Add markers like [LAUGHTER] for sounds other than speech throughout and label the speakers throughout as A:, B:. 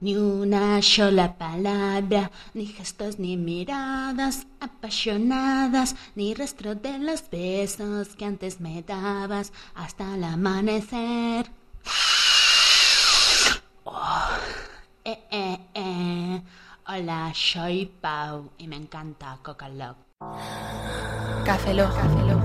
A: Ni una sola palabra, ni gestos ni miradas apasionadas, ni rastro de los besos que antes me dabas hasta el amanecer. Oh, eh, eh, eh. Hola, soy Pau y me encanta Coca Love.
B: Café Lock. Café Lock.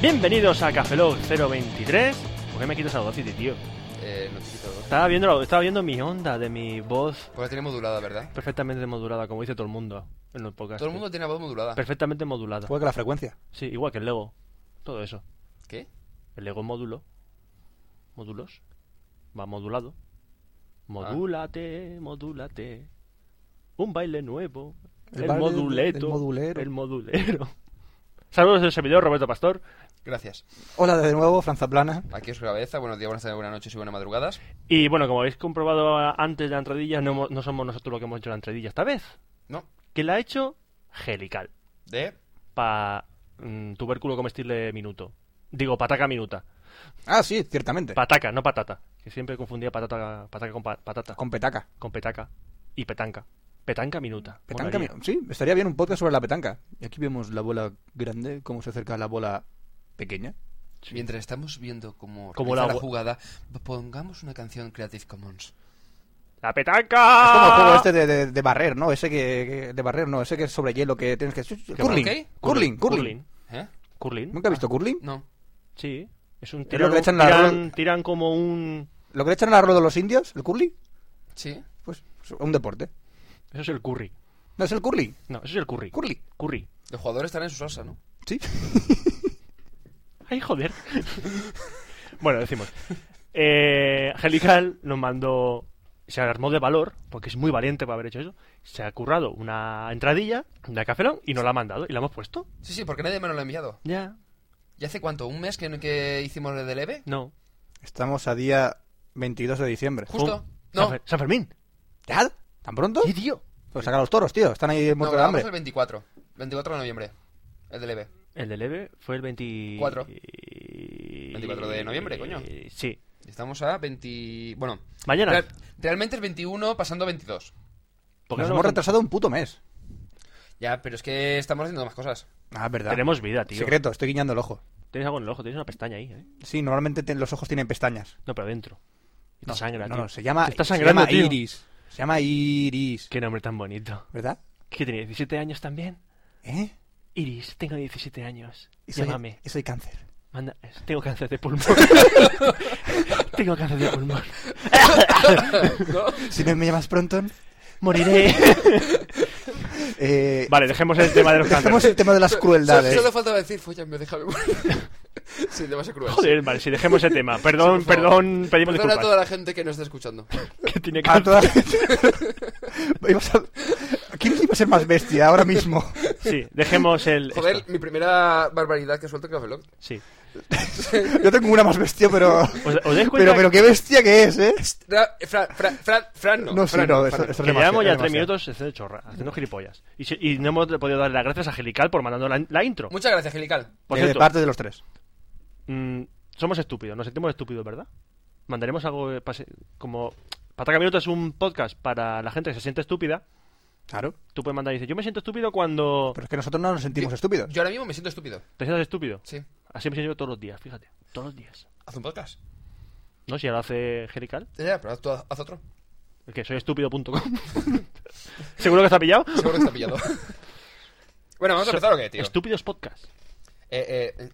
C: Bienvenidos a Cafelog 023. ¿Por qué me quitas la Audacity, tío?
D: Eh, no te quito dos.
C: Estaba viendo, la- estaba viendo mi onda de mi voz
D: Pues la tiene modulada, ¿verdad?
C: perfectamente modulada, como dice todo el mundo en los podcasts.
D: Todo el mundo tiene la voz modulada.
C: Perfectamente modulada.
E: Igual que la frecuencia.
C: Sí, igual que el Lego. Todo eso.
D: ¿Qué?
C: El Lego módulo. Módulos. Va modulado. Modúlate, modúlate. Un baile nuevo.
E: El
C: El,
E: baile del-
C: moduleto.
E: del modulero.
C: El modulero. [LAUGHS] Saludos del servidor Roberto Pastor.
D: Gracias.
E: Hola de nuevo, Franza Plana.
D: Aquí os cabeza. Buenos días, buenas tardes, buenas noches y buenas madrugadas.
C: Y bueno, como habéis comprobado a- antes de la entradilla, no, hemos- no somos nosotros los que hemos hecho la entradilla esta vez.
D: No.
C: Que la ha hecho Gelical.
D: De.
C: Pa mm, tubérculo comestible minuto. Digo, pataca minuta.
E: Ah, sí, ciertamente.
C: Pataca, no patata. Que siempre confundía patata, pataca con pa- patata.
E: Con petaca.
C: Con petaca. Y petanca. Petanca minuta.
E: Petanca,
C: Molaría.
E: mi- sí, estaría bien un podcast sobre la petanca. Y aquí vemos la bola grande, cómo se acerca a la bola pequeña.
C: Sí.
D: Mientras estamos viendo cómo
C: Como
D: realizar
C: la
D: la,
C: bo-
D: jugada, pongamos una canción Creative Commons.
C: ¡La Ah.
E: Es como el
C: petanca!
E: juego este de, de- de barrer, ¿no? Ese que, que- De barrer, no. Ese que es sobre hielo que tienes que... Curling.
D: ¿Qué?
E: Curling, curling.
C: Curling. Ah.
D: ¿Eh?
C: Curling.
E: ¿Nunca has visto curling?
D: No.
C: Sí. Es un
E: que
C: tirán,
E: le echan la
C: tiran-
E: rueda-
C: tiran como un...
E: ¿Lo que le echan al arroz de los indios? ¿El curling?
D: ¿Sí?
E: Pues es un deporte.
C: Eso es el curry.
E: No, es el curling.
C: No, eso es el curry.
E: Curly.
C: Curry.
D: Los jugadores están en su salsa, ¿no?
E: Sí.
C: Ay, joder. [LAUGHS] bueno, decimos. Eh, Angelical nos mandó. Se armó de valor, porque es muy valiente para haber hecho eso. Se ha currado una entradilla de cafelón y nos la ha mandado. Y la hemos puesto.
D: Sí, sí, porque nadie me lo ha enviado.
C: Ya.
D: ¿Y hace cuánto? ¿Un mes que, que hicimos el de leve?
C: No.
E: Estamos a día 22 de diciembre.
D: ¿Justo?
C: Un-
D: No.
C: San, Fer- San Fermín.
E: ¿Ya? ¿Tan pronto?
C: Sí, tío.
E: Pues saca los toros, tío. Están ahí
D: No,
E: muertos de
D: grabamos
E: hambre.
D: el 24. 24 de noviembre. El de leve.
C: El de Leve fue el 20...
D: Cuatro. 24 de noviembre, coño.
C: Sí.
D: Estamos a 20... Bueno.
C: Mañana.
D: real- realmente es 21 pasando a 22.
C: Porque no
E: Nos hemos
C: hemos-
E: retrasado un puto mes.
D: Ya, pero es que estamos haciendo más cosas.
E: Ah, verdad.
C: Tenemos vida, tío.
E: Secreto, estoy guiñando el ojo.
C: Tienes algo en el ojo, tienes una pestaña ahí. ¿eh?
E: Sí, normalmente te- los ojos tienen pestañas.
C: No, pero dentro. Y te sangra,
E: no,
C: tío.
E: no, se llama,
C: Te está
E: se
C: sangrando,
E: llama
C: tío.
E: Iris. Se llama Iris.
C: Qué nombre tan bonito.
E: ¿Verdad?
C: ¿Qué tiene? ¿17 años también?
E: ¿Eh?
C: Iris, tengo 17 años.
E: Y soy,
C: Llámame.
E: y soy cáncer.
C: Manda... Tengo cáncer de pulmón. tengo cáncer de pulmón.
E: Si no me llamas pronto,
C: Moriré.
E: eh,
C: Vale, dejemos el tema de los
E: dejemos
C: cánceres.
E: el tema de las
D: Solo,
E: crueldades.
D: solo faltaba decir, follanme, déjame morir. [LAUGHS] sí, te vas a cruel.
C: Joder, vale, sí, dejemos el tema. Perdón,
D: pues. Sí, por favor.
C: perdón, pedimos
D: Perdona a
C: disculpas.
D: toda la gente que nos está escuchando.
C: Que tiene
E: A
C: cáncer.
E: toda [LAUGHS] la gente. Ibas a- ¿Quién iba a ser más bestia ahora mismo?
C: Sí, dejemos el...
D: Joder,
C: esto.
D: mi primera barbaridad que suelto en Café Lock.
C: Sí.
E: Yo tengo una más bestia, pero.
C: ¿Os, os dais cuenta
E: Pero, pero qué bestia que es, ¿eh?
D: Ra- Fran, Fran, Fran, Fran no.
E: No, sí,
D: Fran
E: no,
D: Fran
E: esto- esto
C: que
E: es demasiado,
C: llevamos ya
E: es
C: tres
E: demasiado.
C: minutos haciendo chorra, haciendo gilipollas? Y, si- y no hemos podido dar las gracias a Angelical por mandando la, la intro.
D: Muchas gracias, Gelical.
C: Por
E: Eh, de
C: cierto,
E: parte de los tres.
C: Mm, somos estúpidos, nos sentimos estúpidos, ¿verdad? Mandaremos algo de pase- como Pataca Minuto es un podcast para la gente que se siente estúpida.
E: Claro.
C: Tú puedes mandar y dices, yo me siento estúpido cuando
E: Pero es que nosotros no nos sentimos estúpidos.
D: Yo ahora mismo me siento estúpido.
C: te sientas estúpido.
D: Sí.
C: Así me siento yo todos los días, fíjate, todos los días.
D: Haz un podcast.
C: ¿No? Si ya lo hace Gerical,
D: Ya, ya, pero haz, tú- haz otro.
C: el que soy estúpido.com. [LAUGHS] ¿Seguro que está pillado?
D: Seguro que está
C: [LAUGHS]
D: pillado. bueno, vamos a empezar o qué, tío.
C: Estúpidos podcast.
D: eh, eh,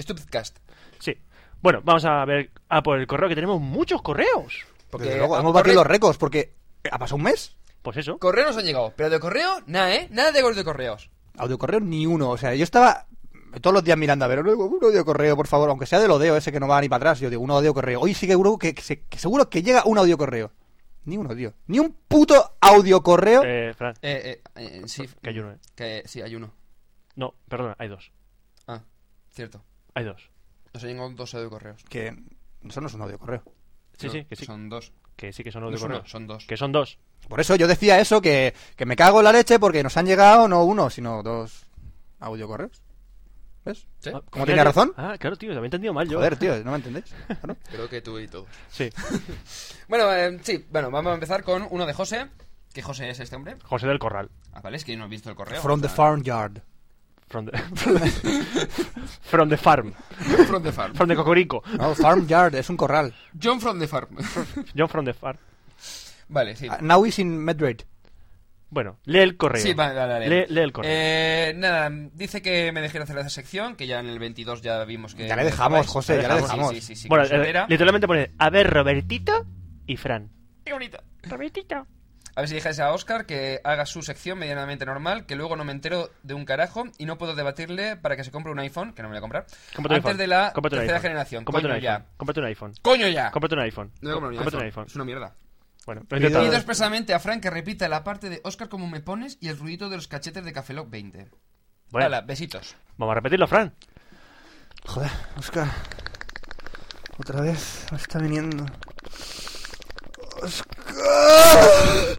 D: Stupidcast.
C: Sí. Bueno, vamos a ver a por el correo que tenemos muchos correos.
D: Porque
E: Desde luego,
D: a-
E: hemos
D: corre-
E: batido los récords porque ha pasado un mes.
C: Pues eso.
D: Correos nos han llegado, pero de correo, nada, ¿eh? Nada de correos de correos.
E: Audio correo ni uno. O sea, yo estaba todos los días mirando a ver un un audio correo, por favor, aunque sea del odeo ese que no va ni para atrás. Yo digo, un audio correo. Hoy sí que, seguro que, que se- que seguro que llega un audio correo. Ni uno, tío. Ni un puto audio correo.
C: Eh, Fran,
D: Eh, eh, eh, sí.
C: que hay uno, eh.
D: Que, sí, hay uno.
C: No, perdona, hay dos.
D: Ah, cierto.
C: Hay dos.
D: Nos han llegado dos eh, correos.
E: Que eso no es un audio correo.
C: Sí, sí, que sí.
D: Son dos.
C: Que sí, que son
D: No
C: audio
D: es uno,
C: correos.
D: son dos.
C: Que son dos.
E: Por eso yo decía eso, que, que me cago en la leche porque nos han llegado no uno, sino dos audio correos. ¿Ves?
D: ¿Sí?
C: Ah,
E: ¿Cómo
C: fíjate.
E: tenía razón?
C: Ah, claro, tío, te había entendido mal yo.
E: Joder, tío, ¿no
C: [LAUGHS]
E: me entendéis? Claro.
D: Creo que tú y todos.
C: Sí.
D: Bueno, eh, sí, bueno, vamos a empezar con uno de José. ¿Qué José es este hombre?
C: José del Corral.
D: Ah, vale, es que yo no he visto el correo.
E: From
D: o
E: the
D: sea,
E: farmyard.
C: From the, [LAUGHS] From the farm.
D: [LAUGHS] From the farm.
C: From the cocorico.
E: No, farmyard es un corral.
D: John from the farm. [LAUGHS]
C: John from the farm.
D: vale, sí.
E: Ah, Now is in Madrid.
C: Bueno, lee el correo.
D: Sí, vale, vale, vale.
C: Lee, lee el correo.
D: Eh, nada, dice que me dejé de hacer esa sección, que ya en el 22 ya vimos que...
E: Ya le dejamos, José,
D: Sí,
E: ya le dejamos.
D: Sí, sí, sí, que
C: bueno,
D: nos
C: eh,
D: supera.
C: literalmente pone, a ver, Robertito y Fran.
D: Qué bonito.
C: Robertito.
D: A ver si dejáis a Oscar que haga su sección medianamente normal, que luego no me entero de un carajo y no puedo debatirle para que se compre un iPhone, que no me voy a comprar,
C: Cómprate un
D: antes
C: iPhone.
D: de la
C: Cómprate un
D: tercera
C: iPhone.
D: generación.
C: Cómprate un
D: Coño
C: iPhone.
D: ya.
C: Cómprate un iPhone.
D: ¡Coño ya!
C: Cómprate un iPhone.
D: No voy a comprar
C: Cómprate un iPhone.
D: Es una mierda.
C: Bueno, lo he
E: Pido-
C: intentado.
D: Pido expresamente a Frank que repita la parte de Oscar como me pones y el ruido de los cachetes de Café Lock 20.
C: Bueno,
D: Hala, besitos.
C: vamos a repetirlo,
D: [LAUGHS]
C: Fran.
E: Joder, Oscar. Otra vez me está viniendo. ¡Oscar!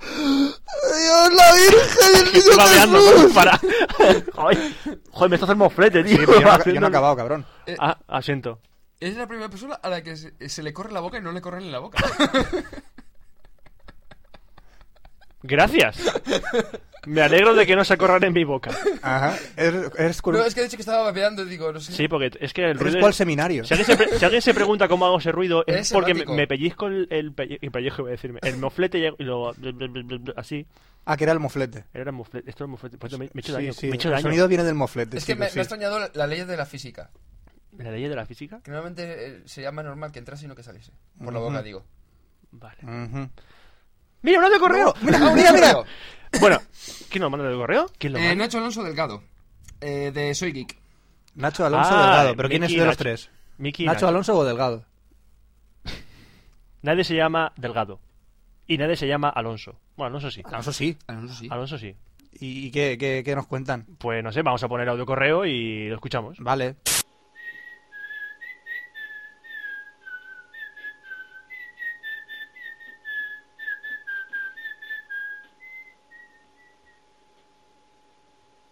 E: ¡Dios, la Virgen del
C: Estoy babeando, coño, para. [LAUGHS] Joder, joder, me está haciendo moflete, tío.
E: Yo no, yo no he acabado, cabrón.
D: Eh.
C: Ah, asiento.
D: Es la primera persona a la que se, se le corre la boca y no le corre en
C: [LAUGHS]
D: la boca. [LAUGHS]
C: Gracias. Me alegro de que no se corran en mi boca.
E: Ajá. Eres, eres cual-
D: no, es que he dicho que estaba babeando y digo, no sé.
C: Sí, porque es que el
E: eres
C: ruido.
E: cual
C: es-
E: seminario.
C: Si alguien, se pre- si alguien se pregunta cómo hago ese ruido, es,
D: Es
C: porque me,
D: erótico.
C: me pellizco el, el pelle- el pellejo, voy a decirme. El moflete y hago- y luego. bl- bl- bl- bl- bl- Así.
E: Ah, que era el moflete.
C: Era el moflete. Esto es el moflete. Por eso me, me he hecho
E: Sí,
C: daño.
E: sí,
C: me he hecho
E: el
C: daño.
E: sonido viene del moflete.
D: Es que
E: chicos,
D: me,
E: sí.
D: me ha extrañado la- las leyes de la física.
C: ¿La ley de la física?
D: Que normalmente eh, sería más normal que entrase y no que saliese. Por la boca,
E: Ujú.
D: digo.
C: Vale.
E: Ujú.
C: Mira, un audio correo.
D: Ah,
E: Mira,
C: [LAUGHS]
D: un
E: mira, mira.
D: correo.
C: Bueno, ¿quién nos manda el correo? ¿Quién lo
D: Eh,
C: manda?
D: Nacho Alonso Delgado, eh, de Soy Geek.
E: Nacho Alonso
C: Ah,
E: o Delgado. ¿Pero quién es
C: Mickey
E: de los
C: Nacho.
E: tres?
C: Miki y
E: ¿Nacho Alonso o Delgado?
C: Nadie se llama Delgado. Y nadie se llama Alonso. Bueno, Alonso sí.
E: Alonso Ah, sí.
D: Alonso sí.
C: Alonso sí.
E: ¿Y, y qué, qué- qué nos cuentan?
C: Pues no sé, vamos a poner audio correo y lo escuchamos.
E: Vale.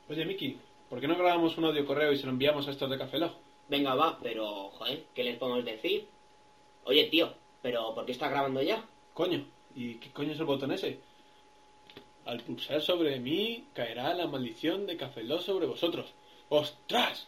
F: Oye, Miki, ¿por qué no grabamos un audio correo y se lo enviamos a estos de Café Log?
G: Venga, va, pero, joder, ¿qué les podemos decir? Oye, tío, ¿pero por qué está grabando ya?
F: Coño, ¿y qué coño es el botón ese? Al pulsar sobre mí caerá la maldición de Café Lock sobre vosotros. ¡Ostras!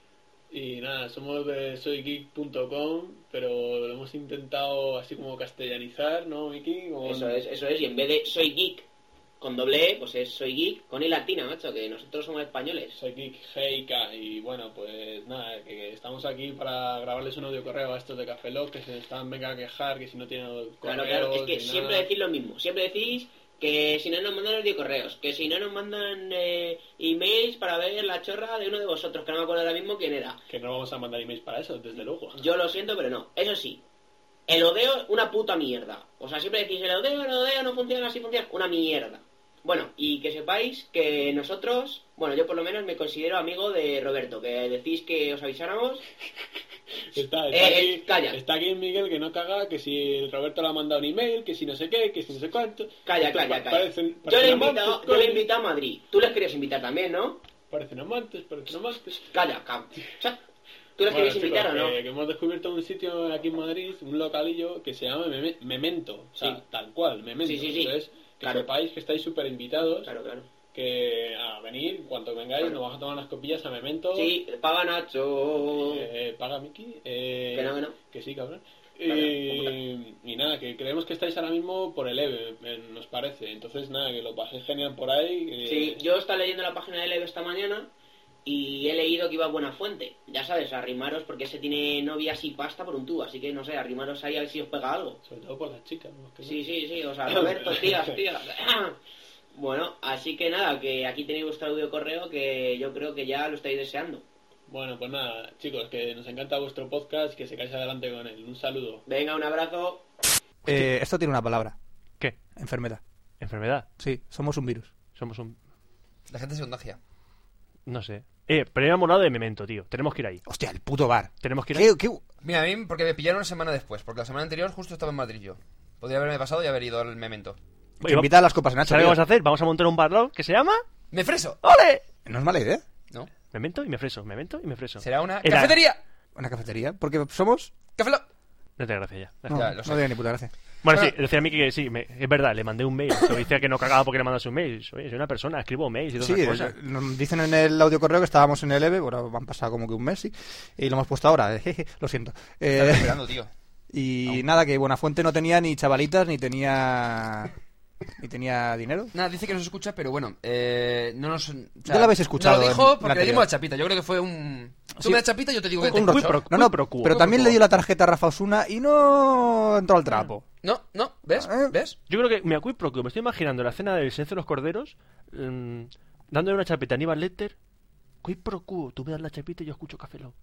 F: y nada, somos de soygeek.com, pero lo hemos intentado así como castellanizar, ¿no, Miki? Como-
G: Eso es, eso es. Y en vez de soy geek con doble E, pues es soy geek con I latina, macho, que nosotros somos españoles.
F: Soy Geek Heika y bueno, pues nada, que estamos aquí para grabarles un audio correo a estos de Café Lock que se están venga a quejar que si no tienen correos
G: Claro, claro, es que
F: ni
G: siempre
F: nada.
G: decís lo mismo, siempre decís que si no nos mandan los de correos, que si no nos mandan eh, emails para ver la chorra de uno de vosotros, que no me acuerdo ahora mismo quién era.
F: que no vamos a mandar emails para eso, desde luego.
G: Yo lo siento, pero no. Eso sí, el odeo es una puta mierda. O sea, siempre decís, el odeo, el odeo, no funciona, así funciona. Una mierda. Bueno, y que sepáis que nosotros, bueno, yo por lo menos me considero amigo de Roberto, que decís que os avisáramos.
F: [LAUGHS] Está, está
G: Eh, eh,
F: aquí,
G: calla.
F: está aquí Miguel que no caga, que si el Roberto le ha mandado un email, que si no sé qué, que si no sé cuánto.
G: Calla,
F: Esto
G: calla,
F: pa-
G: calla.
F: Parecen,
G: Yo le he
F: parecen amantes,
G: invitado, yo le he
F: coño.
G: invitado a Madrid. Tú les querías invitar también, ¿no?
F: Parecen amantes, parecen amantes.
G: Calla, cabrón. O sea, ¿Tú los
F: Bueno,
G: querías
F: chicos, eh,
G: invitar o no?
F: que, que hemos descubierto un sitio aquí en Madrid, un localillo que se llama Meme- Memento, o sea,
G: Sí.
F: tal cual, Memento.
G: Sí, sí, sí.
F: Entonces, que
G: Claro.
F: sepáis que estáis súper invitados,
G: Claro, claro.
F: que a venir, cuando vengáis,
G: Claro.
F: nos vamos a tomar unas copillas a Memento.
G: Sí, paga Nacho.
F: Eh, paga Miki. Eh,
G: Que no, que no.
F: que sí, cabrón.
G: Vale,
F: Y, y nada, que creemos que estáis ahora mismo por el EVE, eh, nos parece. Entonces, nada, que lo paséis genial por ahí. eh,
G: Sí, yo estaba leyendo la página de Leve esta mañana y he leído que iba a Buena Fuente. Ya sabes, arrimaros porque ese tiene novias y pasta por un tubo, así que no sé, arrimaros ahí a ver si os pega algo.
F: Sobre todo por las chicas. ¿no? Que
G: Sí,
F: no.
G: sí, sí, o sea, Roberto,
F: [LAUGHS]
G: tías, tías. [CLEARS THROAT] Bueno, así que nada, que aquí tenéis vuestro audio correo que yo creo que ya lo estáis deseando.
F: Bueno, pues nada, chicos, que nos encanta vuestro podcast, que se calle adelante con él. Un saludo.
G: Venga, un abrazo.
E: Eh, esto tiene una palabra.
C: ¿Qué?
E: Enfermedad.
C: ¿Enfermedad?
E: Sí, somos un virus.
C: Somos un...
D: La gente se contagia.
C: No sé. Eh, premio morado de Memento, tío. Tenemos que ir ahí.
E: Hostia, el puto bar.
C: Tenemos que ir ahí.
E: ¿Qué, qué-
D: Mira, a mí porque me pillaron una semana después, porque la semana anterior justo estaba en Madrid yo. Podría haberme pasado y haber ido al memento.
E: que invita a las copas, Nacho.
C: ¿Sabes qué
E: tío.
C: vamos a hacer? Vamos a montar un barlón que se llama...
D: ¡Me freso!
C: ¡Ole!
E: No es mala idea.
D: ¿No?
C: Memento y me freso. Memento y me freso.
D: Será una
C: Era-
D: cafetería.
E: Una cafetería. Porque somos.
D: ¡Café Lock!
C: No te gracias ya.
E: No,
D: Ya, lo
E: no
D: sé.
E: tiene ni puta gracia.
C: Bueno, sí,
D: Bueno.
C: decía a Miki que sí, me- es verdad, le mandé un mail. Pero decía que no cagaba porque le mandas un mail. Soy, soy una persona, escribo mails y todas
E: Sí,
C: esas cosas.
E: eh, nos dicen en el audio correo que estábamos en el EVE, bueno, han pasado como que un mes, sí, y lo hemos puesto ahora, [LAUGHS] eh, jeje, lo siento. Eh,
D: Estaba esperando, tío.
E: y nada, que Buenafuente no tenía ni chavalitas, ni tenía ni tenía dinero.
D: Nada, dice que nos escucha, pero bueno, eh, no nos... o sea,
E: Ya lo habéis escuchado
D: Lo
E: en-
D: dijo
E: en
D: porque le
E: anterior.
D: dimos la chapita. Yo creo que fue un... Tú
E: Sí.
D: me das chapita, yo te digo que te
E: Un rocho.
D: escucho.
C: pro-
E: no, no,
C: muy procuo.
E: pero
D: Muy
E: también
D: procuo.
E: le dio la tarjeta a Rafa Osuna y no entró al trapo.
D: No, no, ¿ves?
E: Eh.
D: ¿Ves?
C: Yo creo que me acuí porque me estoy imaginando la cena del silencio de los corderos mm, dándole una chapeta a Aníbal Letter. Cui pro quo, tú me das la chapita y yo escucho Café Lock.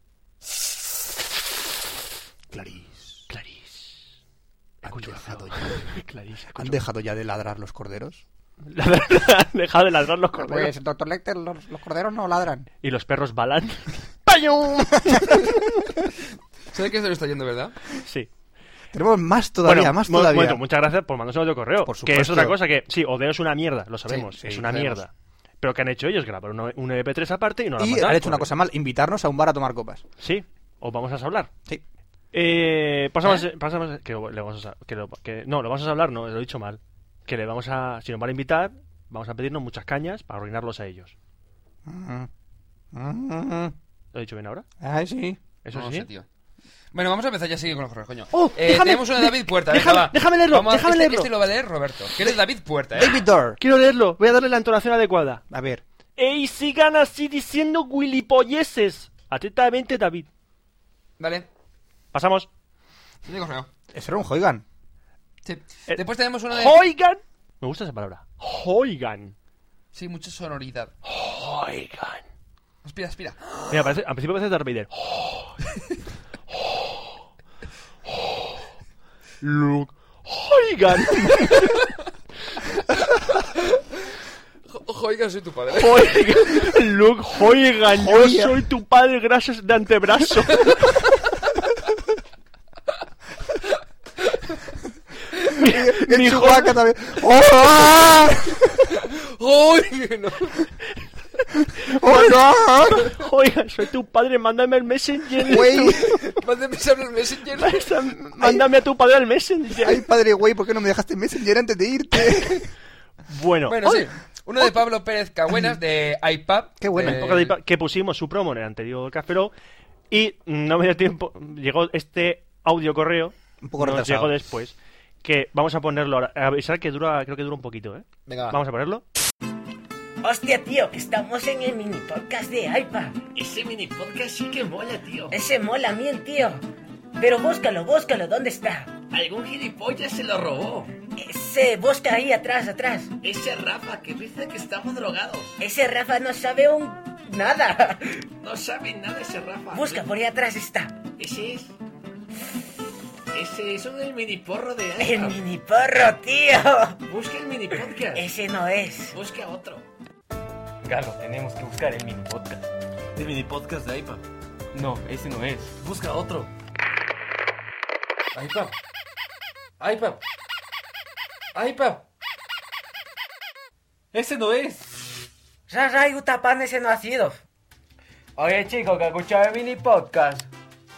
E: Clarís,
C: Clarís.
E: han
C: Escucho Café
E: dejado,
C: Lock.
E: ya,
C: [LAUGHS] Clarís, escucho-
E: han dejado ya de ladrar los corderos.
C: Han dejado de ladrar los corderos.
E: Pues, doctor Lecter, los, los corderos no ladran.
C: Y los perros balan. [LAUGHS] ¡Payo!
D: ¿Sabes que se lo está yendo, verdad?
C: sí.
E: Tenemos más todavía,
C: bueno,
E: más
C: mo-
E: todavía.
C: momento, muchas gracias por mandarnos audio correo.
E: Por
C: que es
E: supuesto.
C: otra cosa que, sí, Odeo es una mierda, lo sabemos,
D: Sí, sí,
C: es una
D: sabemos.
C: mierda. Pero que han hecho ellos grabar un, un EP3 aparte y no lo han
E: y
C: mandado,
E: han hecho una
C: porque-
E: cosa mal, invitarnos a un bar a tomar copas.
C: Sí, os vamos a hablar.
E: Sí.
C: Eh, pasamos, pasamos que lo- le vamos a, que lo- que- no, lo vamos a hablar, no, lo he dicho mal. Que le vamos a, si nos van a invitar, vamos a pedirnos muchas cañas para arruinarlos a ellos.
E: Mm. Mm.
C: ¿Lo he dicho bien ahora?
E: Ay, sí.
C: Eso
D: no
C: sí.
D: lo sé, tío. Bueno, vamos a empezar ya a seguir con los correos, coño.
C: Oh,
D: Eh,
C: déjame-
D: tenemos una de David Puerta.
C: déjame-
D: venga, va.
C: déjame leerlo,
D: Vamos a-
C: déjame
D: este,
C: leerlo.
D: Este lo va a leer Roberto. Que eres David Puerta, ¿eh?
E: David Dorr.
C: Quiero leerlo, voy a darle la entonación adecuada.
E: A ver.
C: ¡Ey, sigan así diciendo wilipolleses! Atentamente, David.
D: Vale,
C: Pasamos.
D: siguiente correo.
E: Ese era un Hoigan.
D: Sí.
C: Eh,
D: Después tenemos una de...
C: ¡Hoigan! Me gusta esa palabra. ¡Hoigan!
D: Sí, mucha sonoridad.
C: ¡Hoigan! [GASPS]
D: Aspira, aspira.
C: Mira, parece, al principio parece Darth Vader. [LAUGHS] Luke. Hoigan.
D: Ojo, oiga, soy tu padre.
C: Hoigan. Luke, Hoigan. Yo
E: Hoigan.
C: soy tu padre gracias de antebrazo. mi, mi
E: El
C: hijo,
E: Chewbacca también. ¡Oh, ¡Hola!
D: ¡Ay! No. [LAUGHS]
E: ¡Hola!
C: Hoigan, soy tu padre, mándame el messenger.
E: Güey,
D: Más de pensar en el messenger.
C: [LAUGHS] Mándame a tu padre al messenger.
E: ay padre, güey, ¿por qué no me dejaste Messenger antes de irte?
C: Bueno,
D: Bueno, sí.
C: ¡Ay!
D: Una de Pablo Pérez Cabuenas de iPad.
E: Qué buena.
D: De-
C: época de IPA, que pusimos su promo en el anterior Café Lock, y no me dio tiempo, llegó este audio correo,
E: Un poco
C: nos
E: retrasado.
C: llegó después, que vamos a ponerlo ahora, avisar que dura, creo que dura un poquito, ¿eh?
D: Venga, va.
C: Vamos a ponerlo.
H: Hostia, tío, que estamos en el mini podcast de iPad. Ese mini podcast sí que mola, tío. Ese mola bien, tío. Pero búscalo, búscalo, ¿dónde está? Algún gilipollas se lo robó. Ese, busca ahí atrás, atrás. Ese Rafa que dice que estamos drogados. Ese Rafa no sabe un. nada. No sabe nada ese Rafa. Busca, por ahí atrás está. Ese es. Ese es un el mini porro de iPad.
D: Ah.
H: El mini porro, tío. Busca el mini podcast. Ese no es. Busca otro.
I: Carlos, tenemos que buscar el mini podcast. ¿El mini podcast de iPad? No, ese no es. Busca otro. iPad. iPad. iPad. Ese no es.
H: Raray Utapan ese no ha sido.
I: Oye, chicos, que escuchado el mini podcast.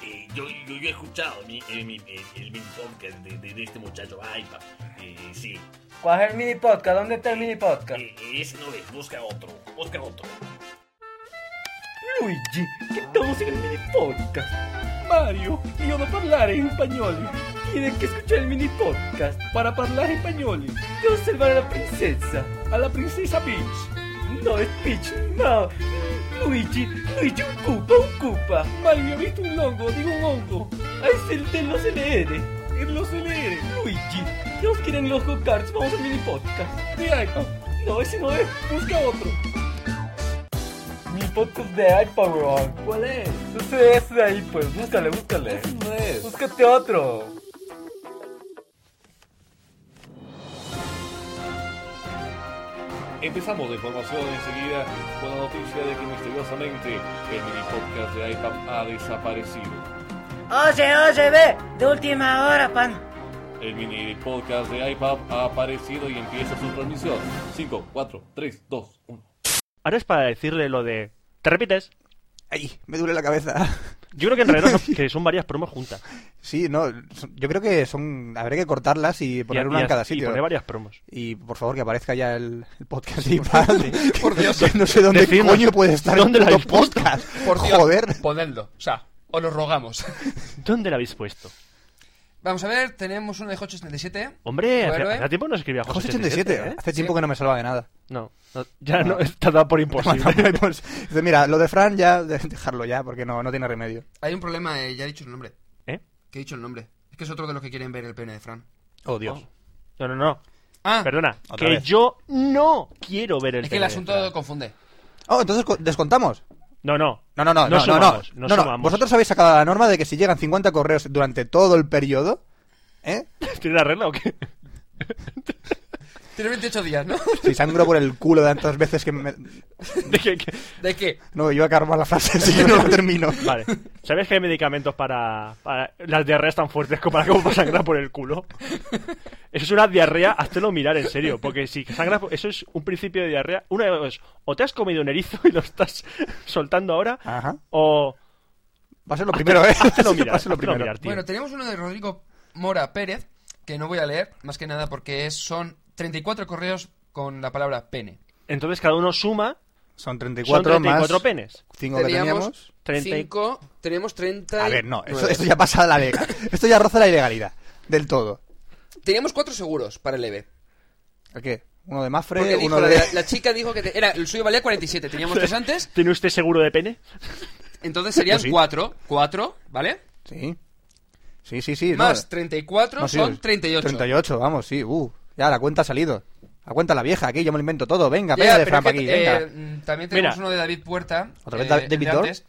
J: Eh, yo, yo, yo he escuchado mi- el, mi- el- el mini podcast de, de- de este muchacho Aipa. Eh, sí,
I: ¿Cuál es el mini podcast? ¿Dónde está el mini podcast?
J: Eh, ese no es, busca otro, busca otro.
I: Luigi, che stiamo seguendo il podcast. Mario, io devo parlare in spagnolo. Tiene che escuchar il mini podcast para parlare in spagnolo. Devo salvare la princesa. Alla princesa Peach. No, è Peach, no. Luigi, Luigi, un cupa, un cupa. Mario, mi ha visto un longo, digo un hongo. Es el de los LR. En los LR. Luigi, nos quieren los go-karts, vamos al mini podcast. De iPad. ecco. No, ese no es, busca otro. Mi podcast de iPad, weón. ¿Cuál es? Ese es de ahí, pues. Búscale, búscale. no es. Búscate otro.
K: Empezamos la información enseguida con la noticia de que misteriosamente el mini podcast de iPad ha desaparecido.
H: Oye, oye, ve, de última hora, pan.
K: El mini podcast de iPad ha aparecido y empieza su transmisión. 5, 4, 3, 2, 1.
C: Ahora es para decirle lo de. ¿Te repites?
E: Ay, me duele la cabeza.
C: Yo creo que en
E: [LAUGHS]
C: realidad son, que son varias promos juntas.
E: Sí, no, son- yo creo que son. Habrá que cortarlas y poner
C: Y-
E: una
C: y-
E: en cada
C: y
E: sitio.
C: poner varias promos.
E: Y por favor que aparezca ya el, el podcast y tal.
D: Por Dios.
E: Que no sé dónde
C: Decidnos,
E: coño puede estar
C: ¿dónde
E: el
C: lo
E: puto
C: habéis puesto?
D: [LAUGHS]
E: podcast.
D: Por Dios,
E: Joder.
D: ponedlo. O sea, os lo rogamos. [LAUGHS]
C: ¿Dónde la habéis puesto?
D: Vamos a ver, tenemos uno de Hot 87.
C: Hombre, hace,
D: Vuelve.
C: hace tiempo no escribía José
E: José 87, hace tiempo que no me salva de nada.
C: ¿eh? No, no, ya
E: Ah.
C: no, [LAUGHS] está dado por imposible.
E: [LAUGHS] Pues, dice, mira, lo de Fran ya, de- dejarlo ya, porque no, no tiene remedio.
D: Hay un problema, eh, ya he dicho el nombre.
C: [LAUGHS] ¿Eh?
D: Que he dicho el nombre. Es que es otro de los que quieren ver el pene de Fran.
E: Oh, Dios.
C: No, no, no.
D: Ah,
C: Perdona,
E: Otra
C: que
E: vez.
C: yo no quiero ver el
D: es que el
C: TNF.
D: asunto confunde.
E: Oh, entonces co- descontamos.
C: No, no. [LAUGHS]
E: No, no, no, no, no, no,
C: sumamos,
E: no,
C: no
E: no.
C: sumamos.
E: Vosotros habéis sacado la norma de que si llegan 50 correos durante todo el periodo, ¿eh?
C: ¿Tiene una regla o qué?
D: Tiene 28 días, ¿no? [LAUGHS]
E: Si sangro por el culo de tantas veces que me...
C: ¿De qué- qué?
D: ¿De qué?
E: No, yo acabar la frase, así que no la termino.
C: Vale. ¿Sabes que hay medicamentos para, para las diarreas tan fuertes como para que vos sangrar por el culo? Eso es una diarrea, háztelo mirar en serio, porque si sangras, por- eso es un principio de diarrea. Una de dos, o te has comido un erizo y lo estás soltando ahora,
E: Ajá.
C: o
E: Va a ser lo primero, ¿eh? [LAUGHS]
C: háztelo mirar,
E: Va a ser lo
C: háztelo
E: primero.
C: mirar, tío.
D: Bueno, tenemos uno de Rodrigo Mora Pérez, que no voy a leer, más que nada porque es- son 34 correos con la palabra pene.
C: Entonces cada uno suma,
E: Son
C: son
E: 34 más
C: 34 penes.
E: 5 que teníamos.
C: Treinta y-
D: 5, tenemos 30.
E: A ver, no, esto, esto ya pasa la legal. Esto ya roza la ilegalidad. Del todo.
D: Teníamos 4 seguros para el EVE.
E: ¿A qué? Uno
D: Porque
E: de Mafre,
D: dijo,
E: uno
D: la,
E: de...
D: la- la chica dijo que te- era, el suyo valía 47, teníamos 3 antes,
C: ¿Tiene usted seguro de pene?
D: entonces serían
E: Pues sí.
D: 4, 4, ¿vale?
E: Sí. Sí, sí, sí. no.
D: Más 34
E: No, sí,
D: son 38.
E: 38, vamos, sí. Uh, ya la cuenta ha salido. La cuenta la vieja aquí, yo me lo invento todo. Venga,
D: Ya,
E: pega
D: pero
E: de
D: es
E: Frampa
D: que,
E: aquí,
D: eh,
E: venga.
D: mm, también
C: Mira.
D: tenemos uno de David Puerta.
E: ¿Otra vez
D: eh,
E: David
D: de
E: Dor?
D: antes,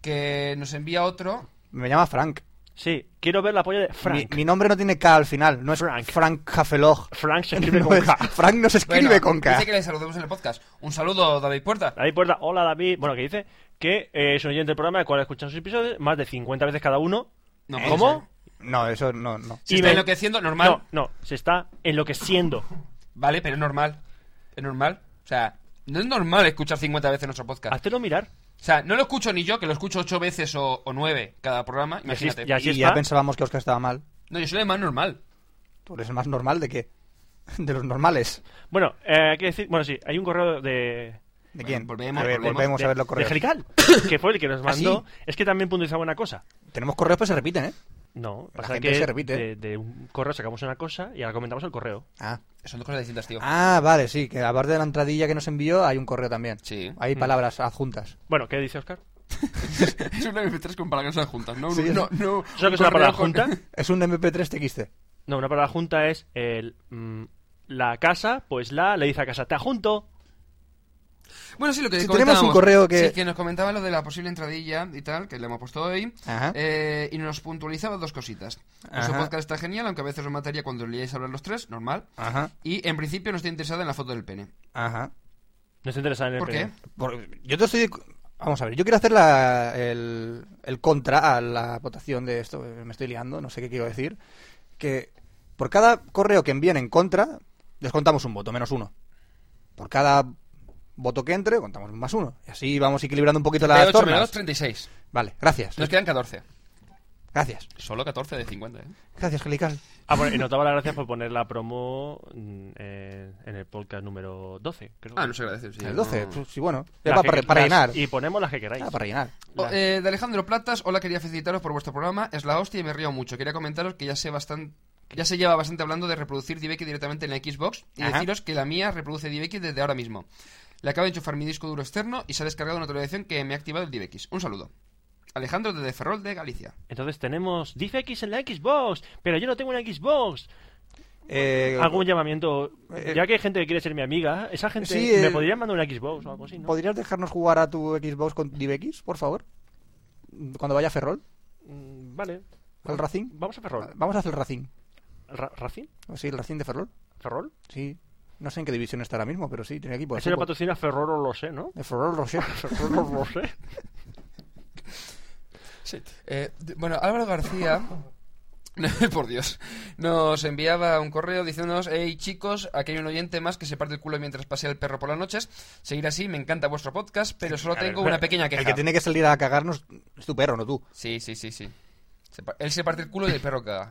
D: Que nos envía otro.
E: Me llama Frank.
C: Sí, quiero ver la polla de Frank.
E: Mi, mi nombre no tiene K al final, no es
C: Frank.
E: Frank, Cafelog.
C: Frank se escribe
E: [LAUGHS] No
C: con
E: es-
C: K.
E: Frank no se escribe
D: Bueno,
E: con K.
D: Dice que le saludemos en el podcast. Un saludo, David Puerta.
C: David Puerta, hola David. Bueno, que dice que eh, es un oyente del programa del cual ha escuchado sus episodios más de 50 veces cada uno.
D: No,
E: ¿Eh?
D: pues, eh,
C: ¿Cómo?
E: No, eso no, no.
D: Se
C: Y
D: está
C: me-
D: enloqueciendo, normal.
C: No, no, se está enloqueciendo.
D: Vale, pero es normal. Es normal. O sea, no es normal escuchar 50 veces nuestro podcast.
C: Háztelo mirar.
D: O sea, no lo escucho ni yo, que lo escucho 8 veces o, 9 cada programa. Imagínate.
C: Y así
E: y
C: está.
E: ya pensábamos que Oscar estaba mal.
D: No, yo soy el más normal.
E: Tú eres el Pues más normal de qué? [LAUGHS] De los normales.
C: Bueno, eh, hay que decir. Bueno, sí, hay un correo de.
E: ¿De
D: Bueno,
E: quién?
D: volvemos,
E: a ver,
D: volvemos.
E: volvemos,
C: de-
E: a ver ¿Ah, los
C: de
E: correos. [COUGHS]
C: Jerical, que fue el que nos mandó. Es que también puntualizaba una cosa.
E: Tenemos correos, pero se repiten, ¿eh?
C: No,
E: La
C: pasa
E: gente
C: que
E: se repite. ¿eh?
C: De, de un correo sacamos una cosa y ahora comentamos el correo.
E: Ah.
D: Son dos cosas distintas, tío. [LAUGHS]
E: Ah, vale, sí, que aparte de la entradilla que nos envió, hay un correo también.
D: Sí.
E: Hay palabras adjuntas.
C: Bueno, ¿qué dice Oscar?
D: es una MP3 con palabras adjuntas, ¿no?
E: Sí.
D: no, no.
C: ¿Eso que es una palabra junta?
E: Es un MP3 TXT.
C: No, una palabra junta es el, mm, la casa, pues la le dice a casa, te adjunto.
D: [LAUGHS] Bueno, sí, lo que
E: Sí,
D: comentábamos.
E: tenemos un correo que-
D: Sí, que nos comentaba lo de la posible entradilla y tal, que le hemos puesto hoy.
E: Ajá.
D: eh, y nos puntualizaba dos cositas. Nuestro
E: Ajá.
D: podcast está genial, aunque a veces os mataría cuando leíais hablar los tres, normal.
E: Ajá,
D: Y en principio no estoy interesada en la foto del pene.
E: ajá.
C: No está interesado en el
D: ¿Por
C: pene.
D: qué?
E: Por- yo te estoy... Vamos a ver, yo quiero hacer la, el, el contra a la votación de esto. Me estoy liando, no sé qué quiero decir. Que por cada correo que envíen en contra, descontamos un voto, menos uno. Por cada voto que entre, contamos un más uno. Y así vamos equilibrando un poquito las
D: 38 menos
E: tornas.
D: 36.
E: Vale, gracias.
D: Nos quedan 14.
E: Gracias.
D: Solo 14 de 50, ¿eh?
E: Gracias, Gelical.
C: Ah, bueno, y nos daba las gracias por poner la promo mm, eh, en el podcast número 12, creo.
D: Ah, no se agradece, sí.
E: El 12, pues, sí, bueno.
C: Las
E: va
C: que-
E: para, para
C: las-
E: llenar.
C: Y ponemos las que queráis.
E: Ah, para rellenar.
D: O- eh, de Alejandro Platas, hola, quería felicitaros por vuestro programa. Es la hostia y me río mucho. Quería comentaros que ya sé bastante. Ya se lleva bastante hablando de reproducir DBX directamente en la Xbox y
E: Ajá.
D: deciros que la mía reproduce DBX desde ahora mismo. Le acabo de enchufar mi disco duro externo y se ha descargado una actualización que me ha activado el DBX. Un saludo. Alejandro desde Ferrol de Galicia.
C: Entonces tenemos DFX en la Xbox, pero yo no tengo una Xbox.
E: Eh,
C: Algún llamamiento.
E: eh,
C: ya que hay gente que quiere ser mi amiga, esa gente
E: sí,
C: me
E: eh,
C: podría mandar una Xbox o algo así, ¿no?
E: ¿Podrías dejarnos jugar a tu Xbox con DBX, por favor? Cuando vaya a Ferrol,
C: Mm, Vale.
E: al
D: Ah.
E: Racing. Ah,
C: Vamos a Ferrol.
E: Vamos a hacer el Racing.
C: Ra- ¿Racing?
E: Sí, el Racing de Ferrol.
C: ¿Ferrol?
E: Sí. No sé en qué división está ahora mismo, pero sí, tiene equipo. de
C: Ese lo
E: fútbol.
C: patrocina Ferrol o lo sé,
E: [LAUGHS]
C: ¿no?
E: De
D: [LAUGHS]
E: Ferrol Rocher.
C: Ferrol o lo sé.
D: Eh, de- bueno, Álvaro García, [LAUGHS] por Dios, nos enviaba un correo diciéndonos, hey chicos, aquí hay un oyente más que se parte el culo mientras pasea el perro por las noches. Seguir así, me encanta vuestro podcast, pero solo
E: A ver,
D: tengo
E: espera,
D: una pequeña queja.
E: El que tiene que salir a cagarnos es tu perro, no tú. [LAUGHS]
D: Sí, sí, sí, sí. Se pa- Él se parte el culo y el perro
E: [LAUGHS]
D: caga.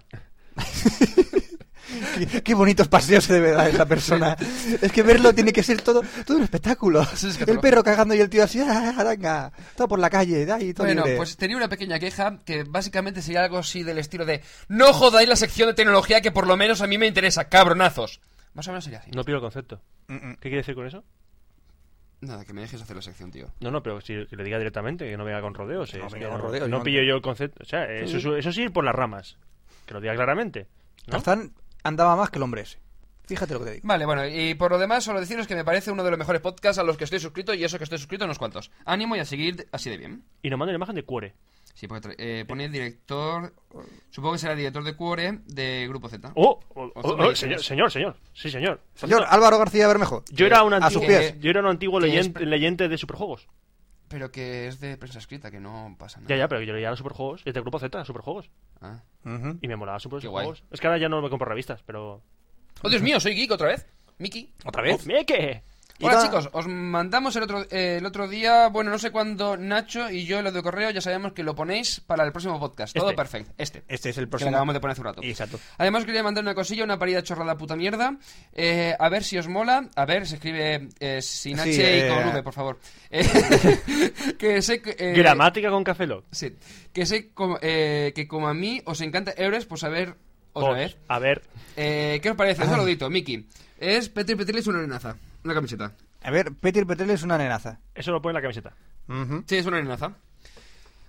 E: Qué, qué bonitos paseos se debe dar
D: [LAUGHS]
E: esa persona. es que verlo tiene que ser todo, todo un espectáculo.
D: es que
E: el
D: todo.
E: perro cagando y el tío así, "Ah, aranga, todo por la calle, da ahí, todo
D: Bueno,
E: libre".
D: pues tenía una pequeña queja que básicamente sería algo así del estilo de No jodáis la sección de tecnología que por lo menos a mí me interesa, cabronazos. Más o menos sería así.
C: No pido el concepto.
E: Mm, mm.
C: ¿Qué quiere decir con eso?
D: Nada, que me dejes hacer la sección, tío.
C: No, no, pero si que le diga directamente, que no venga con rodeos. eh,
E: No
C: es
E: venga
C: que
E: con rodeos,
C: no
E: no.
C: pillo yo el concepto. O sea, eh,
E: Sí,
C: eso,
E: sí.
C: es- eso es ir por las ramas. Que lo diga claramente. ¿no?
E: Tarzán andaba más que el hombre ese. Fíjate lo que te digo.
D: Vale, bueno, y por lo demás, solo deciros que me parece uno de los mejores podcasts a los que estoy suscrito y eso que estoy suscrito unos cuantos. Ánimo y a seguir así de bien.
C: Y nos manda una imagen de cuore.
D: Sí, porque tra- eh, pone director. Supongo que será director de Cuore de Grupo Z.
C: ¡Oh! oh,
D: O
C: oh,
D: Zona
C: oh,
D: X,
C: señor,
D: ¿no?
C: señor, señor. Sí, señor.
D: Pues,
E: Señor Álvaro García Bermejo.
C: Yo era un
E: A sus
C: antiguo,
E: pies.
C: yo era un antiguo
D: que es-
C: leyen- leyente de superjuegos.
D: Pero que es de prensa escrita, que no pasa nada.
C: Ya, ya, pero yo leía los superjuegos. Este grupo Z, superjuegos.
D: Ah.
E: Ujú.
C: Y me molaba super
D: Qué guay.
C: superjuegos. Es que ahora ya no me compro revistas, pero.
D: ¡Oh, Dios mío! Soy geek otra vez. Miki.
E: ¿Otra
C: ¡Oh, ¡Meke!
D: Hola
E: Iba-
D: chicos, os mandamos el otro, eh, el otro día, bueno, no sé cuándo Nacho y yo lo de correo ya sabemos que lo ponéis para el próximo podcast. Todo
C: Este.
D: perfecto. Este.
E: Este es
D: Que
E: el
D: lo
E: próximo.
D: acabamos de poner hace un rato.
E: Exacto.
D: Además, quería mandar una cosilla, una parida chorrada puta mierda. Eh, a ver si os mola. A ver, se escribe eh, sin H
E: Sí,
D: y
E: eh,
D: con V, por favor. Eh,
E: [LAUGHS]
D: que sé que. eh,
C: Gramática con Café Lock.
D: Sí. Que sé como, eh, que como a mí os encanta Eures, pues a ver, otra
C: Pues,
D: vez.
C: A ver.
D: Eh, ¿Qué os parece?
E: Ah.
D: Un saludito, Miki. Es Petri Petriles una nenaza. Una camiseta.
E: A ver, Petir Petrel es una nenaza.
C: Eso lo pone en la camiseta.
E: Ujú.
D: Sí, es una nenaza.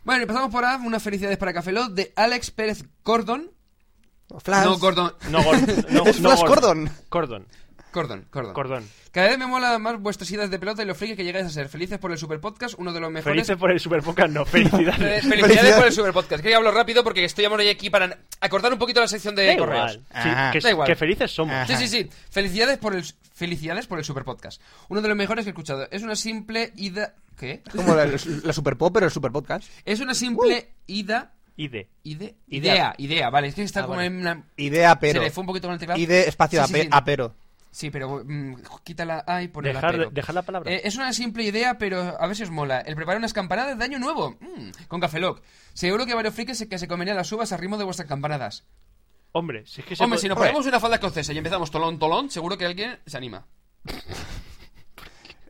D: Bueno, empezamos por A, unas felicidades para Cafelot de Alex Pérez Gordon.
E: Flash.
D: No, Gordon.
C: No,
D: [LAUGHS]
C: gor- no,
E: Es
C: no
E: Flash
C: gor-
E: Gordon.
C: Cordon.
D: Gordon, Gordon.
C: Cordón.
D: Cada vez me mola más vuestras ideas de pelota y los frikis que llegáis a ser. Felices por el Super Podcast, uno de los mejores.
C: Felices por el Superpocas,
D: [LAUGHS]
C: no.
D: Eh,
C: Felicidades.
D: felicidades
E: Felicidades.
D: por el Super Podcast. Quería hablar rápido porque estoy ahora aquí para acordar un poquito la sección de
C: Da
D: correos.
C: igual. Sí,
E: Ajá.
C: que,
D: Da igual.
C: que felices somos.
E: Ajá.
D: Sí, sí, sí. Felicidades por el felicidades por el Super Podcast. Uno de los mejores que he escuchado. Es una simple ida ¿Qué?
E: Es como la, la Super Pop, pero el Super Podcast.
D: Es una simple ida
C: Y de.
D: ide- idea,
C: Uh. Idea.
D: idea, vale, es que está
C: Ah,
D: como
C: vale.
D: en una
E: Idea,
D: se
E: pero.
D: le fue un poquito con el teclado.
E: Y de espacio
D: Sí,
E: a
D: sí,
E: pe-
D: sí.
E: a pero.
D: Sí, pero mm, quítala A y ponela
C: Dejar,
D: pero.
C: dejar la palabra.
D: Eh, es una simple idea, pero a ver si os mola. El preparar unas campanadas de año nuevo, mm, con Cafeloc. Seguro que varios frikis se- que se comerían las uvas a ritmo de vuestras campanadas.
C: Hombre, si es que se
D: Hombre,
C: puede-
D: si nos
C: Hombre,
D: ponemos una falda escocesa y empezamos tolón, tolón, seguro que alguien se anima.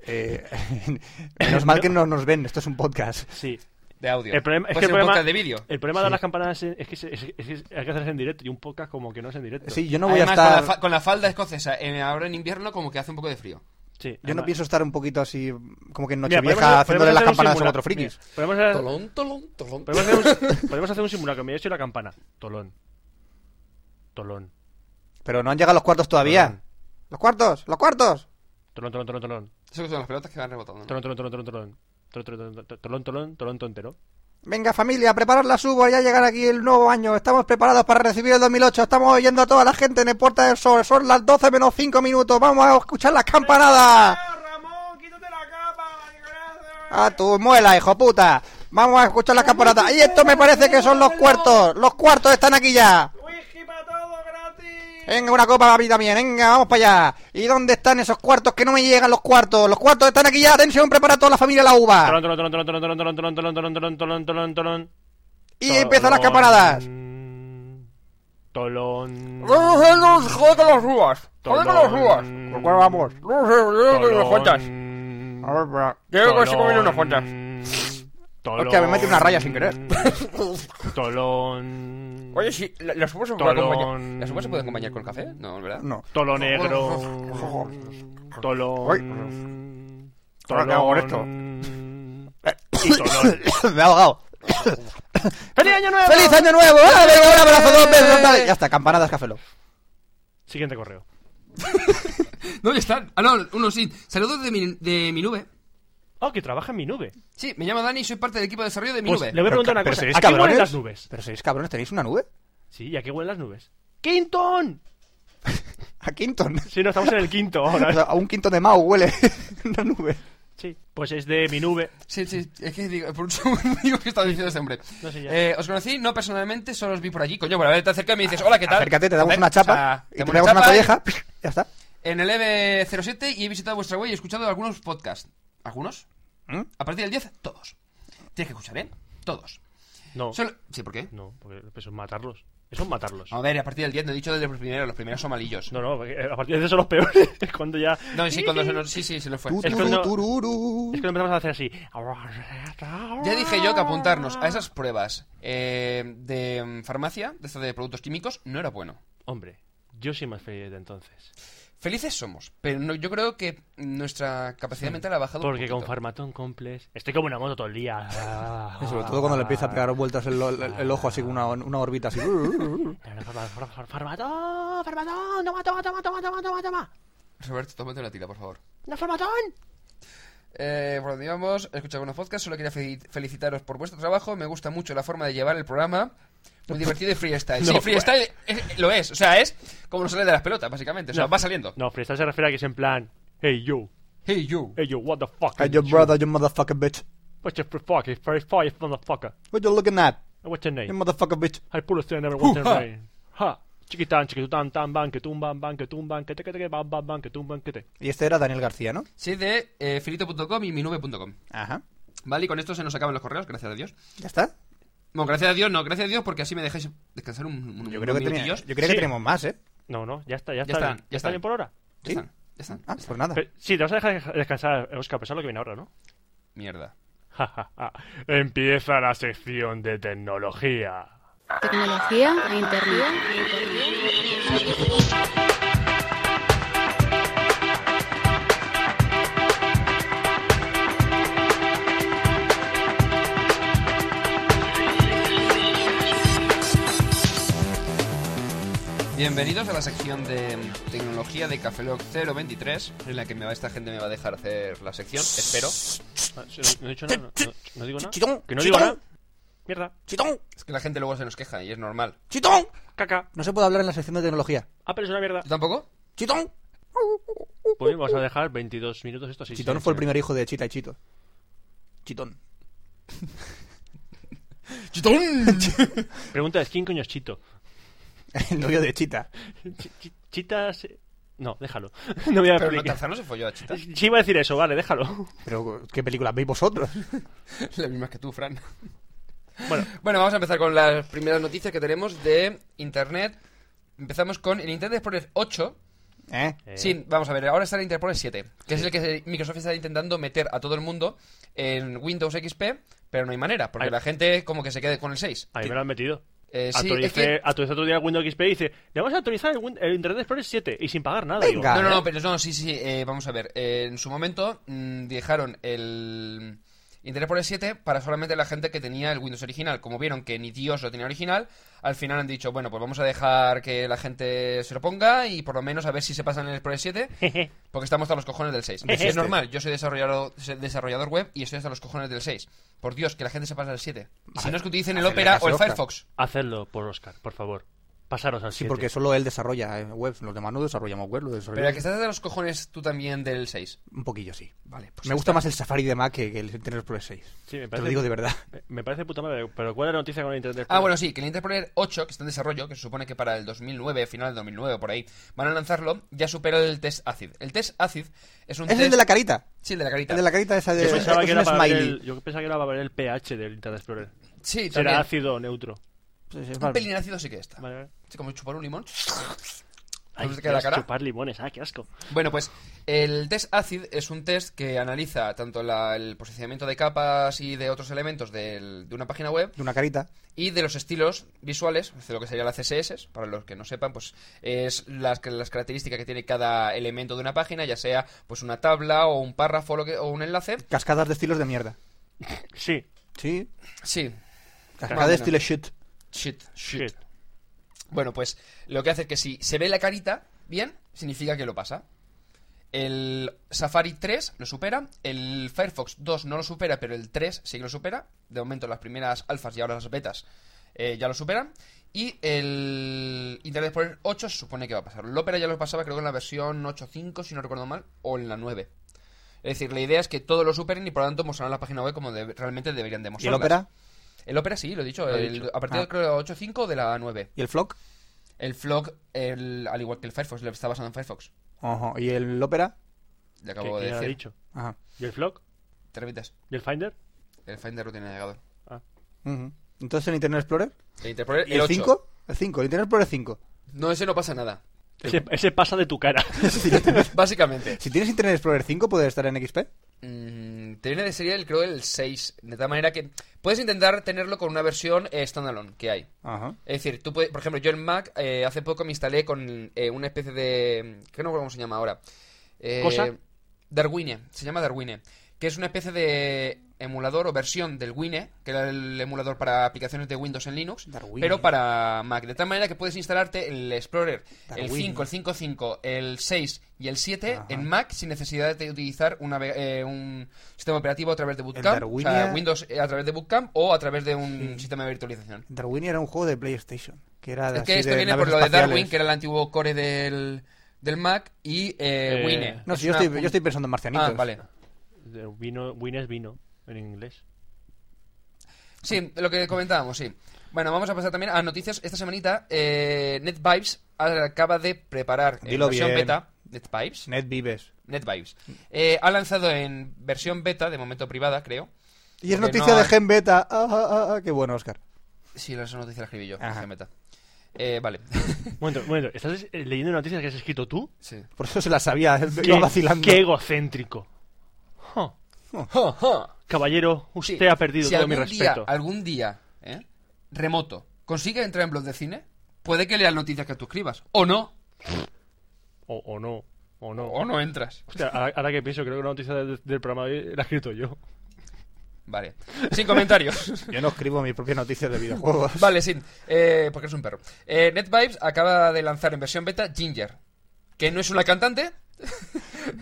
E: Eh, [LAUGHS] menos mal que no nos ven, esto es un podcast.
C: Sí.
D: De audio.
C: El problema, es que
D: Puede
C: el
D: ser un
C: problema,
D: podcast de vídeo.
C: el problema de las campanadas es es que, se- es que- es que hay que hacerlas en directo y un podcast como que no es en directo.
E: Sí, yo no voy
D: Además,
E: a
D: con,
E: estar.
D: la fa- con la falda escocesa, en- ahora en invierno como que hace un poco de frío.
C: Sí,
E: Yo no
C: además-
E: pienso estar un poquito así, como que en
C: Mira, podemos hacer-
E: Nochevieja haciéndole
C: podemos hacer
E: las
C: un
E: campanadas a
C: simula-
E: otros frikis.
C: Mira, podemos hacer-
K: Tolón, tolón, tolón.
C: Podemos hacer un, podemos hacer un simulacro que me hecho la campana. Tolón. Tolón.
E: Pero no han llegado los cuartos todavía. ¡Los cuartos! ¡Los cuartos!
C: Tolón, tolón, tolón, tolón.
D: Eso que son las pelotas que van rebotando. ¿no?
C: Tolón, tolón, tolón, tolón, tolón. Tolón, tolón, tolón, tolón, tolón, tolón, tontero.
E: Venga, familia, preparad las uvas, ya llegar aquí el nuevo año. Estamos preparados para recibir el 2008. Estamos oyendo a toda la gente en el Puerta del Sol. Son las 12 menos 5 minutos. Vamos a escuchar las campanadas. A tu muela, hijo puta. Vamos a escuchar las campanadas. Y esto me parece que son los cuartos. Los cuartos están aquí ya. Venga, una copa para mí también. Venga, vamos para allá. ¿Y dónde están esos cuartos? Que no me llegan los cuartos. Los cuartos están aquí ya. Atención, prepara toda la familia la uva.
C: Tolón, tolón, tolón, tolón, tolón, tolón, tolón, tolón, tolón, tolón, tolón, tolón, tolón.
E: Y empiezan las camaradas.
C: Tolón.
E: Joder con las uvas.
C: Joder con las uvas.
E: ¿Por cuál vamos? No sé, yo creo que unas cuantas. A ver, espera. Yo creo que estoy comiendo unas cuantas.
C: Tolón.
E: Hostia, me metí una raya sin querer.
C: [LAUGHS] Tolón.
D: Oye, sí, la- las uvas se pueden
C: Tolón.
D: acompañar. ¿Las uvas se pueden acompañar con café? No, ¿verdad?
E: No.
C: Tolo
E: [LAUGHS]
C: negro. Tolón.
E: Ahora, ¿qué hago con esto?
C: Y
E: [COUGHS]
C: tolón.
E: me ha ahogado.
C: ¡Feliz año nuevo!
E: ¡Feliz año nuevo! ¡Ah, venga, un abrazo, dos besos! dale! Ya está, campanadas, café. Lock.
C: Siguiente correo.
D: ¿Dónde están? Ah, no, uno sí. Saludos de mi, de mi nube.
C: Oh, que trabaja en mi nube.
D: Sí, me llamo Dani y soy parte del equipo de desarrollo de mi
C: Pues
D: nube.
C: le voy a preguntar una cosa. ¿A qué huelen las nubes?
E: ¿Pero sois cabrones? ¿Tenéis una nube?
C: Sí, ¿y a qué huelen las nubes? ¡Quinton!
E: ¿A Quinton?
C: Sí, no, estamos en el quinto ahora.
E: [LAUGHS] O sea, a un Quinton de Mau huele [LAUGHS] una nube.
C: Sí, pues es de mi nube.
D: Sí, sí, es que digo, por un [LAUGHS] segundo digo que estaba diciendo ese hombre.
C: No sé ya.
D: Eh, os conocí, no personalmente, solo os vi por allí. Coño, bueno, a ver, te acercas y me dices, hola, ¿qué tal?
E: Acércate, te damos
D: Acer-
E: una
D: o sea,
E: chapa y
D: damos
E: te damos una
D: chapa
C: [LAUGHS]
E: colleja. Ya está.
D: En el EV07 y he visitado vuestra web y he escuchado algunos podcasts. ¿Algunos?
E: ¿Mm?
D: A partir del 10, todos. Tienes que escuchar, ¿eh? Todos.
C: No.
D: Solo- Sí, ¿por qué?
C: No, porque eso es matarlos. Eso es matarlos.
E: Ah.
D: A ver, a partir del 10, no he dicho desde los primeros, los primeros son malillos.
C: No, no, porque a partir de eso son los peores. [LAUGHS] Es cuando ya.
D: No, sí, cuando se nos... Sí, sí, se nos fue.
E: Tu,
C: Pues Es
E: tu,
C: que no-
E: tu, tururú.
C: Es que empezamos a hacer así.
D: Ya dije yo que apuntarnos a esas pruebas eh, de mm, farmacia, de estas de productos químicos, no era bueno.
C: Hombre, yo soy más feliz de entonces.
D: Felices somos, pero no- yo creo que nuestra capacidad mental ha bajado
C: Porque
D: un
C: con
D: poquito.
C: Farmatón Complex estoy como una moto todo el día.
E: Y [LAUGHS] sobre todo cuando le empieza a pegar vueltas el, el- el ojo así con una, una
C: [LAUGHS]
E: orbita así.
C: Farmatón, Farmatón, Farmatón, toma, toma, toma, toma, toma, toma, toma.
D: Roberto, tómate una tira, por favor.
C: ¡No, Farmatón!
D: Eh, por donde íbamos, he escuchado algunos podcasts, solo quería fe- felicitaros por vuestro trabajo, me gusta mucho la forma de llevar el programa. Muy divertido y
E: [LAUGHS]
D: freestyle. sí,
C: No,
D: freestyle es- lo es, o sea, es como nos sale de las pelotas, básicamente. O sea,
C: No.
D: va saliendo.
C: [LAUGHS] No, freestyle se refiere a que es en plan. Hey yo,
D: Hey, you.
C: hey yo, what the fuck?
E: Hey, your brother, you motherfucking bitch.
C: What's your fucking first five, motherfucker?
E: What you looking at?
C: What's your
E: You
C: name?
E: motherfucking bitch.
C: I pull a stand every once in a
D: Ujú.
C: rain. Ha! Chiquitán, chiquitán, tan, ban, que tumban, ban, que tumban, que te, que te, que ban, ban, ban, que tumban, que te.
E: Y este era Daniel García, ¿no?
D: Sí, de eh, finito.com y minube.com.
E: Ajá.
D: Vale, y con esto se nos acaban los correos, gracias a Dios.
E: ¿Ya está?
D: Bueno, gracias a Dios, no, gracias a Dios porque así me dejáis descansar un, un
E: Yo creo que,
D: unos
E: tenía-
D: minutillos.
E: yo creo que
C: Sí.
E: tenemos más, ¿eh?
C: No, no, ya está, ya,
D: Ya
C: está.
D: están,
C: bien.
D: ya están.
C: bien por ahora?
D: Ya
E: ¿Sí?
D: están, ya están.
E: Ah, pues nada.
C: Pero- sí, te vas a dejar descansar, Oscar, pensar lo que viene ahora, ¿no?
D: Mierda.
C: Ja, ja, ja. Empieza la sección de tecnología.
B: Tecnología e internet.
D: Bienvenidos a la sección de tecnología de Cafelog 023, en la que me va, esta gente me va a dejar hacer la sección, espero.
C: Ah, sí, No he dicho nada, no, no- no digo nada.
E: Chitón,
C: Que no digo
E: chitón.
C: nada. Mierda,
E: ¡Chitón!
D: Es que la gente luego se nos queja y es normal.
E: ¡Chitón!
C: caca.
E: No se puede hablar en la sección de tecnología.
C: Apple es una mierda.
D: ¿Tú tampoco?
E: ¡Chitón!
C: Pues vamos a dejar 22 minutos esto. Sí,
E: Chitón
C: sí,
E: fue el
C: sí.
E: primer hijo de Chita y Chito. Chitón.
C: [LAUGHS] Pregunta es: ¿quién coño es Chito?
E: [LAUGHS] El novio de Chita.
C: Chi- chi- Chitas. No, déjalo. [LAUGHS] No voy a
D: Pero no,
C: explicar.
D: Tarzán no se folló
C: [LAUGHS]
D: a Chita.
C: Sí, iba a decir eso, vale, déjalo. [LAUGHS]
E: Pero, ¿qué películas veis vosotros?
D: La misma que tú, Fran.
C: Bueno,
D: [LAUGHS] Bueno, vamos a empezar con las primeras noticias que tenemos de Internet. Empezamos con el Internet Explorer 8.
E: ¿Eh?
C: eh,
D: Sí, vamos a ver, ahora está el Internet Explorer 7, que es el que Microsoft está intentando meter a todo el mundo en Windows XP, pero no hay manera, porque
C: Ay.
D: la gente como que se quede con el 6.
C: ahí me lo han metido.
D: Eh, sí,
C: actualicé,
D: es que-
C: actualicé otro día el Windows XP y dice: Le vamos a actualizar el, Win- el Internet Explorer 7 y sin pagar nada. digo.
E: Venga.
D: No, no,
E: ¿eh?
D: no, pero no, sí, sí, eh, vamos a ver. eh, en su momento mm, dejaron el Internet Explorer 7 para solamente la gente que tenía el Windows original. Como vieron que ni Dios lo tenía original, al final han dicho, bueno, pues vamos a dejar que la gente se lo ponga y por lo menos a ver si se pasan el Explorer 7, [LAUGHS]
C: Jeje.
D: porque estamos hasta los cojones del 6.
C: Jeje.
D: es normal, yo soy desarrollador, soy desarrollador web y estoy hasta los cojones del 6. Por Dios, que la gente se pasa del 7. Y si no es que utilicen el
E: Hacerle
D: Opera Pues
E: caso,
D: o el
E: Oscar.
D: Firefox.
C: Hacedlo por Oscar, por favor. pasaros al
E: Sí,
C: 7.
E: porque solo él desarrolla eh, webs, los demás no desarrollamos webs, lo
D: Pero
E: desarrollamos...
D: a que estás de los cojones tú también del 6.
E: Un poquillo, sí.
D: Vale, pues
E: me
D: ya
E: gusta
D: está.
E: más el Safari de Mac que, que el Internet Explorer 6.
C: Sí, me
E: Te
C: parece-
E: lo digo de
C: [LAUGHS]
E: verdad.
C: me- Me parece puta madre, pero ¿cuál es la noticia con el Internet Explorer?
D: Ah, bueno, sí, que el Internet Explorer 8, que está en desarrollo, que se supone que para el 2009, final del 2009 o por ahí, van a lanzarlo, ya supera el test ACID. El test ACID es un
E: ¿Es el
D: test-
E: de la carita?
D: Sí, el de la carita.
E: El de la carita esa de-
C: Yo pensaba,
E: es
C: que era
E: un
C: para ver
E: smiley.
C: el, yo pensaba que era para ver el pH del Internet Explorer.
D: Sí,
C: Si
D: también.
C: Era ácido o neutro.
D: Un pelín ácido sí que está.
C: Vale, vale.
D: Sí, como chupar un limón.
C: Ay,
D: ¿No se te queda la
C: es
D: cara?
C: chupar limones, ah, qué asco.
D: Bueno, pues el test ACID es un test que analiza tanto la- el posicionamiento de capas y de otros elementos del- de una página web
E: De una carita.
D: y de los estilos visuales, de lo que sería la CSS, para los que no sepan, pues es las, las características que tiene cada elemento de una página, ya sea pues una tabla o un párrafo o, lo que- o un enlace.
E: Cascadas de estilos de mierda.
C: Sí.
E: Sí.
D: Sí.
E: Cascadas de estilo shit.
D: Shit, shit. Bueno, pues lo que hace es que si se ve la carita bien, significa que lo pasa. El Safari 3 lo supera, el Firefox 2 no lo supera, pero el 3 sí que lo supera. De momento las primeras alfas y ahora las betas eh, ya lo superan. Y el Internet Explorer 8 se supone que va a pasar. El Opera ya lo pasaba creo que en la versión 8.5, si no recuerdo mal, o en la 9. Es decir, la idea es que todo lo superen y por lo tanto mostrarán la página web como de- realmente deberían de
E: ¿Y el
D: mostrarla.
E: Opera?
D: El Opera sí, lo he dicho.
E: Lo he
D: el-
E: dicho.
D: A partir
E: Ah.
D: de creo 8.5 de la 9.
E: ¿Y el Flock?
D: El Flock, el, al igual que el Firefox, le está basado en Firefox.
E: Ojo. ¿Y el Opera?
D: Le acabo
C: ¿Qué-
D: de
C: qué ha
D: decir.
C: dicho?
E: Ajá.
C: ¿Y el Flock?
D: Te repites.
C: ¿Y el Finder?
D: El Finder lo tiene agregado.
E: Ujú. Entonces el Internet Explorer.
D: El Interpol- el
E: ¿Y el
D: 8.
E: 5? El 5, el Internet Explorer 5. [LAUGHS]
D: No, ese no pasa nada.
C: Ese, ese pasa de tu cara.
D: Básicamente.
E: Si tienes Internet Explorer 5, puedes estar en XP.
D: Mm, tiene de serie el, creo el 6. De tal manera que puedes intentar tenerlo con una versión eh, standalone que hay.
E: Ajá.
D: Es decir, tú puedes, por ejemplo, yo en Mac eh, hace poco me instalé con eh, una especie de... ¿Qué no recuerdo cómo se llama ahora? Eh,
C: ¿Cosa?
D: Darwine, se llama Darwine, que es una especie de emulador o versión del Wine, que era el emulador para aplicaciones de Windows en Linux,
E: Darwine.
D: pero para Mac. De tal manera que puedes instalarte el Explorer, el
E: Darwine.
D: 5, el 5.5, el 6 y el 7
E: Ajá.
D: en Mac sin necesidad de utilizar una ve- eh, un sistema operativo a través de Bootcamp, o sea,
E: Darwinia-
D: Windows eh, a través de Bootcamp o a través de un sistema de virtualización.
E: Darwin era un juego de PlayStation. Que era de
D: Es que
E: así
D: esto
E: de
D: viene por
E: naves
D: lo de
E: espaciales.
D: Darwin, que era el antiguo core del, del Mac, y eh,
C: Eh,
D: Wine.
E: No,
D: Es
E: si yo
D: una
E: estoy,
D: pun-
E: yo estoy pensando en marcianitos.
D: Ah, vale.
C: De Vino, win es vino, en inglés.
D: Sí, lo que comentábamos, sí. Bueno, vamos a pasar también a noticias. Esta semanita, eh, NetVibes acaba de preparar en
E: Dilo
D: versión
E: bien.
D: beta. NetVibes.
E: Net Vives.
D: NetVibes. Eh, ha lanzado en versión beta, de momento privada, creo.
E: Y es
D: Porque
E: noticia
D: no
E: de
D: hay-
E: Gen Beta. Ah, ah, ah, ah, qué bueno, Oscar.
D: Sí, la noticia la escribí yo,
E: Ajá.
D: versión beta. Eh, vale. [LAUGHS]
C: Un momento, un momento. ¿Estás eh, leyendo noticias que has escrito tú?
D: sí.
E: Por eso se la sabía, [LAUGHS] iba
C: Qué-
E: vacilando.
C: Qué egocéntrico. Huh.
E: Oh.
D: [LAUGHS] Ja, ja.
C: Caballero, usted
D: Sí.
C: ha perdido
D: Si
C: todo mi
D: algún día-
C: respeto.
D: algún día, ¿eh? remoto, consigue entrar en blog de cine, puede que leas noticias que tú escribas. O no.
C: O, o no, o no.
D: O no entras.
C: Hostia, ahora, ahora que pienso, creo que la noticia del, del programa de hoy la he escrito yo.
D: Eh, Vale. Sin comentarios.
C: [LAUGHS]
E: Yo no escribo mis propias noticias de videojuegos.
D: [LAUGHS] Vale, sí. Eh, porque es un perro. Eh, NetVibes acaba de lanzar en versión beta Ginger. Que no es una cantante.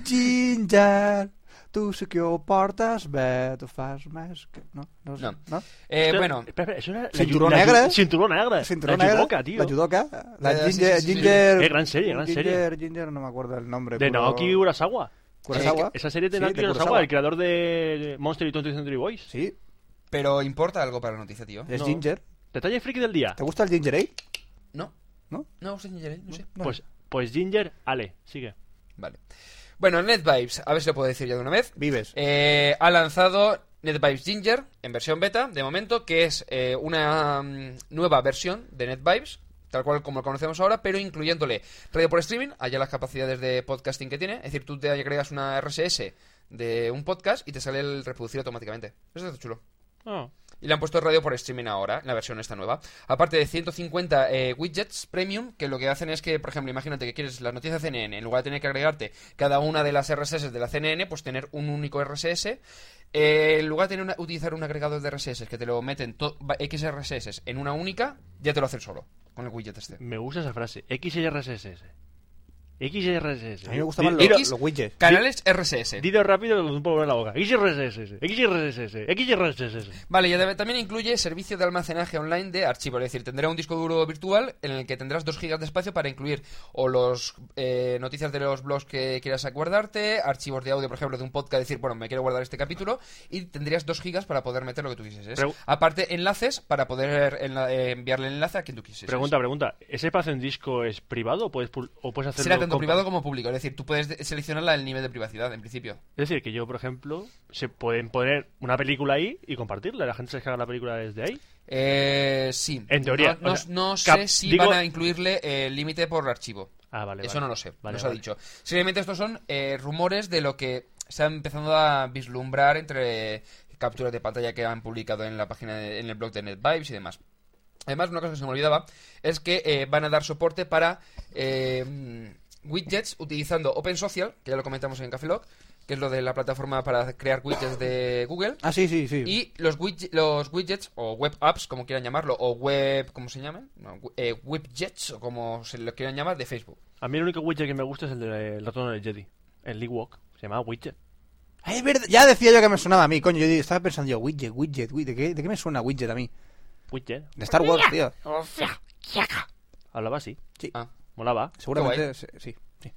E: Ginger, tú sí que portas, ve, tú fas más que... No, no sé,
D: No.
E: ¿no?
D: Eh,
C: Espera,
D: bueno,
C: espera, espera, eso era la
E: Cinturón
C: yu- la yu-
E: negra, ¿eh?
C: Cinturón negra.
E: Cinturón
C: la
E: negra,
C: yudoka, tío.
E: La judoka. La
D: Eh, sí,
E: Ginger...
D: sí, sí, sí.
E: Ginger
C: Eh, gran serie, gran
E: Ginger,
C: serie.
E: Ginger, no me acuerdo el nombre.
C: De
E: pero-
C: Naoki Urasawa.
E: Kurosawa.
C: Esa serie de
E: Sí,
C: Naoki Urasawa,
E: Kurosawa.
C: el creador de Monster y 20th Century Boys.
E: Sí,
D: pero importa algo para la noticia, tío.
E: es
C: No.
E: Ginger.
C: Detalle friki del día.
E: ¿Te gusta el Ginger Ale?
D: No.
E: ¿No?
D: No, usted Ginger, Ale, no sé.
E: No.
C: Pues, pues Ginger, ale, sigue.
D: Vale. Bueno, NetVibes, a ver si lo puedo decir ya de una vez.
E: Vives.
D: Eh, ha lanzado NetVibes Ginger en versión beta, de momento, que es eh, una mm, nueva versión de NetVibes, tal cual como lo conocemos ahora, pero incluyéndole radio por streaming, allá las capacidades de podcasting que tiene. Es decir, tú te agregas una RSS de un podcast y te sale el reproducir automáticamente. Eso está chulo.
C: Ah,
D: Y le han puesto radio por streaming ahora, en la versión esta nueva. Aparte de 150 eh, widgets premium, que lo que hacen es que, por ejemplo, imagínate que quieres las noticias de CNN, en lugar de tener que agregarte cada una de las RSS de la CNN, pues tener un único RSS. Eh, en lugar de tener una- utilizar un agregador de RSS que te lo meten to- va- X RSS en una única, ya te lo hacen solo, con el widget este.
C: me gusta esa frase. XRSS. XRSS.
E: A mí me gustan más los- los widgets.
D: Canales RSS.
C: Dilo rápido con un poco en la boca. XRSS, XRSS, XRSS.
D: Vale, y adem- también incluye servicio de almacenaje online de archivos, es decir, tendrá un disco duro virtual en el que tendrás 2 gigas de espacio para incluir o los eh, noticias de los blogs que quieras guardarte, archivos de audio, por ejemplo, de un podcast, decir, bueno, me quiero guardar este capítulo, y tendrías 2 gigas para poder meter lo que tú quisieses.
C: Pregu-
D: Aparte, enlaces para poder enla- eh, enviarle el enlace a quien tú quisieses.
C: Pregunta, pregunta. ¿Ese espacio en disco es privado o puedes, pul- o puedes hacerlo
D: Será tanto
C: compa-
D: privado como público, es decir, tú puedes de- seleccionar la- el nivel de privacidad, en principio.
C: Es decir, que yo, por ejemplo, se pueden poner una película ahí y compartirla. La gente se descarga la película desde ahí.
D: Eh, sí.
C: En teoría.
D: No, no-
C: o sea,
D: no
C: cap-
D: sé si
C: digo-
D: van a incluirle eh, límite por archivo.
C: Ah, vale,
D: Eso
C: vale.
D: no lo sé.
C: Vale,
D: nos ha
C: vale.
D: dicho. Simplemente estos son eh, rumores de lo que se ha empezado a vislumbrar entre capturas de pantalla que han publicado en la página, de- en el blog de NetVibes y demás. Además, una cosa que se me olvidaba es que eh, van a dar soporte para eh, widgets utilizando OpenSocial, que ya lo comentamos en Café Lock, que es lo de la plataforma para crear widgets de Google.
E: Ah, sí, sí, sí.
D: Y los, widge- los widgets, o web apps, como quieran llamarlo, o web, ¿cómo se llaman? No, we- eh, webjets, o como se lo quieran llamar, de Facebook.
C: A mí el único widget que me gusta es el del ratón del Jedi. El Lee Walk. Se llama widget.
E: Ah, es verdad, ya decía yo que me sonaba a mí, coño. Yo estaba pensando yo, widget, widget, widget. ¿De qué, de qué me suena widget a mí?
C: Widget.
E: De Star Wars, tío.
C: Hablaba así.
E: Sí.
D: Ah.
C: Molaba.
E: Seguramente, sí, sí. sí.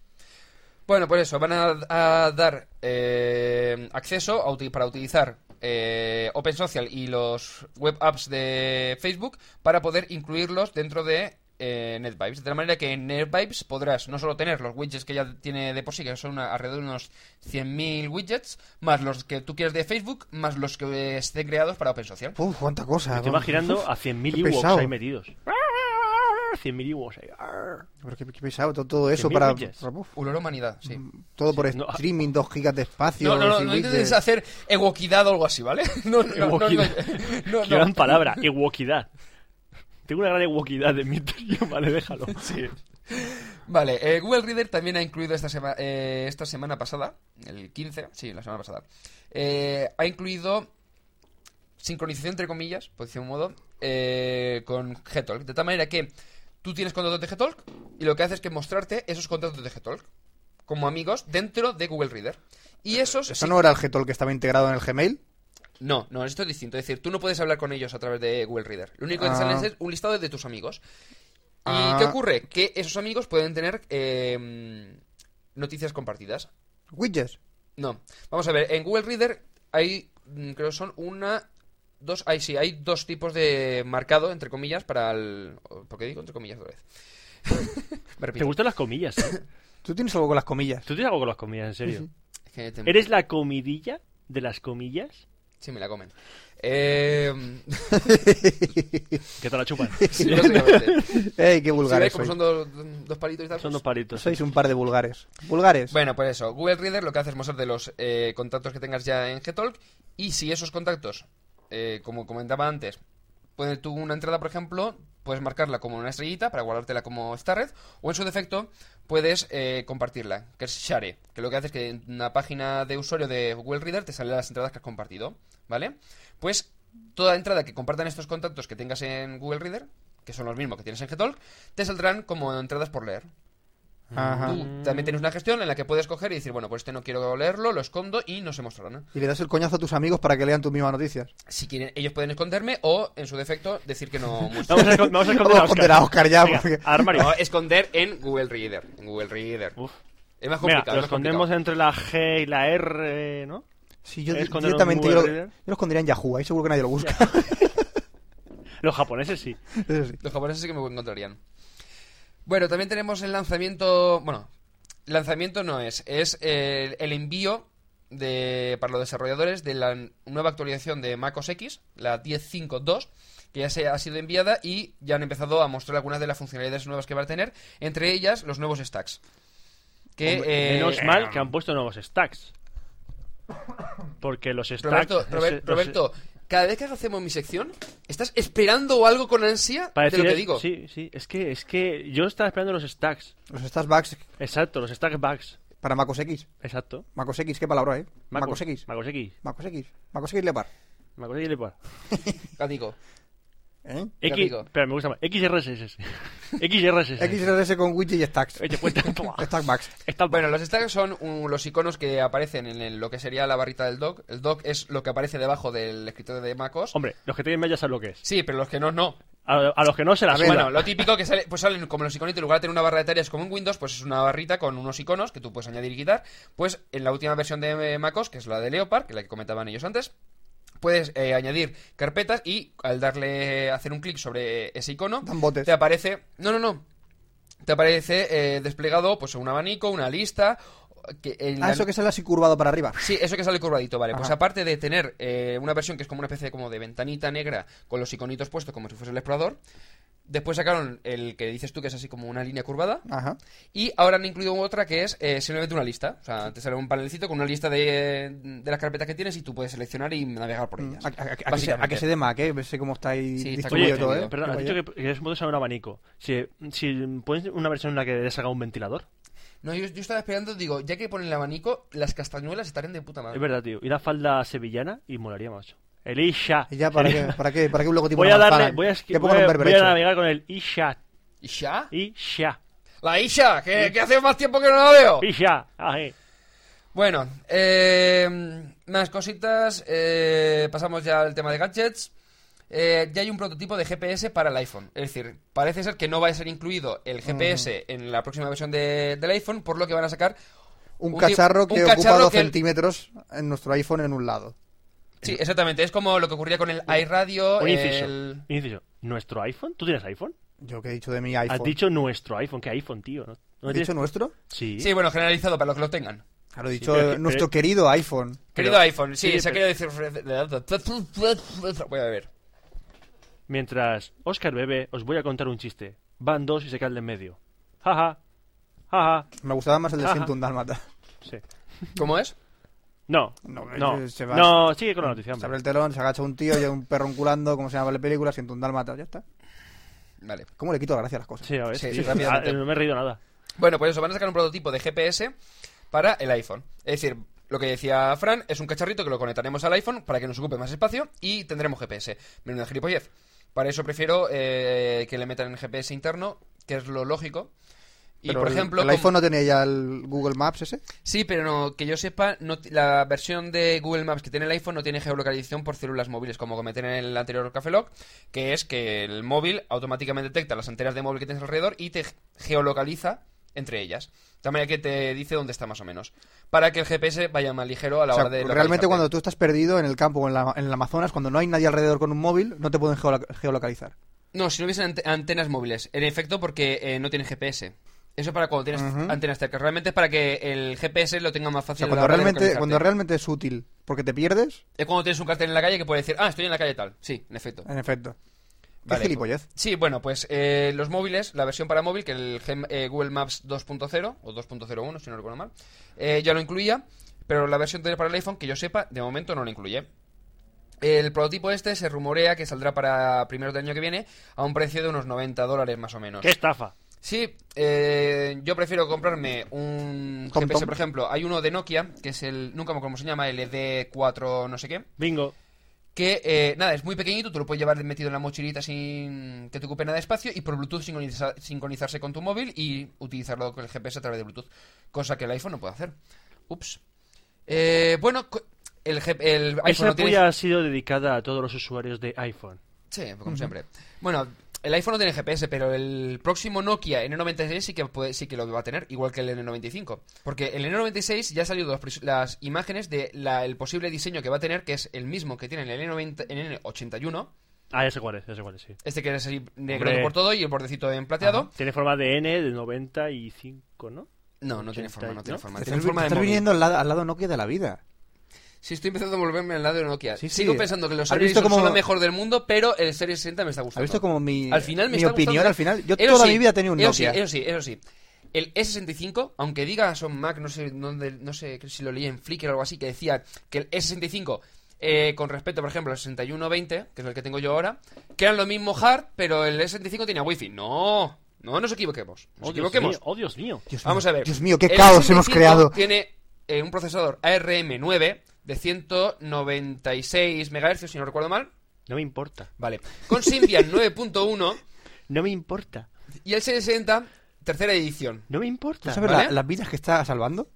D: Bueno, por eso, van a, a dar eh, acceso a uti- para utilizar eh, OpenSocial y los web apps de Facebook para poder incluirlos dentro de eh, NetVibes. De la manera que en NetVibes podrás no solo tener los widgets que ya tiene de por sí, que son una- alrededor de unos 100.000 widgets, más los que tú quieres de Facebook, más los que estén creados para OpenSocial.
E: Uf, cuánta cosa.
C: Me estoy
E: vamos.
C: imaginando
E: Uf,
C: a 100.000
E: qué
C: Ewoks
E: pesado.
C: ahí metidos. 100.000 Ewoks ahí. Arr.
E: Pero qué, qué pesado todo, todo eso
C: 100.000
E: para...
C: widgets.
E: para- uf,
D: Ulolo humanidad, sí.
E: todo por
C: no. ah.
E: streaming, 2 gigas de espacio.
D: No, no, no,
E: sin
D: no
E: widgets.
D: intentes hacer ewoquidad o algo así, ¿vale? [LAUGHS] No, no, no, no, no,
C: Ewoquidad.
D: no,
C: Qué gran
D: no.
C: palabra. Ewoquidad. Tengo una gran ewoquidad de mi interior. Vale, déjalo. Sí.
D: Vale, eh, Google Reader también ha incluido esta, sema- eh, esta semana pasada, el 15, sí, la semana pasada, eh, ha incluido sincronización, entre comillas, por decir un modo, eh, con Gtalk. De tal manera que tú tienes contratos de Gtalk y lo que hace es que mostrarte esos contratos de Gtalk como amigos dentro de Google Reader. Y esos...
E: ¿Eso
D: sí-
E: no era el Gtalk que estaba integrado en el Gmail?
D: no, no, esto es distinto. Es decir, tú no puedes hablar con ellos a través de Google Reader. Lo único que te
E: Ah.
D: sale es un listado de tus amigos. ¿Y
E: Ah.
D: qué ocurre? Que esos amigos pueden tener eh, noticias compartidas.
E: Widgets.
D: No. Vamos a ver, en Google Reader hay, mm, creo que son una, dos, ahí sí, hay dos tipos de marcado, entre comillas, para el... ¿Por qué digo entre comillas otra vez? [LAUGHS] Me
C: Te
D: repito.
C: gustan las comillas. eh?
E: ¿Tú tienes algo con las comillas?
C: ¿Tú tienes algo con las comillas, en serio?
D: Es que te-
C: ¿Eres la comidilla de las comillas?
D: Sí, me la comen. [LAUGHS] Eh...
C: ¿Qué te la chupan?
D: sí, básicamente.
E: ¡Ey,
D: Sí,
E: qué
D: ¿ves
E: vulgares
D: cómo
E: sois!
D: son dos, dos palitos y tal?
C: Son
D: Pues-
C: dos palitos. ¿eh?
E: Sois un par de vulgares. ¿Vulgares?
D: Bueno, por eso, Google Reader lo que hace es mostrarte los eh, contactos que tengas ya en Gtalk y si esos contactos, eh, como comentaba antes, poner tú una entrada, por ejemplo, puedes marcarla como una estrellita para guardártela como esta red o en su defecto puedes eh, compartirla, que es Share, que lo que hace es que en una página de usuario de Google Reader te salen las entradas que has compartido, ¿vale? Pues toda entrada que compartan estos contactos que tengas en Google Reader, que son los mismos que tienes en Gtalk, te saldrán como entradas por leer.
E: Ajá.
D: Tú también tienes una gestión en la que puedes coger y decir, bueno, pues este no quiero leerlo, lo escondo y no se mostrará. ¿no?
E: Y le das el coñazo a tus amigos para que lean tus mismas noticias.
D: Si quieren, ellos pueden esconderme o, en su defecto, decir que [LAUGHS] no muestro.
C: Vamos a, escon- vamos a esconder
E: Vamos
C: a
E: a
C: Oscar.
E: esconder a Oscar ya,
C: Venga,
E: porque-
C: al armario.
D: No, esconder en Google Reader. En Google Reader.
C: Uf.
D: Es
C: Venga,
D: más complicado.
C: lo
D: es más
C: escondemos
D: complicado.
C: entre la G y la R, ¿no?
E: Sí, yo di-
C: ¿Esconderlo en
E: directamente yo
C: Google
E: lo,
C: Reader?
E: yo lo escondería en Yahoo, ahí seguro que nadie lo busca. [LAUGHS]
C: Los japoneses sí.
E: Eso sí.
D: Los japoneses sí que me encontrarían. Bueno, también tenemos el lanzamiento... Bueno, lanzamiento no es. Es eh, el envío de, para los desarrolladores de la nueva actualización de macOS X, la 10.5.2, que ya se ha sido enviada y ya han empezado a mostrar algunas de las funcionalidades nuevas que va a tener, entre ellas los nuevos stacks. Que, eh,
C: Menos mal que han puesto nuevos stacks. Porque los stacks.
D: Roberto,
C: ese-
D: Robert-
C: los- eh,
D: Roberto, cada vez que hacemos mi sección, ¿estás esperando algo con ansia
C: para
D: de lo
C: decir-
D: que digo?
C: Sí, sí. Es que, es que yo estaba esperando los stacks.
E: Los estas bugs
C: Exacto, los stack bugs.
E: para MacOS X.
C: Exacto.
E: MacOS X, qué palabra, ¿eh?
C: Macos-
E: MacOS X.
C: Macos X.
E: MacOS X. MacOS X Leopard.
C: Macos X Leopard.
D: Ya digo.
E: ¿Eh?
C: X, espera, me gusta más. XRSS. [LAUGHS] XRSS.
E: XRS con widget y stacks.
C: pues,
E: [LAUGHS] Stack max.
D: Bueno, los stacks son uh, los iconos que aparecen en el- lo que sería la barrita del dock. El dock es lo que aparece debajo del escritorio de MacOS.
C: Hombre, los que tienen ya saben lo que es.
D: Sí, pero los que no, no.
C: A, a los que no se la suda.
D: Bueno, lo típico que sale, pues salen como los iconitos, en lugar de tener una barra de tareas como en Windows, pues es una barrita con unos iconos que tú puedes añadir y quitar. Pues en la última versión de eh, MacOS, que es la de Leopard, que es la que comentaban ellos antes, puedes eh, añadir carpetas y al darle, eh, hacer un clic sobre ese icono, te aparece... No, no, no. Te aparece eh, desplegado pues un abanico, una lista... Que en
E: Ah,
D: la-
E: eso que sale así curvado para arriba.
D: Sí, eso que sale curvadito, vale. Pues
E: Ajá.
D: aparte de tener eh, una versión que es como una especie de, como de ventanita negra con los iconitos puestos como si fuese el explorador, después sacaron el que dices tú que es así como una línea curvada
E: Ajá.
D: y ahora han incluido otra que es eh, simplemente una lista. O sea, te sale un panelcito con una lista de, de las carpetas que tienes y tú puedes seleccionar y navegar por ellas.
E: Mm, A, a- a- a que se, a que se dé Mac, ¿eh? Sé cómo está ahí
D: Sí, está
E: distribuido
D: como
E: todo,
D: distribuido.
E: ¿eh?
C: Perdón, has dicho que, que es modo usar un abanico. Si, si pones una versión en la que le salga un ventilador,
D: No, yo, yo estaba esperando, digo, ya que ponen el abanico, las castañuelas estarían de puta madre.
C: es verdad, tío. Y una falda sevillana y molaría más. El Isha.
E: ¿Y ya para [LAUGHS] qué? ¿Para qué? ¿Para qué un logotipo
C: Voy
E: de
C: a
E: manzana?
C: darle, voy a, esqui-
E: Que
C: voy
E: pongan
C: a- voy
E: un
C: a
E: berberecho.
C: navegar con el Isha.
D: ¿Isha?
C: Isha.
D: La Isha, que, que hace más tiempo que no la veo.
C: Isha. Ah, eh.
D: Bueno, eh, más cositas. eh, pasamos ya al tema de gadgets. Eh, ya hay un prototipo de GPS para el iPhone. Es decir, parece ser que no va a ser incluido el GPS en la próxima versión de- del iPhone, por lo que van a sacar
E: Un
D: ti-
E: cacharro
D: un
E: que ocupa
D: cacharro
E: dos
D: que el-
E: centímetros en nuestro iPhone en un lado.
D: Sí, exactamente. Es como lo que ocurría con el iRadio.
C: Un inciso.
D: el-
C: un inciso. ¿Nuestro iPhone? ¿Tú tienes iPhone?
E: Yo que he dicho de mi iPhone.
C: Has dicho nuestro iPhone. ¿Qué iPhone, tío? ¿No, no
E: ¿He
C: tienes-
E: dicho nuestro?
C: Sí.
D: Sí, bueno, generalizado para los que lo tengan.
E: Claro, he dicho
C: pero es que-
E: nuestro
C: pero-
E: querido iPhone.
D: Querido
C: Pero-
D: iPhone, sí,
C: sí,
D: se ha
C: pero-
D: querido decir. [LAUGHS] Voy a ver.
C: Mientras Oscar bebe, os voy a contar un chiste. Van dos y se cae el de en medio. Jaja. Jaja.
E: Me gustaba más el de
C: Ajá.
E: Siento un Dálmata.
C: Sí.
D: ¿Cómo es?
C: No.
E: No,
C: No,
E: eh,
C: no.
E: se va-
C: sigue con la noticia.
E: Se
C: hombre.
E: abre el telón, se agacha un tío y hay un perro enculando, como se llama la película, Siento un Dálmata. Ya está.
D: Vale.
E: ¿Cómo le quito la gracia a las cosas?
C: Sí, a ver.
D: Sí,
C: Sí,
D: sí, rápidamente.
C: Ah, no me he reído nada.
D: Bueno, pues eso, van a sacar un prototipo de GPS para el iPhone. Es decir, lo que decía Fran, es un cacharrito que lo conectaremos al iPhone para que nos ocupe más espacio y tendremos GPS. Menuda gilipollez. Para eso prefiero eh, que le metan el GPS interno, que es lo lógico. Y
E: Pero
D: por
E: el-
D: ejemplo,
E: ¿El
D: como-
E: iPhone no tenía ya el Google Maps ese?
D: Sí, pero no, que yo sepa, no ti- la versión de Google Maps que tiene el iPhone no tiene geolocalización por células móviles, como comenté en el anterior Café Lock, que es que el móvil automáticamente detecta las antenas de móvil que tienes alrededor y te geolocaliza entre ellas. De manera que te dice dónde está más o menos. Para que el GPS vaya más ligero a la
E: O sea,
D: hora de...
E: realmente
D: localizarte.
E: cuando tú estás perdido en el campo o en, la, en el Amazonas, cuando no hay nadie alrededor con un móvil, no te pueden geolo- geolocalizar.
D: No, si no hubiesen ante- antenas móviles. En efecto, porque eh, no tiene GPS. Eso es para cuando tienes
E: Ujú.
D: antenas cerca. Realmente es para que el GPS lo tenga más
E: O
D: fácil.
E: sea,
D: a la
E: cuando
D: hora de
E: realmente,
D: localizarte.
E: cuando realmente es útil, porque te pierdes,
D: Es cuando tienes un cartel en la calle que puede decir, ah, estoy en la calle tal. Sí, en efecto.
E: en efecto. Qué
D: Vale,
E: gilipollez.
D: pues- sí, bueno, pues eh, los móviles, la versión para móvil, que el Gem- eh, Google Maps 2.0 o 2.01, si no recuerdo mal, eh, ya lo incluía, pero la versión de- para el iPhone, que yo sepa, de momento no lo incluye. El prototipo este se rumorea que saldrá para primeros del año que viene a un precio de unos 90 dólares más o menos.
C: ¡Qué estafa!
D: Sí, eh, yo prefiero comprarme un
E: Tom,
D: GPS,
E: tom.
D: por ejemplo. Hay uno de Nokia, que es el, nunca me acuerdo cómo se llama, el ED4 no sé qué
C: Bingo.
D: que eh, nada, es muy pequeñito, tú lo puedes llevar metido en la mochilita sin que te ocupe nada de espacio y por Bluetooth sincroniza- sincronizarse con tu móvil y utilizarlo con el GPS a través de Bluetooth, cosa que el iPhone no puede hacer. Ups. Eh, bueno, co- el, G- el iPhone
C: Esa
D: no tiene...
C: puya ha sido dedicada a todos los usuarios de iPhone.
D: Sí, como siempre. Bueno, el iPhone no tiene GPS, pero el próximo Nokia N96 sí que, puede- sí que lo va a tener, igual que el N95. Porque el N96 ya han salido las pres- las imágenes del posible diseño que va a tener, que es el mismo que tiene el N90 el N81.
C: Ah, ya sé cuál es, ya sé cuál es, sí.
D: Este que es así negro
C: Hombre.
D: por todo y el bordecito en plateado.
C: Tiene forma de N de 95, ¿no?
D: No, no tiene forma, no tiene
C: ¿no?
D: forma.
E: Te
D: Tiene
E: estás,
D: forma
E: te
D: de
E: estás
D: móvil.
E: viniendo al lado, al lado Nokia de la vida.
D: Sí, estoy empezando a volverme al lado de Nokia.
E: Sí, sí.
D: Sigo pensando que los
E: ¿Has
D: Series
E: visto
D: son
E: cómo-
D: lo mejor del mundo, pero el Series 60 me está gustando.
E: ¿Has visto como mi,
D: Al final me
E: mi
D: está
E: opinión?
D: gustando.
E: Al final, yo
D: Eso
E: toda
D: sí,
E: mi vida he tenido un
D: eso
E: Nokia.
D: Sí, eso sí, eso sí. El E E65, aunque diga son Mac, no sé dónde, no sé si lo leí en Flickr o algo así, que decía que el E E65, eh, con respecto, por ejemplo, al 6120, que es el que tengo yo ahora, que eran lo mismo hard, pero el E E65 tenía wifi. No, no nos equivoquemos. Nos
C: Oh, Dios
D: equivoquemos.
C: mío, oh, Dios mío.
E: Dios
D: Vamos
E: mío,
D: a ver.
E: Dios mío, qué
D: El
E: caos hemos
D: 65
E: creado.
D: Tiene eh, un procesador ARM9 de 196 MHz, si no recuerdo mal.
C: No me importa.
D: Vale. Con
E: [LAUGHS]
D: Symbian 9.1.
C: No me importa.
D: Y el 60, tercera edición.
C: No me importa.
E: ¿Tú sabes la- las vidas que está salvando?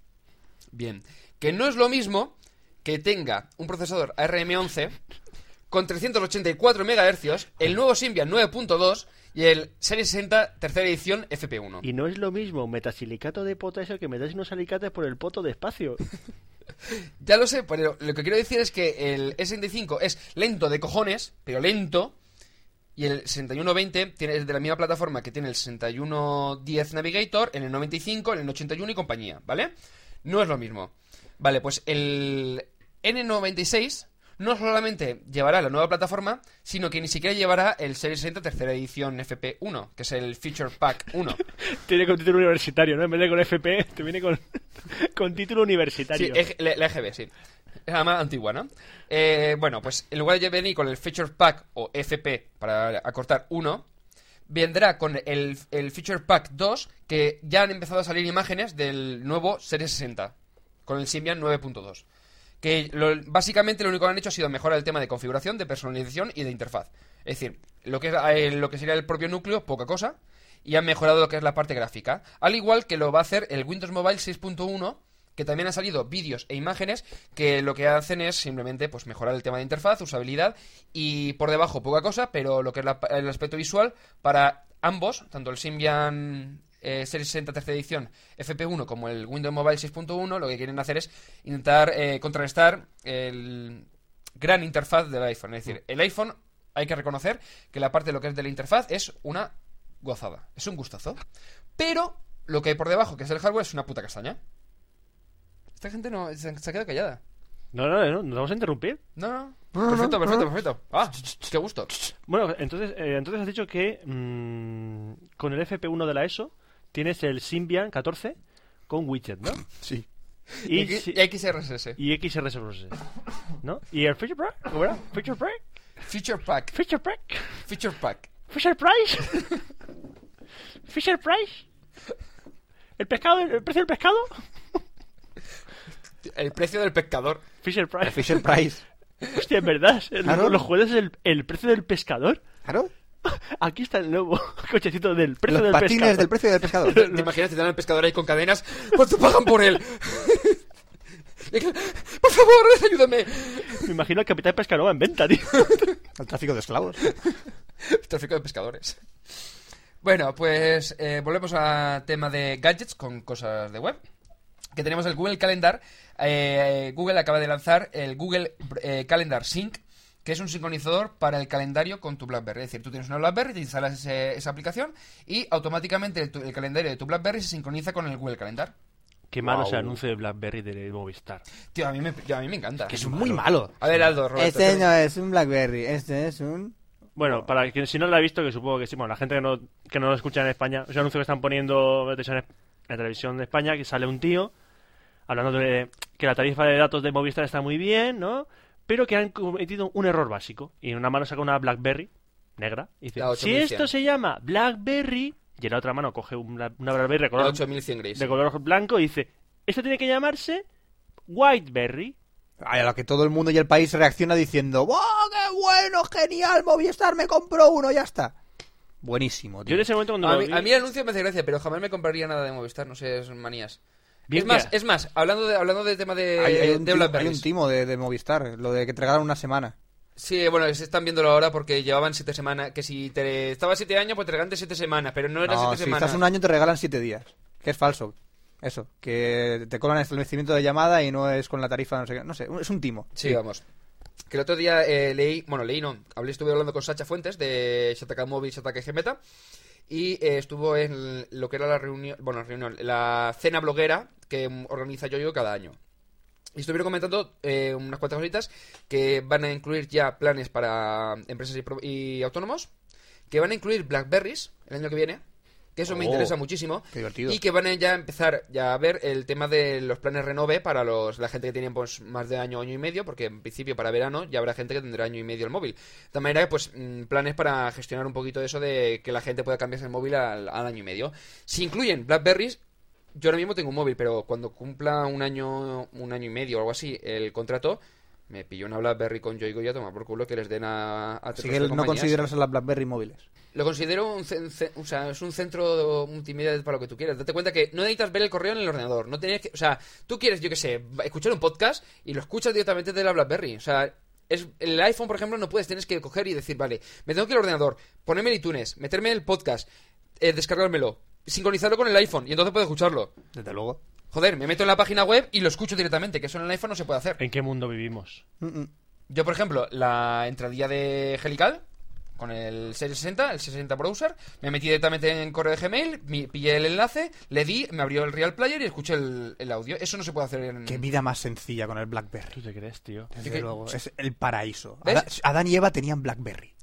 D: Bien. Que no es lo mismo que tenga un procesador ARM11 con 384 MHz, el nuevo Symbian 9.2 y el Series 60 tercera edición FP1.
C: Y no es lo mismo metasilicato de potasio que meterse unos alicates por el poto de espacio.
D: Ya lo sé, pero lo que quiero decir es que el S65 es lento de cojones, pero lento. Y el 6120 tiene, es de la misma plataforma que tiene el 6110 Navigator, en el 95, en el 81 y compañía, ¿vale? No es lo mismo. Vale, pues el N96 no solamente llevará la nueva plataforma, sino que ni siquiera llevará el Series 60 tercera edición FP1, que es el Feature Pack 1.
C: [LAUGHS] Tiene con título universitario, ¿no? En vez de con FP, te viene con, [LAUGHS] con título universitario.
D: Sí, EG la, la EGB, sí. Es la más antigua, ¿no? Eh, bueno, pues en lugar de venir con el Feature Pack o FP, para acortar 1, vendrá con el, el Feature Pack 2, que ya han empezado a salir imágenes del nuevo Series 60, con el Symbian 9.2. Que lo- básicamente lo único que han hecho ha sido mejorar el tema de configuración, de personalización y de interfaz. Es decir, lo que, es, eh, lo que sería el propio núcleo, poca cosa, y han mejorado lo que es la parte gráfica. Al igual que lo va a hacer el Windows Mobile 6.1, que también han salido vídeos e imágenes que lo que hacen es simplemente pues mejorar el tema de interfaz, usabilidad y por debajo poca cosa, pero lo que es la- el aspecto visual para ambos, tanto el Symbian eh, Series 60 tercera edición FP1 como el Windows Mobile 6.1, lo que quieren hacer es intentar eh, contrarrestar el gran interfaz del iPhone. Es decir, el iPhone hay que reconocer que la parte de lo que es de la interfaz es una gozada, es un gustazo. Pero lo que hay por debajo, que es el hardware, es una puta castaña. Esta gente no se, se ha quedado callada.
C: No, no, no, nos vamos a interrumpir.
D: [LAUGHS] No, no. Perfecto, perfecto, perfecto. Ah, qué gusto.
C: Bueno, entonces, eh, entonces has dicho que mm, con el FP1 de la ESO tienes el Symbian 14 con widget,
E: [LAUGHS]
C: ¿no?
E: Sí.
C: Y,
D: Y, X-
C: si-
D: y XRSS.
C: y XRS, ¿no? ¿Y el Feature Pack? ¿Cómo era? ¿Feature Pack?
D: Feature Pack. [LAUGHS]
C: ¿Feature Pack?
D: Feature Pack.
C: ¿Fisher Price? [LAUGHS] ¿Fisher Price? ¿El pescado? ¿El precio del pescado? [LAUGHS]
D: El precio del [LAUGHS] pescador.
C: Fisher Price.
E: El
D: [LAUGHS]
E: Fisher Price.
C: Hostia, en verdad, el-
E: Claro.
C: los juegos es el, el precio del pescador. [LAUGHS]
E: Claro.
C: Aquí está el nuevo [LAUGHS] cochecito del precio del
E: Los patines
C: pescador.
E: del precio
D: [LAUGHS]
E: del pescador.
D: ¿Te, te imaginas te dan al pescador ahí con cadenas? ¿Cuánto pagan por él? [LAUGHS] por favor, ayúdame.
C: Me imagino al capitán pescanova en venta, tío.
E: El tráfico de esclavos.
D: Tráfico de pescadores. Bueno, pues eh, volvemos a tema de gadgets con cosas de web. Que tenemos el Google Calendar. Eh, Google acaba de lanzar el Google eh, Calendar Sync, que es un sincronizador para el calendario con tu BlackBerry. Es decir, tú tienes una BlackBerry, te instalas ese- esa aplicación y automáticamente el, tu- el calendario de tu BlackBerry se sincroniza con el Google Calendar.
C: Qué malo es el
E: Wow.
C: anuncio de BlackBerry de Movistar.
D: Tío, a mí me, yo- a mí me encanta.
E: Que es muy malo.
D: A ver, Aldo, Roberto.
E: Este no es un Blackberry, este es un...
C: Bueno, para quien si no lo ha visto, que supongo que sí, bueno, la gente que no, que no lo escucha en España, es un anuncio que están poniendo en la televisión es- en la televisión de España, que sale un tío hablando de que la tarifa de datos de Movistar está muy bien, ¿no? Pero que han cometido un error básico. Y en una mano saca una BlackBerry negra y dice,
D: La
C: si
D: 8100.
C: esto se llama BlackBerry, y en la otra mano coge una, una BlackBerry de
D: El
C: color,
D: 8100 Grace.
C: de color blanco y dice, esto tiene que llamarse Whiteberry.
E: Ay, A lo que todo el mundo y el país reacciona diciendo ¡Wow, qué bueno, genial! Movistar me compró uno, ya está. Buenísimo,
C: Yo
E: tío.
C: en ese momento cuando
D: a,
C: lo
D: mí,
C: vi-
D: a mí el anuncio me hace gracia, pero jamás me compraría nada de Movistar, no sé, es manías.
C: Bien
D: es más,
C: que-
D: es más, hablando de hablando del tema de,
E: Hay, hay un
D: eh, de
E: timo, hay
D: Blackberry.
E: un timo de, de Movistar, lo de que te regalan una semana.
D: Sí, bueno, se están viéndolo ahora porque llevaban siete semanas. Que si te estabas siete años, pues te regalan siete semanas, pero no eran
E: No,
D: siete
E: si
D: semanas.
E: estás un año te regalan siete días, que es falso. Eso, que te cobran el establecimiento de llamada y no es con la tarifa, no sé qué. No sé, es un timo.
D: Sí, vamos. Que el otro día eh, leí, bueno, leí no, hablé, estuve hablando con Sacha Fuentes de Shataka Móvil, Shataka Gemeta, y eh, estuvo en lo que era la reunión, bueno, la reunión, la cena bloguera que mm, organiza Yoyo cada año. Y estuvieron comentando eh, unas cuantas cositas que van a incluir ya planes para empresas y, pro- y autónomos, que van a incluir Blackberries el año que viene, que eso me
E: Oh,
D: interesa muchísimo,
E: qué divertido.
D: y que van a ya empezar ya a ver el tema de los planes renove para los la gente que tiene pues, más de año, año y medio, porque en principio para verano ya habrá gente que tendrá año y medio el móvil. De tal manera que pues mm, planes para gestionar un poquito eso de que la gente pueda cambiarse el móvil al, al año y medio. Si incluyen Blackberries, yo ahora mismo tengo un móvil, pero cuando cumpla un año, un año y medio o algo así el contrato, Me pilló una BlackBerry con Yoigo y a tomar por culo que les den a... a
E: Así
D: tres
E: que
D: o cuatro
E: no
D: compañías.
E: consideras a las BlackBerry móviles.
D: Lo considero un, cen- ce- o sea, es un centro multimedia para lo que tú quieras. Date cuenta que no necesitas ver el correo en el ordenador. No tienes que, o sea, tú quieres, yo que sé, escuchar un podcast y lo escuchas directamente de la BlackBerry. O sea, es, el iPhone, por ejemplo, no puedes. Tienes que coger y decir, vale, me tengo que ir al ordenador, ponerme el iTunes, meterme en el podcast, eh, descargármelo, sincronizarlo con el iPhone y entonces puedo escucharlo.
E: Desde luego.
D: Joder, me meto en la página web y lo escucho directamente, que eso en el iPhone no se puede hacer.
C: ¿En qué mundo vivimos?
D: Mm, Yo, por ejemplo, la entradilla de Helical con el 660, el 60 browser, me metí directamente en correo de Gmail, mi- pillé el enlace, le di, me abrió el Real Player y escuché el, el audio. Eso no se puede hacer en...
E: Qué vida más sencilla con el BlackBerry.
C: ¿Tú te crees, tío?
E: Desde
D: Sí que-
E: luego, es el paraíso.
D: ¿Ves?
E: Ada- Adán y Eva
D: [LAUGHS]
E: tenían BlackBerry.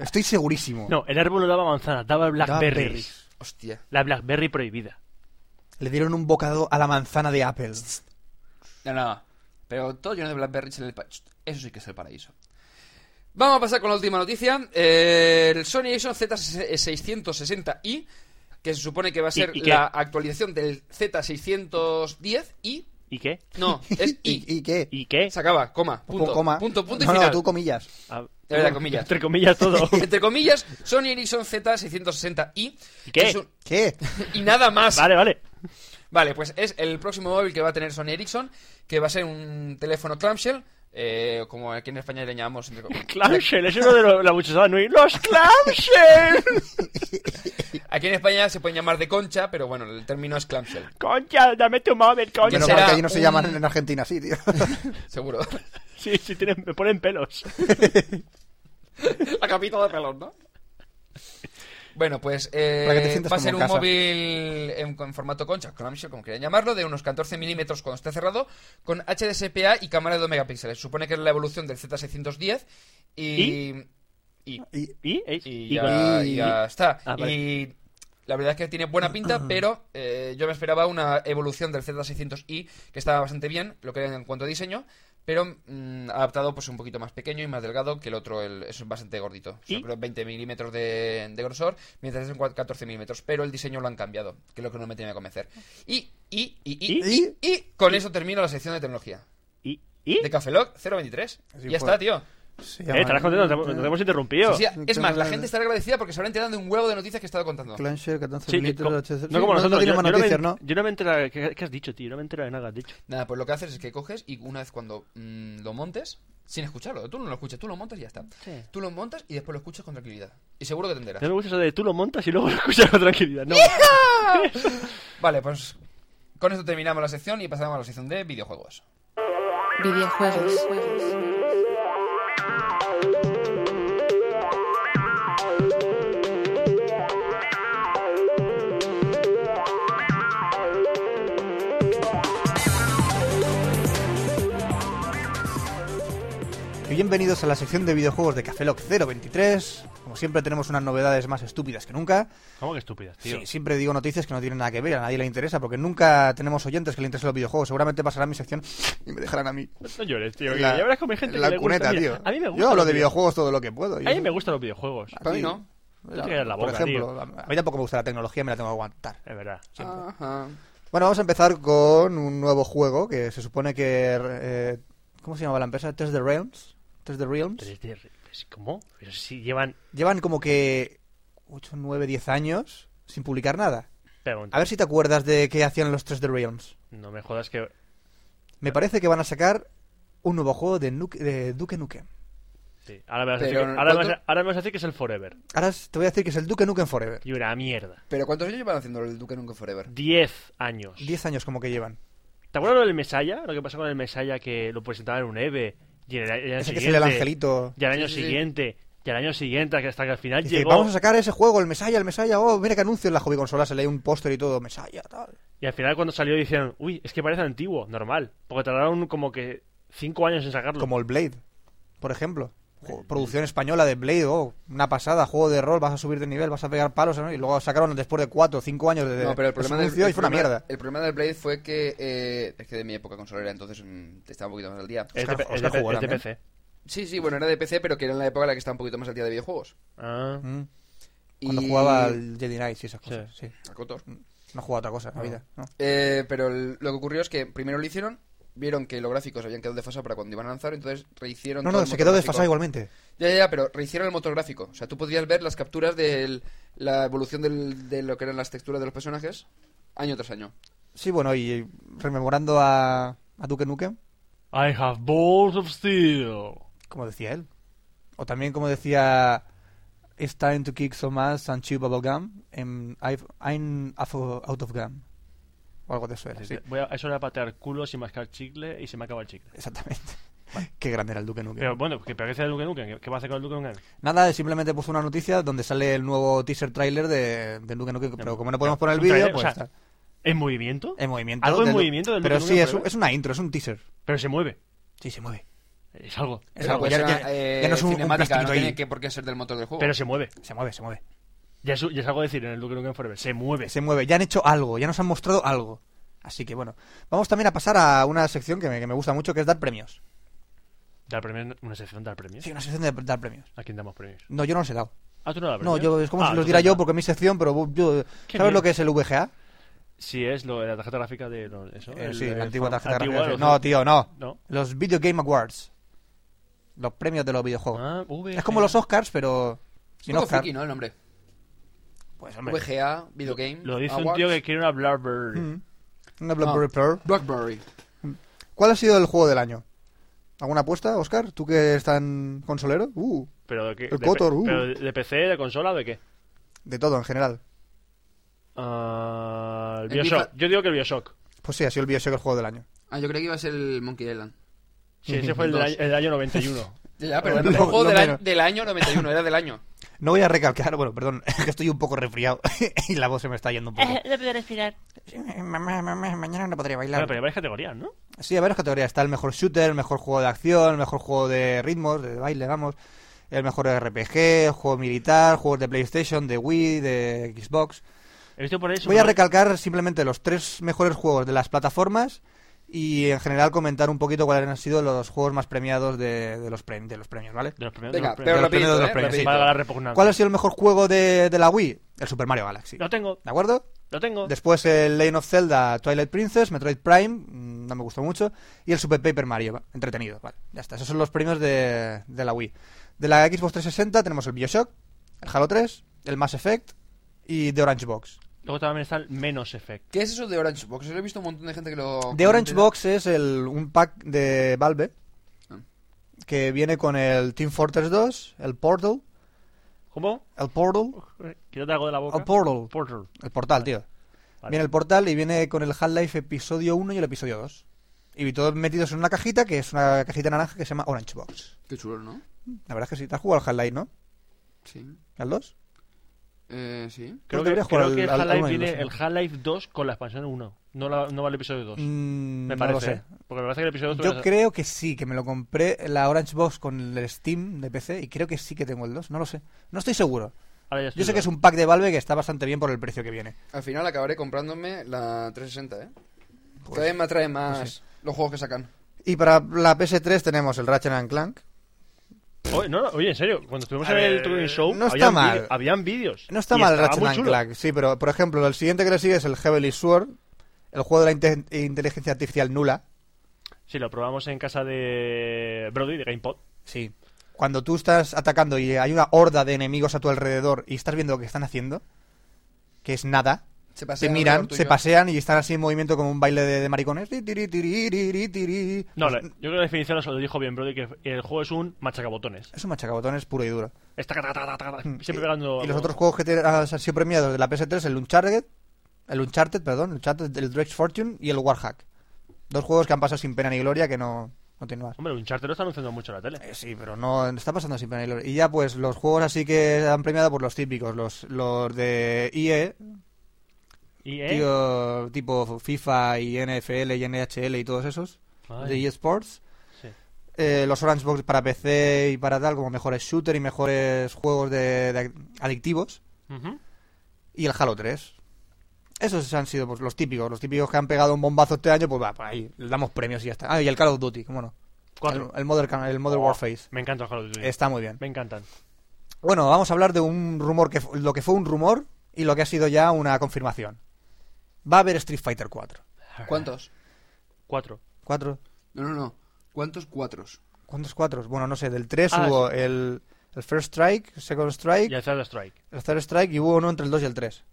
E: Estoy segurísimo.
C: No, el árbol no daba manzanas, daba blackberries.
E: berries.
D: Hostia.
C: La blackberry prohibida.
E: Le dieron un bocado a la manzana de Apple.
D: No, no. Pero todo lleno de Blackberries en el... pa- Eso sí que es el paraíso. Vamos a pasar con la última noticia. Eh, el Sony Ericsson Z660i, que se supone que va a ser
C: y qué?
D: la actualización del Z610i.
C: ¿Y qué?
D: No, es i.
E: ¿Y, y qué?
C: ¿Y qué?
D: Se acaba, coma, punto,
E: coma.
D: punto, punto y
E: no,
D: final.
E: no, tú comillas.
C: Ah,
D: De verdad, comillas.
C: Entre comillas todo.
D: Entre comillas, Sony Ericsson Z660i.
C: ¿Y qué?
D: Es un-
E: ¿Qué?
D: Y nada más.
C: vale, vale.
D: Vale, pues es el próximo móvil que va a tener Sony Ericsson, que va a ser un teléfono clamshell, eh, como aquí en España le llamamos...
E: [LAUGHS]
D: entre com-
C: Clamshell, es uno de los, la muchachada Nui. ¡Los clamshell!
D: Aquí en España se pueden llamar de concha, pero bueno, el término es clamshell,
C: Concha, dame tu móvil, concha.
E: Menos
D: será
E: mal que allí no se
D: un-
E: llaman en Argentina
D: [LAUGHS]
E: así, tío. [LAUGHS]
D: seguro.
C: Sí, sí, tienen, me ponen pelos.
D: La capita de pelón, ¿no? Bueno, pues eh,
E: Para que te sientas
D: va a
E: como
D: ser
E: en
D: un
E: casa.
D: móvil en, con formato concha, clamshell, como quieran llamarlo, de unos 14 milímetros cuando esté cerrado, con HDSPA y cámara de 2 megapíxeles. Supone que es la evolución del Z610 y... y-
E: Y-
C: ¿Y? ¿Eh?
D: y ya,
E: y-
D: y ya está.
C: Ah, vale.
D: Y la verdad es que tiene buena pinta, pero eh, yo me esperaba una evolución del Z600i que estaba bastante bien, lo que era en cuanto a diseño, pero mm, adaptado pues un poquito más pequeño y más delgado que el otro, el, es bastante gordito.
C: ¿Y?
D: Son creo 20 milímetros de, de grosor, mientras es en cua- 14 milímetros, pero el diseño lo han cambiado, que es lo que no me tiene que convencer. Y, y, y, y,
E: ¿Y?
D: y, y, con eso termino la sección de tecnología.
C: ¿Y? ¿Y?
D: De Cafeloc 023.
E: Así
D: ya
E: fue.
D: está, tío.
E: Se
C: Eh,
E: llaman-
C: estarás contento, no te, no te hemos interrumpido.
D: Sí, sí, es más, la gente estará agradecida porque se habrá enterado de un huevo de noticias que he estado contando.
E: Clanshell, 14
C: Sí,
E: mililitros,
C: co-
E: 800.
C: no como
E: Sí,
C: nosotros.
E: no tiene
C: yo,
E: más
C: yo
E: noticias,
C: no
E: ¿no?
C: me, yo no me he enterado. ¿qué, qué has dicho, tío? No me he enterado de nada que has dicho.
D: Nada, pues lo que haces es que coges y una vez cuando mm, lo montes, sin escucharlo, tú no lo escuchas, tú lo montas y ya está.
C: Sí.
D: Tú lo montas y después lo escuchas con tranquilidad. Y seguro que te enteras.
C: No me gusta eso de tú lo montas y luego lo escuchas con tranquilidad. No.
D: Vale, pues con esto terminamos la sección y pasamos a la sección de videojuegos.
B: Videojuegos.
E: Y bienvenidos a la sección de videojuegos de Café Lock 023. Como siempre tenemos unas novedades más estúpidas que nunca.
C: ¿Cómo que estúpidas, tío?
E: Sí, siempre digo noticias que no tienen nada que ver, a nadie le interesa, porque nunca tenemos oyentes que le interesen los videojuegos. Seguramente pasará mi sección y me dejarán a mí.
C: No llores, tío. que
E: la-
C: ya verás con mi gente que
E: en la
C: le gusta.
E: cuneta,
C: Mira,
E: tío.
C: A mí me gusta.
E: Yo hablo de videojuegos todo lo que puedo. y
C: A mí
E: eso-
C: me gustan los videojuegos.
E: Ah,
D: Para mí
E: sí.
D: no.
C: Tú te callas la boca,
E: Por ejemplo,
C: tío. Ah.
E: a mí tampoco me gusta la tecnología, me la tengo que aguantar.
C: Es verdad.
D: Ajá.
E: Bueno, vamos a empezar con un nuevo juego que se supone que... eh, ¿Cómo se llamaba la empresa? Test the Realms. Test the Realms.
C: 3D. pues, ¿Cómo? Pero si llevan.
E: Llevan como que 8, 9, 10 años sin publicar nada.
C: Espera un momento.
E: A ver si te acuerdas de qué hacían los Test the Realms.
C: No me jodas que.
E: Me parece que van a sacar un nuevo juego de, Nuke- de Duke Nukem.
C: Sí. Ahora me vas a decir
D: Pero,
C: que- ahora me vas a-
D: ¿cuánto?
C: ahora me vas a decir que es el Forever.
E: Ahora es- te voy a decir que es el Duke Nukem Forever.
C: Y una mierda.
D: Pero ¿cuántos años llevan haciendo el Duke Nukem Forever?
C: 10 años.
E: 10 años como que llevan.
C: ¿Te acuerdas lo del Mesaya? Lo que pasó con el Mesaya que lo presentaban en un EVE. Y en el, el año
E: Ese que es
C: siguiente.
E: el angelito.
C: Y al año
D: Sí, sí, sí.
C: siguiente. Y al año siguiente hasta que al final
E: Dice,
C: llegó.
E: vamos a sacar ese juego, el Mesaya, el Mesaya. Oh, mira que anuncio en la hobby consola, se lee un póster y todo, Mesaya, tal.
C: Y al final cuando salió dijeron, uy, es que parece antiguo, normal. Porque tardaron como que cinco años en sacarlo.
E: Como el Blade, por ejemplo. Jo- Producción española de Blade, oh, una pasada, juego de rol, vas a subir de nivel, vas a pegar palos, ¿no? Y luego sacaron después de 4 o 5 años de.
D: No, pero el
E: de su
D: problema, del,
E: anuncio
D: el
E: y fue una
D: problema-
E: mierda.
D: el problema del Blade fue que... eh, es que de mi época consolera, entonces mm, estaba un poquito más al día.
C: es,
E: Oscar-
C: de, es de-
E: Oscar jugó
C: es de
E: también.
C: PC.
D: Sí, sí, bueno, era de PC, pero que era en la época en la que estaba un poquito más al día de videojuegos.
C: Ah.
E: Mm. Cuando
D: Y-
E: jugaba al Jedi Knights y esas cosas, sí.
D: A Cotor.
E: No jugaba a otra cosa en la vida, ¿no?
D: Eh, pero el- lo que ocurrió es que primero lo hicieron vieron que los gráficos habían quedado desfasados para cuando iban a lanzar, entonces rehicieron.
E: No,
D: todo
E: no,
D: el
E: se
D: motor
E: quedó
D: gráfico.
E: desfasado igualmente.
D: Ya, ya, ya, pero rehicieron el motor gráfico. O sea, tú podías ver las capturas de la evolución del- de lo que eran las texturas de los personajes año tras año.
E: Sí, bueno, y eh, rememorando a, a Duke Nukem,
C: I have balls of steel.
E: como decía él. O también como decía It's time to kick some ass and chew bubblegum and I've- I'm out of out of gum. O algo de eso era, sí.
C: Voy a, eso era patear culos y mascar chicle y se me acaba el chicle.
E: Exactamente.
C: [LAUGHS]
E: Qué grande era el Duke Nukem.
C: Pero bueno, que parece el Duke Nukem. ¿qué- ¿Qué va a hacer con el Duke Nukem?
E: Nada, simplemente puso una noticia donde sale el nuevo teaser trailer de, de Duke Nukem, pero como no podemos poner el
C: Un trailer,
E: vídeo,
C: o
E: pues...
C: sea,
E: está.
C: ¿En movimiento?
E: En movimiento.
C: ¿Algo en
E: del-
C: movimiento del
E: Pero
C: Duke
E: sí,
C: Nukem
E: es, un-
C: Forever?
E: es una intro, es un Eh, teaser.
C: Pero se mueve.
E: Sí, se mueve.
C: Es algo.
E: Es algo, ya, ya- ya no es un-
D: pues
E: un,
D: eh, cinemática, no
E: plastiquito ahí.
D: tiene que por qué ser del motor del juego.
E: oh.
C: Pero se mueve.
E: Se mueve, se mueve.
C: Ya es, ya es algo decir en el Duke Nukem Forever. Se mueve.
E: Se mueve, ya han hecho algo, ya nos han mostrado algo. Así que bueno, vamos también a pasar a una sección que me, que me gusta mucho, que es dar premios.
C: Dar premio, una sección dar premios.
E: Sí, una sección de dar premios.
C: ¿A quién damos premios?
E: No, yo no los he dado.
C: Ah, tú no das
E: No,
C: premios.
E: yo, es como
C: Ah,
E: si los
C: tú
E: diera
C: das
E: yo,
C: nada.
E: porque es mi sección, pero bu- yo...
C: Qué
E: ¿Sabes lo
C: bien.
E: que es el VGA?
C: Sí, es lo, la tarjeta gráfica de lo- eso.
E: Eh,
C: el-
E: sí,
C: el
E: la antigua
C: fam-
E: tarjeta
C: antigua,
E: gráfica.
C: los-
E: No, tío, no.
C: No.
E: Los Video Game Awards. Los premios de los videojuegos.
C: Ah, VGA.
E: Es como los Oscars, pero
D: Es un
E: sin
D: poco
E: Oscar.
D: friki, ¿no? El nombre.
E: Pues, hombre.
D: VGA, Video Game.
C: Lo dice un
D: Awards.
C: tío que quiere una Blackberry.
E: Mm. Una Blackberry
D: Ah.
E: Pearl.
D: Blackberry.
E: ¿Cuál ha sido el juego del año? ¿Alguna apuesta, Oscar? ¿Tú que es tan consolero? Uh,
C: Pero, de, qué-
E: El
C: de pe-
E: Kotor, uh.
C: pero de- de PC, de consola o de qué?
E: de todo en general.
C: Ah, el
D: El
C: Bioshock.
D: Bioshock.
C: Yo digo que el Bioshock.
E: Pues sí, ha sido el Bioshock el juego del año.
D: Ah, yo creía que iba a ser el Monkey Island.
C: Sí, ese fue el, del
D: Dos.
C: año- el año 91.
D: Ya, ya, pero era
E: Lo- [LAUGHS]
D: el juego
E: lo
D: del, año,
E: menos.
D: del año 91, era del año.
E: No voy a recalcar, bueno, perdón, [LAUGHS] que estoy un poco resfriado [LAUGHS] y la voz se me está yendo un poco.
A: [LAUGHS] No puedo respirar.
E: Sí, Mamá, mamá, mañana no
C: [LAUGHS]
E: podría
C: Claro,
E: bailar.
C: pero hay varias categorías, ¿no?
E: Sí, hay varias categorías. Está el mejor shooter, el mejor juego de acción, el mejor juego de ritmos, de baile, vamos. El mejor RPG, el juego militar, juegos de PlayStation, de Wii, de Xbox.
C: He visto por ahí.
E: Voy a
C: Super-
E: recalcar simplemente los tres mejores juegos de las plataformas y en general comentar un poquito cuáles han sido los juegos más premiados de, de los, prem- de los premios, ¿vale?
C: De los primeros.
D: Venga,
C: de los
D: pero
C: primeros.
E: lo primero
D: rapidito,
E: de los
D: eh,
E: premios, sí.
D: rapidito.
C: Valga la repugnancia.
E: ¿Cuál ha sido el mejor juego de, de la Wii? El Super Mario Galaxy.
C: Lo tengo,
E: ¿De acuerdo?
C: lo tengo.
E: Después el Lane of Zelda, Twilight Princess, Metroid Prime, mm, no me gustó mucho, y el Super Paper Mario, va, entretenido, vale, ya está, esos son los premios de, de la Wii. De la Xbox 360 tenemos el Bioshock, el Halo 3, el Mass Effect y The Orange Box.
C: Luego también está el menos effect.
D: ¿Qué es eso de Orange Box? Yo he visto un montón de gente que lo...
E: The Orange Box es el, un pack de Valve
D: Ah.
E: que viene con el Team Fortress 2, el Portal,
C: ¿Cómo?
E: el Portal,
C: Quítate algo de la boca. Oh,
E: el Portal,
C: Portal.
E: el Portal, tío.
C: Vale.
E: Viene el portal y viene con el Half-Life episodio 1 y el episodio 2. Y todos metidos en una cajita que es una cajita naranja que se llama Orange Box.
D: Qué chulo, ¿no?
E: La verdad es que sí, te has jugado al Half-Life, ¿no?
D: Sí.
E: ¿Al 2?
D: Eh, sí.
C: Creo que,
E: deberías jugar
C: creo que el
E: al- al
C: Half-Life
E: uno y al
C: viene el
E: dos.
C: Half-Life 2 con la expansión 1. No, la, no va el episodio 2.
E: Mm,
C: me
E: no lo
C: parece.
E: sé.
C: ¿eh? Porque me parece que el episodio 2.
E: Yo creo que sí, que me lo compré la Orange Box con el Steam de PC y creo que sí que tengo el 2, no lo sé. No estoy seguro. Yo sé que es un pack de Valve que está bastante bien por el precio que viene.
D: Al final acabaré comprándome la 360, ¿eh?
E: Pues,
D: Cada vez me atrae más los juegos que sacan.
E: Y para la PS3 tenemos el Ratchet and Clank.
C: Oye, no, no, oye, en serio, cuando estuvimos
E: A
C: en el
E: ver,
C: Turing Show,
E: no está
C: habían
E: mal.
C: vídeo- habían vídeos.
E: No está
C: Y
E: mal
C: estaba
E: Ratchet
C: muy
E: and
C: chulo.
E: Clank, sí, pero por ejemplo, el siguiente que le sigue es el Heavenly Sword, el juego de la inte- inteligencia artificial nula.
C: Sí, lo probamos en casa de Brody, de GamePod.
E: Sí. Cuando tú estás atacando y hay una horda de enemigos a tu alrededor y estás viendo lo que están haciendo, que es nada,
D: Se
E: se
D: pasean
E: miran,
D: alrededor tuyo.
E: se pasean y están así en movimiento como un baile de, de maricones. Ti, tiri, tiri, tiri, tiri.
C: No,
E: Pues,
C: la- yo creo que la definición nos lo dijo bien Brody, que el juego es un machacabotones.
E: Es un machacabotones puro y duro.
C: Está taca, taca, taca, taca, siempre
E: Mm, Y-
C: pegando.
E: Y los
C: algo.
E: otros juegos que ah, te- han sido premiados de la PS3, el Uncharted, el Uncharted, perdón, el Uncharted, el Drake's Fortune y el Warhack. Dos juegos que han pasado sin pena ni gloria que no, no tienen más.
C: Hombre, un charter lo está anunciando mucho en la tele.
E: Eh, sí, pero no está pasando sin pena ni gloria. Y ya pues los juegos así que han premiado por los típicos, los, los de IE,
C: Y, eh,
E: tío, tipo FIFA y NFL y NHL y todos esos,
C: Ay.
E: de eSports.
C: Sí.
E: Eh, los Orange Box para PC y para tal, como mejores shooter y mejores juegos de- de adictivos
C: ujú.
E: y el Halo 3. Esos han sido pues, los típicos, los típicos que han pegado un bombazo este año, pues va, por ahí, le damos premios y ya está. Ah, y el Call of Duty, cómo no.
C: Cuatro.
E: El, el Modern, el Modern Este.
C: Oh,
E: Warface.
C: Me encanta el Call of Duty.
E: Está muy bien.
C: Me encantan.
E: Bueno, vamos a hablar de un rumor, que fu- lo que fue un rumor y lo que ha sido ya una confirmación. Va a haber Street Fighter 4.
D: ¿Cuántos?
C: Cuatro.
E: ¿Cuatro?
D: No, no, no. ¿Cuántos cuatros?
E: ¿Cuántos cuatros? Bueno, no sé, del 3
D: Ah,
E: hubo
D: sí.
E: el, el First Strike, Second Strike.
C: Y el Third Strike.
E: El Third Strike y hubo uno entre el 2 y el 3.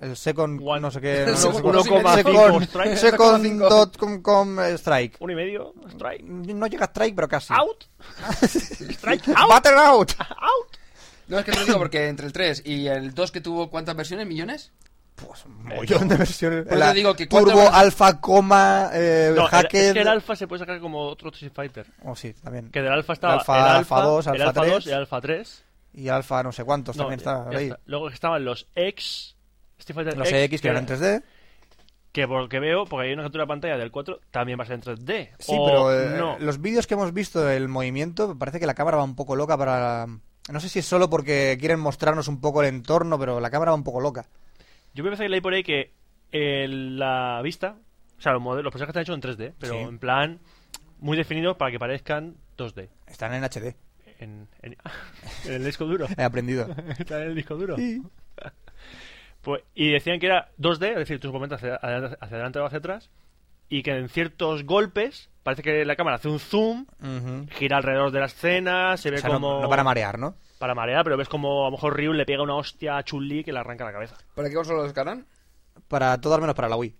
E: El Second, no sé
C: [LAUGHS]
E: qué.
C: El
E: no sé
C: segundo
E: cuál.
C: cinco
E: Second-
C: strike.
E: Second dot com com, eh, Strike.
C: Uno y medio, strike.
E: No llega a Strike, pero casi.
C: Out.
E: [LAUGHS] strike out. Batter
C: [LAUGHS]
E: out.
D: No, es que te lo digo porque entre el 3 y el 2 que tuvo, ¿cuántas versiones? ¿Millones?
E: Pues Mollón de versiones.
D: Por eso
E: La
D: Pues digo que cuatro
E: Turbo,
D: vers-
E: Alpha, Coma, eh,
C: No, era-
E: Hacked.
C: es que el alfa se puede sacar como otro Street Fighter.
E: Oh, sí, también.
C: Que del alfa estaba
E: Alpha-
C: el alfa,
E: Alpha 2,
C: el
E: Alpha
C: alfa 2 y
E: 3.
C: el alfa 3.
E: Y Alpha no sé cuántos
C: No,
E: Pues también
C: ya-
E: está
C: ya
E: ahí.
C: está. Luego estaban los X. Street Fighter
E: Los X que eran en 3D.
C: Que por lo que veo, porque hay una captura de pantalla del 4, también va a ser en 3D.
E: Sí,
C: o
E: pero eh,
C: No.
E: los vídeos que hemos visto del movimiento, parece que la cámara va un poco loca para... No sé si es solo porque quieren mostrarnos un poco el entorno, pero la cámara va un poco loca.
C: Yo me parece que leí por ahí que eh, la vista, o sea, los, modelos, los personajes están hechos en 3D, pero
E: Sí.
C: en plan muy definidos para que parezcan 2D.
E: Están en HD.
C: En, en- [LAUGHS] en el disco duro. [LAUGHS]
E: He aprendido.
C: Están en el disco duro.
E: Sí.
C: [LAUGHS] Pues, y decían que era 2D, es decir, tú momentos hacia, adelante- hacia adelante o hacia atrás, y que en ciertos golpes parece que la cámara hace un zoom,
E: Ujú.
C: gira alrededor de la escena, se ve
E: O sea, no-
C: como...
E: no para marear, ¿no?
C: Para marear, pero ves como a lo mejor Ryu le pega una hostia a Chun-Li que le arranca la cabeza.
D: ¿Para qué consola lo descargan?
E: Para todo al menos para la Wii.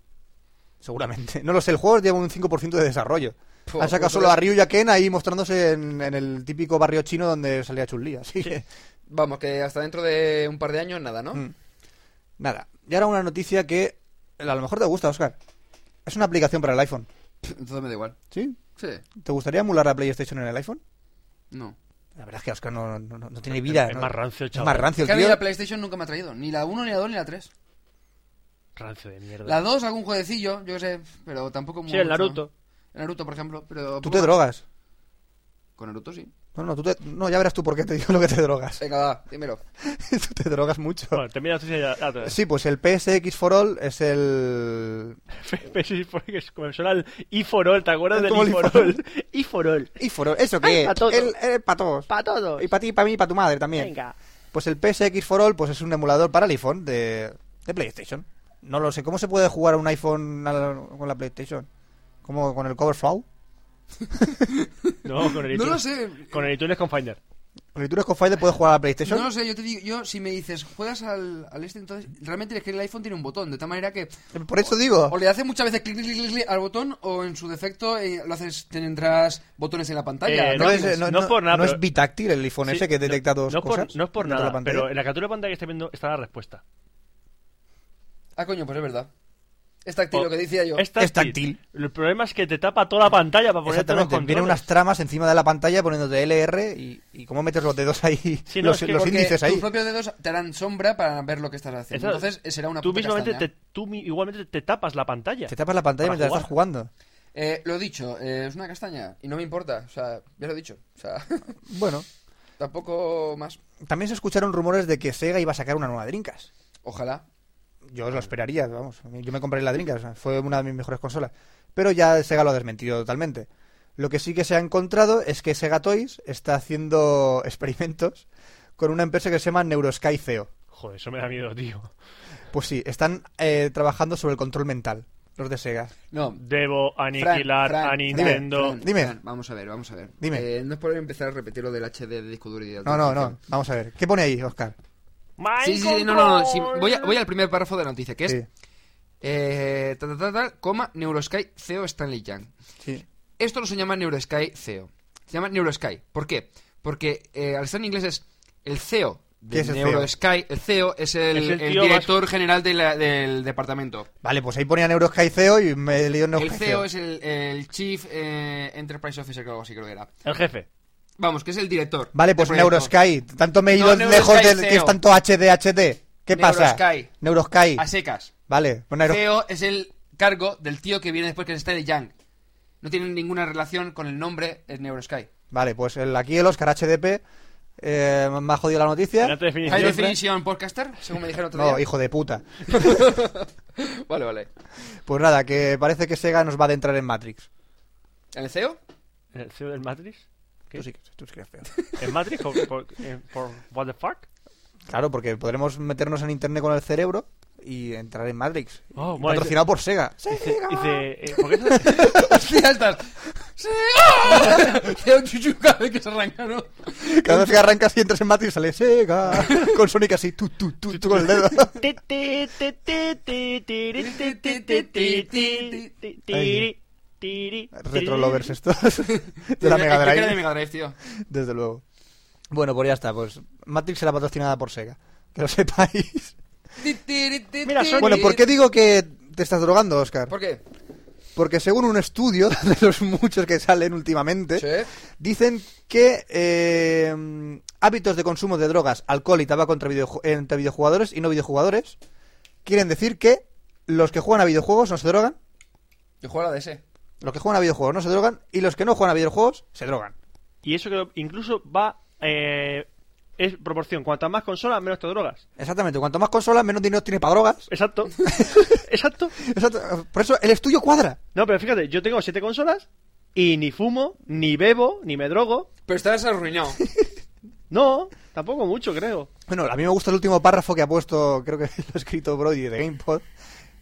E: Seguramente. No lo sé, el juego lleva un 5% de desarrollo.
D: Puh,
E: Han sacado
D: pues
E: solo
D: entonces-
E: a Ryu y a Ken ahí mostrándose en, en el típico barrio chino donde salía Chun-Li, así que...
D: Vamos, que hasta dentro de un par de años nada, ¿no?
E: Mm. Nada. Y ahora una noticia que eh, a lo mejor te gusta, Oscar. Es una aplicación para el iPhone.
D: Entonces me da igual.
E: ¿Sí?
D: Sí,
E: ¿Te gustaría emular a PlayStation en el iPhone?
D: no.
E: La verdad es que Oscar no, no- no- no tiene vida.
C: es
E: ¿no?
C: más rancio,
E: Es
C: chaval.
E: más rancio el
D: Que a mí
E: tío.
D: la PlayStation nunca me ha traído. Ni la 1, ni la 2, ni la 3.
C: Rancio de mierda.
D: La 2, algún jueguecillo, yo qué sé, pero tampoco
C: Sí, el Naruto.
D: El Naruto, por ejemplo. Pero
E: Tú te drogas.
D: Con Naruto, sí.
E: No, no, tú te- no, ya verás tú por qué te digo lo que te drogas.
D: Venga, va, dímelo.
E: [LAUGHS] tú te drogas mucho.
C: Bueno, eh. termina la noticia y ya- ya te-
E: Sí, pues el PSX for All es el...
C: [LAUGHS] Pero sí, porque es como me suena el iforol, ¿te acuerdas
E: Es
C: del
E: como el
C: iforol? [LAUGHS] Iforol.
E: Y for All, ¿eso
C: Ay,
E: qué
C: pa'
E: es?
C: todos.
E: El, para todos.
C: Para todos.
E: Y para ti, para mí, para tu madre también.
C: Venga.
E: Pues el PSX for All pues es un emulador para el iPhone de, de PlayStation. No lo sé. ¿Cómo se puede jugar un iPhone a la- con la PlayStation? ¿Cómo con el cover flow?
C: No, con el
D: No
C: iTunes.
D: lo sé.
C: Con el iTunes con Finder.
E: ¿Con el con Finder puedes jugar a la
D: No
E: PlayStation?
D: lo sé, yo te digo, yo si me dices, juegas al, al este, entonces realmente es que el iPhone tiene un botón, de tal manera que
E: Por eso digo.
D: o le haces muchas veces clic, clic, clic, clic, clic al botón o en su defecto eh, lo haces, tendrás botones en la pantalla.
C: Eh,
E: No
D: táctiles.
E: es, no,
C: no
E: no-
C: por nada,
E: no es
C: pero-
E: bitáctil el iPhone
C: Sí,
E: ese que
C: no-
E: detecta dos
C: no es por-
E: cosas
C: no es por
E: dentro de la
C: nada,
E: pantalla.
C: pero en la captura de pantalla que esté viendo está la respuesta.
D: Ah, coño, pues es verdad. Es táctil lo que decía yo.
C: Oh, Es táctil.
E: Es táctil.
C: El problema es que te tapa toda la pantalla para ponerte los
E: Exactamente,
C: controles.
E: vienen unas tramas encima de la pantalla poniéndote LR y, y cómo metes los dedos ahí, [LAUGHS]
C: Sí, no,
E: los,
C: es que-
E: los
D: Porque
E: índices ahí.
D: Tus propios dedos te harán sombra para ver lo que estás haciendo.
C: Esa-
D: Entonces eh, será una
C: tú
D: puta
C: mismamente
D: castaña.
C: te, tú mi- igualmente te tapas la pantalla.
E: Te tapas la pantalla
C: Para
E: mientras
C: jugar.
E: estás jugando.
D: Eh, lo dicho, eh, es una castaña y no me importa. O sea, ya lo he dicho. O sea, [LAUGHS]
E: Bueno,
D: tampoco más.
E: también se escucharon rumores de que Sega iba a sacar una nueva Drinkas.
D: Ojalá.
E: Yo lo esperaría, vamos. a mí- Yo me compré la Dreamcast, fue una de mis mejores consolas. Pero ya Sega lo ha desmentido totalmente. Lo que sí que se ha encontrado es que Sega Toys está haciendo [LAUGHS] experimentos con una empresa que se llama Neurosky CEO.
C: Joder, eso me da miedo, tío.
E: Pues sí, están eh, trabajando sobre el control mental, los de Sega.
D: No,
C: Debo aniquilar
D: Fran,
C: a
D: Fran,
C: Nintendo.
D: Fran,
E: Dime.
D: Fran, vamos a ver, vamos a ver.
E: Dime.
D: Eh, no es por empezar a repetir lo del HD de disco duro y de
E: No, no, no. Vamos a ver. ¿Qué pone ahí, Oscar?
C: Mind
D: Sí, sí, sí, no, no, no. sí,
C: control.
D: voy, a- voy al primer párrafo de la noticia, que es.
E: Sí,
D: eh, ta, ta, ta, ta, coma, Neurosky CEO Stanley Yang.
E: sí.
D: Esto no se llama Neurosky CEO. Se llama Neurosky. ¿Por qué? Porque eh, al estar en inglés es el CEO
E: ¿Qué
D: de
E: es el E
D: Neurosky. El CEO es el,
C: Es el
D: el
C: tío más-
D: director general de la- del departamento.
E: Vale, pues ahí ponía Neurosky CEO y me he leído
D: El
E: Neurosky
D: CEO es el, el Chief eh, Enterprise Officer, creo que algo así creo que era.
C: El jefe.
D: Vamos, que es el director.
E: Vale,
D: del
E: pues
D: proyecto.
E: Neurosky. Tanto me he
D: No,
E: ido
D: Neurosky
E: lejos de que
D: CEO.
E: es tanto HD, HD. ¿Qué pasa?
D: Neurosky. E
E: Neurosky.
D: A secas.
E: Vale, pues Neuro-
D: CEO es el cargo del tío que viene después, que es Stanley Yang. No tiene ninguna relación con el nombre de Neurosky.
E: Vale, pues el- aquí el Oscar HDP eh, me ha jodido la
C: En
E: noticia.
C: alta definición.
D: High Definition Podcaster, según me dijeron otro
E: No,
D: día.
E: hijo de puta.
D: Vale, vale.
E: Pues nada, que parece que Sega nos va a adentrar en Matrix.
D: ¿El E CEO?
C: ¿El CEO del Matrix? ¿Qué?
E: Tú sí, que- tú sí que eres feo.
C: ¿En Matrix? ¿Por, por, eh, por what the fuck?
E: Claro, porque podremos meternos en internet con el cerebro y entrar en Matrix.
C: Oh, bueno,
E: patrocinado
C: dice-
E: por Sega.
C: Dice,
E: ¡Sega!
C: dice, eh, ¿por qué no-
D: Hostia, estás. ¡Sega! Queda un chuchu cada vez que se arranca, ¿no?
E: Cada vez que arrancas y entras en Matrix
D: [LAUGHS]
E: sale Sega. Con Sonic así, tú, tú, tú, tú con el dedo.
C: Ti, ti, ti, ti, ti, tiri, ti, ti, ti, ti, ti, ti, tiri, tiri,
E: Retro
C: tiri.
E: lovers estos. [LAUGHS] De la
D: Hay
E: Mega
D: que
E: Drive.
D: era de Mega Drive, tío.
E: Desde luego. Bueno, pues ya está. Pues Matrix será patrocinada por Sega. Que lo sepáis.
D: Mira,
E: Bueno, ¿por qué digo que te estás drogando, Oscar?
D: ¿Por qué?
E: Porque según un estudio [LAUGHS] de los muchos que salen últimamente,
D: Sí.
E: dicen que eh, hábitos de consumo de drogas, alcohol y tabaco entre, videoju- entre videojugadores y no videojugadores quieren decir que los que juegan a videojuegos no se drogan,
D: Yo juego a la DS.
E: los que juegan a videojuegos no se drogan y los que no juegan a videojuegos se drogan.
C: Y eso que incluso va. eh, es proporción. Cuanta más consolas, menos te drogas.
E: Exactamente, cuanto más consolas, menos dinero tiene para drogas. [LAUGHS]
C: Exacto. Exacto.
E: Exacto, Por eso el estudio cuadra.
C: No, pero fíjate, yo tengo siete consolas y ni fumo, ni bebo, ni me drogo.
D: Pero estás [LAUGHS] arruinado.
C: No, tampoco mucho, creo.
E: Bueno, a mí me gusta el último párrafo que ha puesto, creo que [LAUGHS] lo ha escrito Brody de GamePod.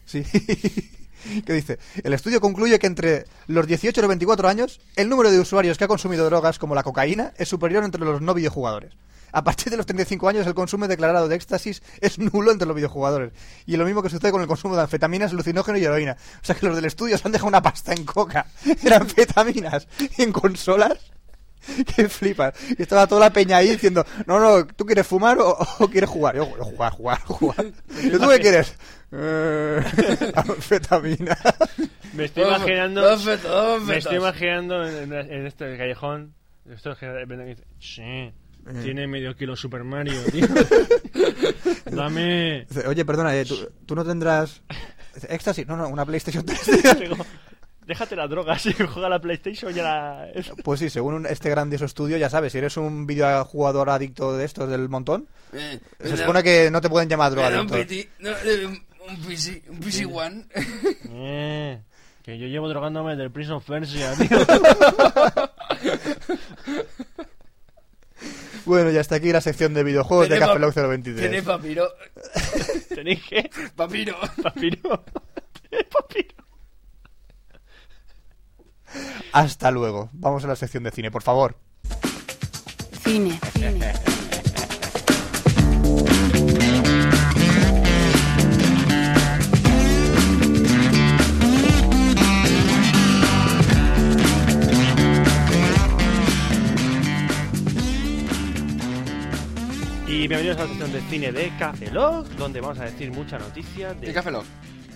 E: Sí. [LAUGHS] que dice, el estudio concluye que entre los 18 y los 24 años, el número de usuarios que ha consumido drogas como la cocaína es superior entre los no videojugadores. A partir de los 35 años, el consumo declarado de éxtasis es nulo entre los videojugadores. Y lo mismo que sucede con el consumo de anfetaminas, alucinógeno y heroína. O sea que los del estudio se han dejado una pasta en coca, [LAUGHS] en anfetaminas, en consolas. [LAUGHS] Que flipas. Y estaba toda la peña ahí diciendo, no, no, ¿tú quieres fumar o, o quieres jugar? Yo, "Yo, jugar, jugar, jugar. [LAUGHS] Yo, ¿tú qué quieres? Eh, [LAUGHS] anfetamina.
C: Me estoy
D: Dos-
C: imaginando.
D: dos fet- dos
C: me estoy
D: fetos.
C: imaginando en, en- en este callejón. Esto que de repente dice,
D: Eh.
C: sí, tiene medio kilo Super
D: [LAUGHS]
C: Mario, tío. Dame.
E: Dice, Oye, perdona, eh, ¿tú, tú no tendrás... Dice, Éxtasis, no, no, una PlayStation 3.
C: Digo, Déjate las [LAUGHS] drogas y juega a la PlayStation y a la.
E: [LAUGHS] Pues sí, según un- este grandioso estudio, ya sabes, si eres un videojugador adicto de estos del montón,
D: Eh,
E: se
D: me da-
E: supone que no te pueden llamar
D: me da un
E: drogadicto.
D: piti- no, eh, un- un PC, un PC
E: [LAUGHS]
D: One. [LAUGHS]
C: Eh, que yo llevo drogándome del Prince of
D: [LAUGHS]
C: Persia, tío.
E: Bueno, ya está aquí la sección de videojuegos de
D: Tiene
E: Café
D: pa-
E: Lock 023.
D: Tiene papiro.
C: ¿Tenéis que?
D: Papiro.
C: Papiro. [LAUGHS] Papiro.
E: Hasta luego. Vamos a la sección de cine, por favor.
B: Cine. Cine.
C: Y bienvenidos a la sección de cine de Café Lock, donde vamos a decir mucha noticia de
D: ¿Qué café Lock?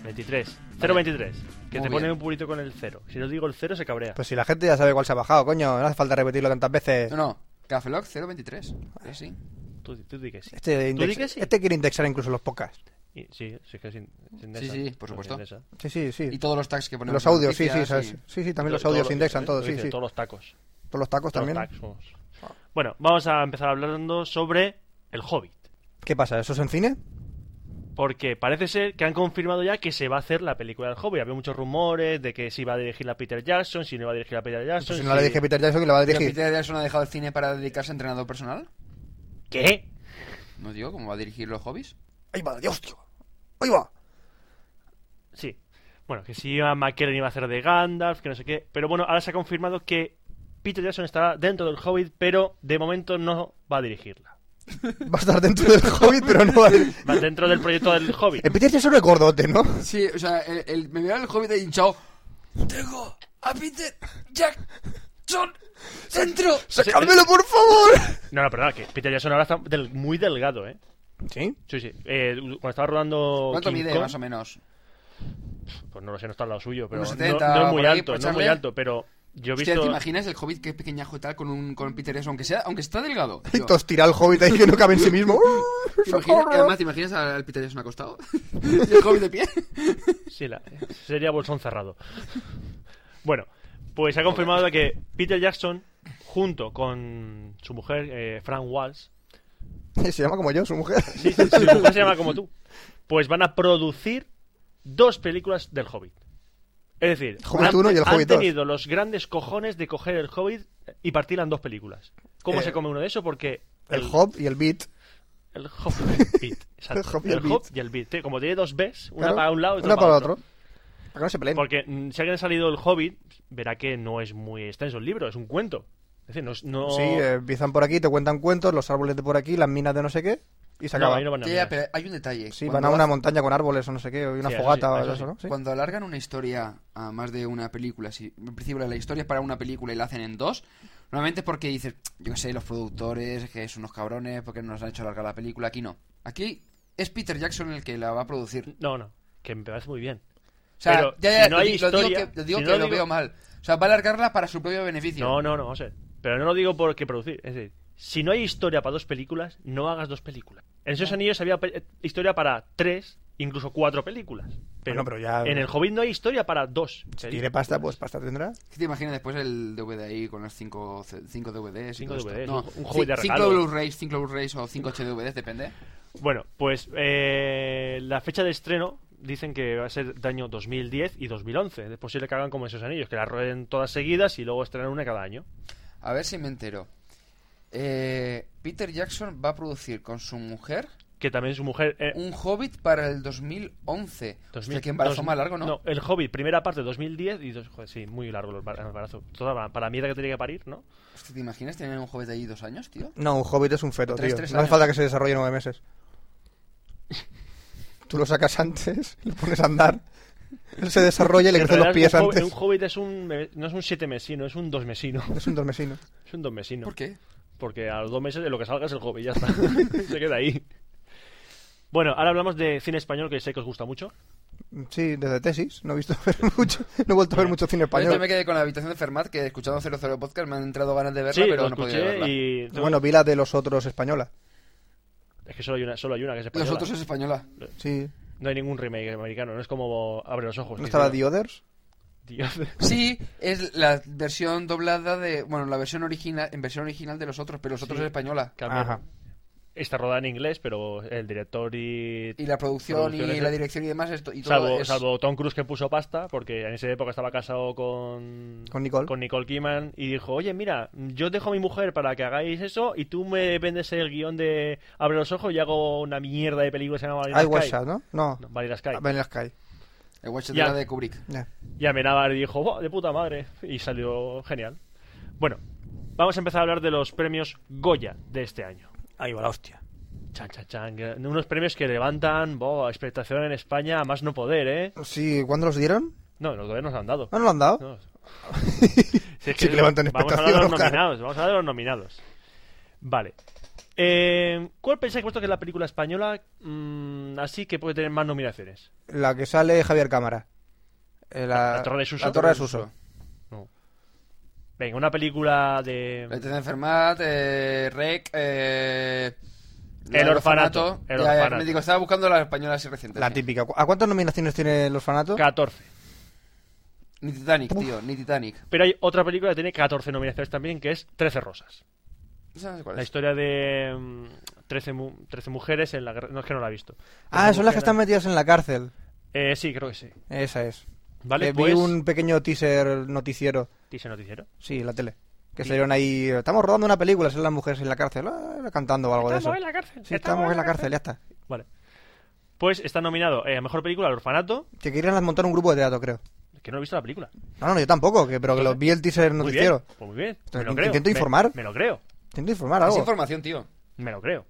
C: 23. 023. Que
D: Muy
C: te pone
D: bien.
C: un purito con el 0. Si no digo el 0 se cabrea.
E: Pues si la gente ya sabe cuál se ha bajado, coño, no hace falta repetirlo tantas veces.
D: No, no. Café Lock 023. Eh, Sí.
C: Tú, tú di que sí.
E: Este,
C: ¿Tú di
E: index-
C: que sí?
E: este quiere indexar incluso los podcasts.
C: Y- sí, sí, es que sin, sin
D: Sí,
C: esa.
D: sí, por
C: No,
D: supuesto.
C: sin esa.
E: Sí, sí, sí.
D: Y todos los tags que ponemos.
E: Los
D: en las
E: audios, sí, sí,
D: noticias
E: sabes.
D: y- ¿eh?
E: Sí, sí, también los
C: Todo-
E: audios
C: todo-
E: indexan todos, sí,
C: dice,
E: sí.
C: Todos los tacos.
E: Todos los tacos
C: Todos los
E: también. Ah.
C: tacos. vamos. Bueno, vamos a empezar hablando sobre El Hobbit.
E: ¿Qué pasa? ¿Eso es en cine?
C: Porque parece ser que han confirmado ya que se va a hacer la película del Hobbit. Había muchos rumores de que si iba a dirigirla Peter Jackson, si no iba a dirigirla Peter Jackson.
E: Pues si no le dije a Peter Jackson que la va a
D: ¿Pero
E: dirigir.
D: Peter Jackson ha dejado el cine para dedicarse a entrenador personal?
C: ¿Qué?
D: No digo, ¿cómo va a dirigir los hobbies?
E: ¡Ahí va, Dios, tío! ¡Ahí va!
C: Sí. Bueno, que si iba McKellen iba a hacer de Gandalf, que no sé qué. Pero bueno, ahora se ha confirmado que Peter Jackson estará dentro del Hobbit, pero de momento no va a dirigirla.
E: Va a
D: [LAUGHS]
E: estar dentro del Hobbit, pero no va a... El
C: Va dentro del proyecto del Hobbit.
E: Peter Jackson es gordote, ¿no?
D: Sí, o sea, el, el- me veo el hobbit ahí hinchado. Tengo a Peter Jackson dentro.
E: ¡Sacádmelo, por favor!
C: No, no, perdona, que Peter Jackson ahora está del- muy delgado, ¿eh?
E: ¿Sí?
C: Sí, sí. Eh, cuando estaba rodando.
D: ¿Cuánto
C: King
D: mide,
C: Kong,
D: más o menos?
C: Pues no lo sé, no está al lado suyo, pero.
D: Unos
C: no-
D: 70
C: no, es muy
D: por ahí,
C: alto,
D: por
C: no es muy
D: echarle.
C: alto, pero yo he
D: Hostia,
C: visto.
D: ¿te imaginas el hobbit que es pequeñajo y tal con, un, con Peter Jackson? Aunque, sea, aunque está delgado.
E: Y
D: Yo,
E: tostirá al Hobbit ahí que no cabe en sí mismo.
D: ¿te imaginas- y además, ¿te imaginas al al Peter Jackson acostado? [LAUGHS] y el hobbit de pie.
C: Sí, la- sería bolsón cerrado. [LAUGHS] Bueno, pues ha confirmado que Peter Jackson, junto con su mujer, eh, Fran Walsh,
E: Se llama como yo, su mujer.
C: sí, sí, su mujer se llama como tú, pues van a producir dos películas del Hobbit. Es decir,
E: Hobbit
C: han,
E: 1 y el
C: han
E: Hobbit 2.
C: tenido los grandes cojones de coger el Hobbit y partirla en dos películas. ¿Cómo
E: Eh,
C: se come uno de eso? Porque
E: El Hobbit y el Beat.
C: El hop y el
E: [LAUGHS]
C: beat. Exacto.
E: El hop y
C: el,
E: el beat.
C: hop y el beat. Te- Como tiene dos Bs, una
E: Claro,
C: para un lado y otra
E: una para
C: otro.
E: otro. Para que no se peleen.
C: Porque mm, si alguien ha salido el Hobbit, verá que no es muy extenso el libro, es un cuento. Es decir, no. es- no...
E: Sí, eh, empiezan por aquí, te cuentan cuentos, los árboles de por aquí, las minas de no sé qué, y se
C: No,
E: acaba.
C: ahí no van a
D: Ya, ya, pero hay un detalle.
E: Sí,
D: Cuando
E: van a una
D: hacen-
E: montaña con árboles o no sé qué, o una
C: Sí, eso sí,
E: fogata o
C: eso
E: algo
C: sí.
E: eso, ¿no? Sí.
D: Cuando alargan una historia a más de una película, si en principio la historia es para una película y la hacen en dos, normalmente es porque dices, yo qué sé, los productores, que son unos cabrones, porque nos han hecho alargar la película. Aquí no. Aquí es Peter Jackson el que la va a producir.
C: No, no, que me parece muy bien.
D: O sea,
C: Pero
D: ya, ya,
C: si no
D: lo,
C: hay
D: di- lo
C: historia,
D: digo que, lo, digo
C: si
D: que
C: no
D: lo
C: digo-
D: veo mal. O sea, va a alargarla para su propio beneficio.
C: No, no, no, no sé. Pero no lo digo porque producir. Es decir, si no hay historia para dos películas, no hagas dos películas. En esos anillos había pe- historia para tres, incluso cuatro películas. Pero,
E: Bueno, pero ya-
C: en el Hobbit no hay historia para dos. películas.
E: Tiene pasta, pues pasta tendrá.
D: ¿Qué te imaginas después el DVD ahí con los 5 DVDs? y
C: Cinco
D: todo esto?
C: DVDs,
D: No,
C: un- un juego de
D: cin- cinco
C: regalo.
D: Blu-rays, 5 Blu-rays o 5 HDVDs, depende.
C: Bueno, pues eh, la fecha de estreno dicen que va a ser de año 2010 y 2011. Es posible que hagan como esos anillos, que las rueden todas seguidas y luego estrenan una cada año.
D: A ver si me entero. Eh, Peter Jackson va a producir con su mujer
C: Que también su mujer. eh,
D: un Hobbit para el 2011. O
C: 2000,
D: sea, que embarazo
C: dos-
D: más largo, ¿no?
C: No, el Hobbit, primera parte 2010 y dos, joder, sí, muy largo el embar- el embarazo. Toda la- para la mierda que tenía que parir, ¿no?
D: Hostia, ¿Te imaginas tener un Hobbit ahí dos años, tío?
E: No, un hobbit es un feto,
D: Tres,
E: tío.
D: tres
E: no hace
D: años.
E: falta que se desarrolle nueve [LAUGHS] meses. Tú lo sacas antes, [LAUGHS] lo pones a andar, él se desarrolla y le
C: En
E: crecen los
C: realidad,
E: pies
C: un hobbit-
E: antes.
C: Un hobbit es un, no es un siete mesino, es un dos mesino. [LAUGHS]
E: Es un dormesino.
C: Es un dos mesino.
D: ¿Por qué?
C: Porque a los dos meses de lo que salga es el hobbit, ya está. [LAUGHS] Se queda ahí. Bueno, ahora hablamos de cine español que sé que os gusta mucho.
E: Sí, desde tesis, no he visto [LAUGHS] ver mucho, no he vuelto a ver mucho cine
D: Yo me
E: español.
D: quedé con la habitación de Fermat, que escuchando 00 Podcast me han entrado ganas de verla,
C: sí,
D: pero
C: lo
D: no podía verla.
C: escuché y...
E: Ah, Bueno, vi la de los otros española.
C: Es que solo hay una, solo hay una que es
D: Los
C: española.
D: otros es española.
E: Sí.
C: No hay ningún remake americano, no es como Abre los ojos.
E: ¿No
C: que
E: estaba
C: dice,
E: The Others?
C: Dios. [LAUGHS]
D: Sí, es la versión doblada de. Bueno, la versión original, en versión original de los otros, pero los otros
C: Sí.
D: es española.
C: Cambia.
E: Ajá.
C: Está rodada en inglés, pero el director y...
D: Y la producción y
C: Producciones-
D: la dirección y demás, esto, y todo
C: Salvo,
D: es-
C: salvo Tom Cruise que puso pasta, porque en esa época estaba casado con...
E: Con Nicole.
C: con Nicole Kidman y dijo, oye, mira, yo dejo a mi mujer para que hagáis eso y tú me vendes el guión de Abre los ojos y hago una mierda de película que se llama Vanilla
E: I
C: Sky.
E: Was Shot, Ah, ¿no? No.
C: No, Vanilla Sky.
E: Vanilla Sky.
D: El Watch de
C: Ya.
D: la de Kubrick.
E: Ya.
C: Y Amenábar dijo, "Buah, de puta madre, y salió genial. Bueno, vamos a empezar a hablar de los premios Goya de este año.
E: Ahí va la hostia.
C: Chan, chan, chan. que- Unos premios que levantan, boh, expectación en España, a más no poder, ¿eh?
E: Sí, ¿cuándo los dieron?
C: No, los gobiernos han dado.
E: ¿No nos lo han dado? [LAUGHS]
C: No,
E: sí, que levantan
C: vamos a hablar de los
E: expectación. Oscar.
C: nominados. Vamos a hablar de los nominados. Vale. Eh, ¿Cuál pensáis vosotros que es la película española mm, así que puede tener más nominaciones?
E: La que sale Javier Cámara. Eh, la,
C: ¿La Torre de Suso?
E: La Torre de Suso.
C: No. Venga, una película
D: La
C: de...
D: habitación de Fermat, eh, Rec. eh, la
C: El
D: del
C: orfanato, el
D: Ya, ya,
C: orfanato.
D: me digo, estaba buscando las españolas así recientes.
E: La típica. ¿A cuántas nominaciones tiene el orfanato?
C: 14.
D: Ni Titanic, tío, ni Titanic.
C: Pero hay otra película que tiene 14 nominaciones también, que es 13 rosas.
D: ¿Sabes cuál
C: La
E: Pues-
D: es?
C: historia de mm, 13, mu- 13 mujeres en la guerra... No, es que no la he visto. 13
E: Ah, son las que
C: mujeres-
E: están metidas en la cárcel.
C: Eh, sí, creo que sí.
E: Esa es.
C: Vale,
E: Que
C: pues...
E: Eh, Vi un pequeño teaser noticiero.
C: Dice noticiero.
E: Sí, en la tele. Que salieron ahí. Estamos rodando una película, son las mujeres en la cárcel. Ah, cantando o algo de eso.
C: en la cárcel.
E: Sí, estamos, en la cárcel, ya está.
C: Vale. Pues está nominado eh, a Mejor Película, El Orfanato,
E: Que querían montar un grupo de teatro, creo.
C: que no he visto la película.
E: No, no, yo tampoco, que, pero que lo
C: Entonces,
E: vi el teaser
C: Muy bien,
E: noticiero.
C: Pues muy bien. Me
E: Entonces,
C: lo creo.
E: intento
C: Me-
E: informar.
C: Me lo creo.
E: Intento informar
D: Es
E: algo.
D: información, tío.
C: Me lo creo.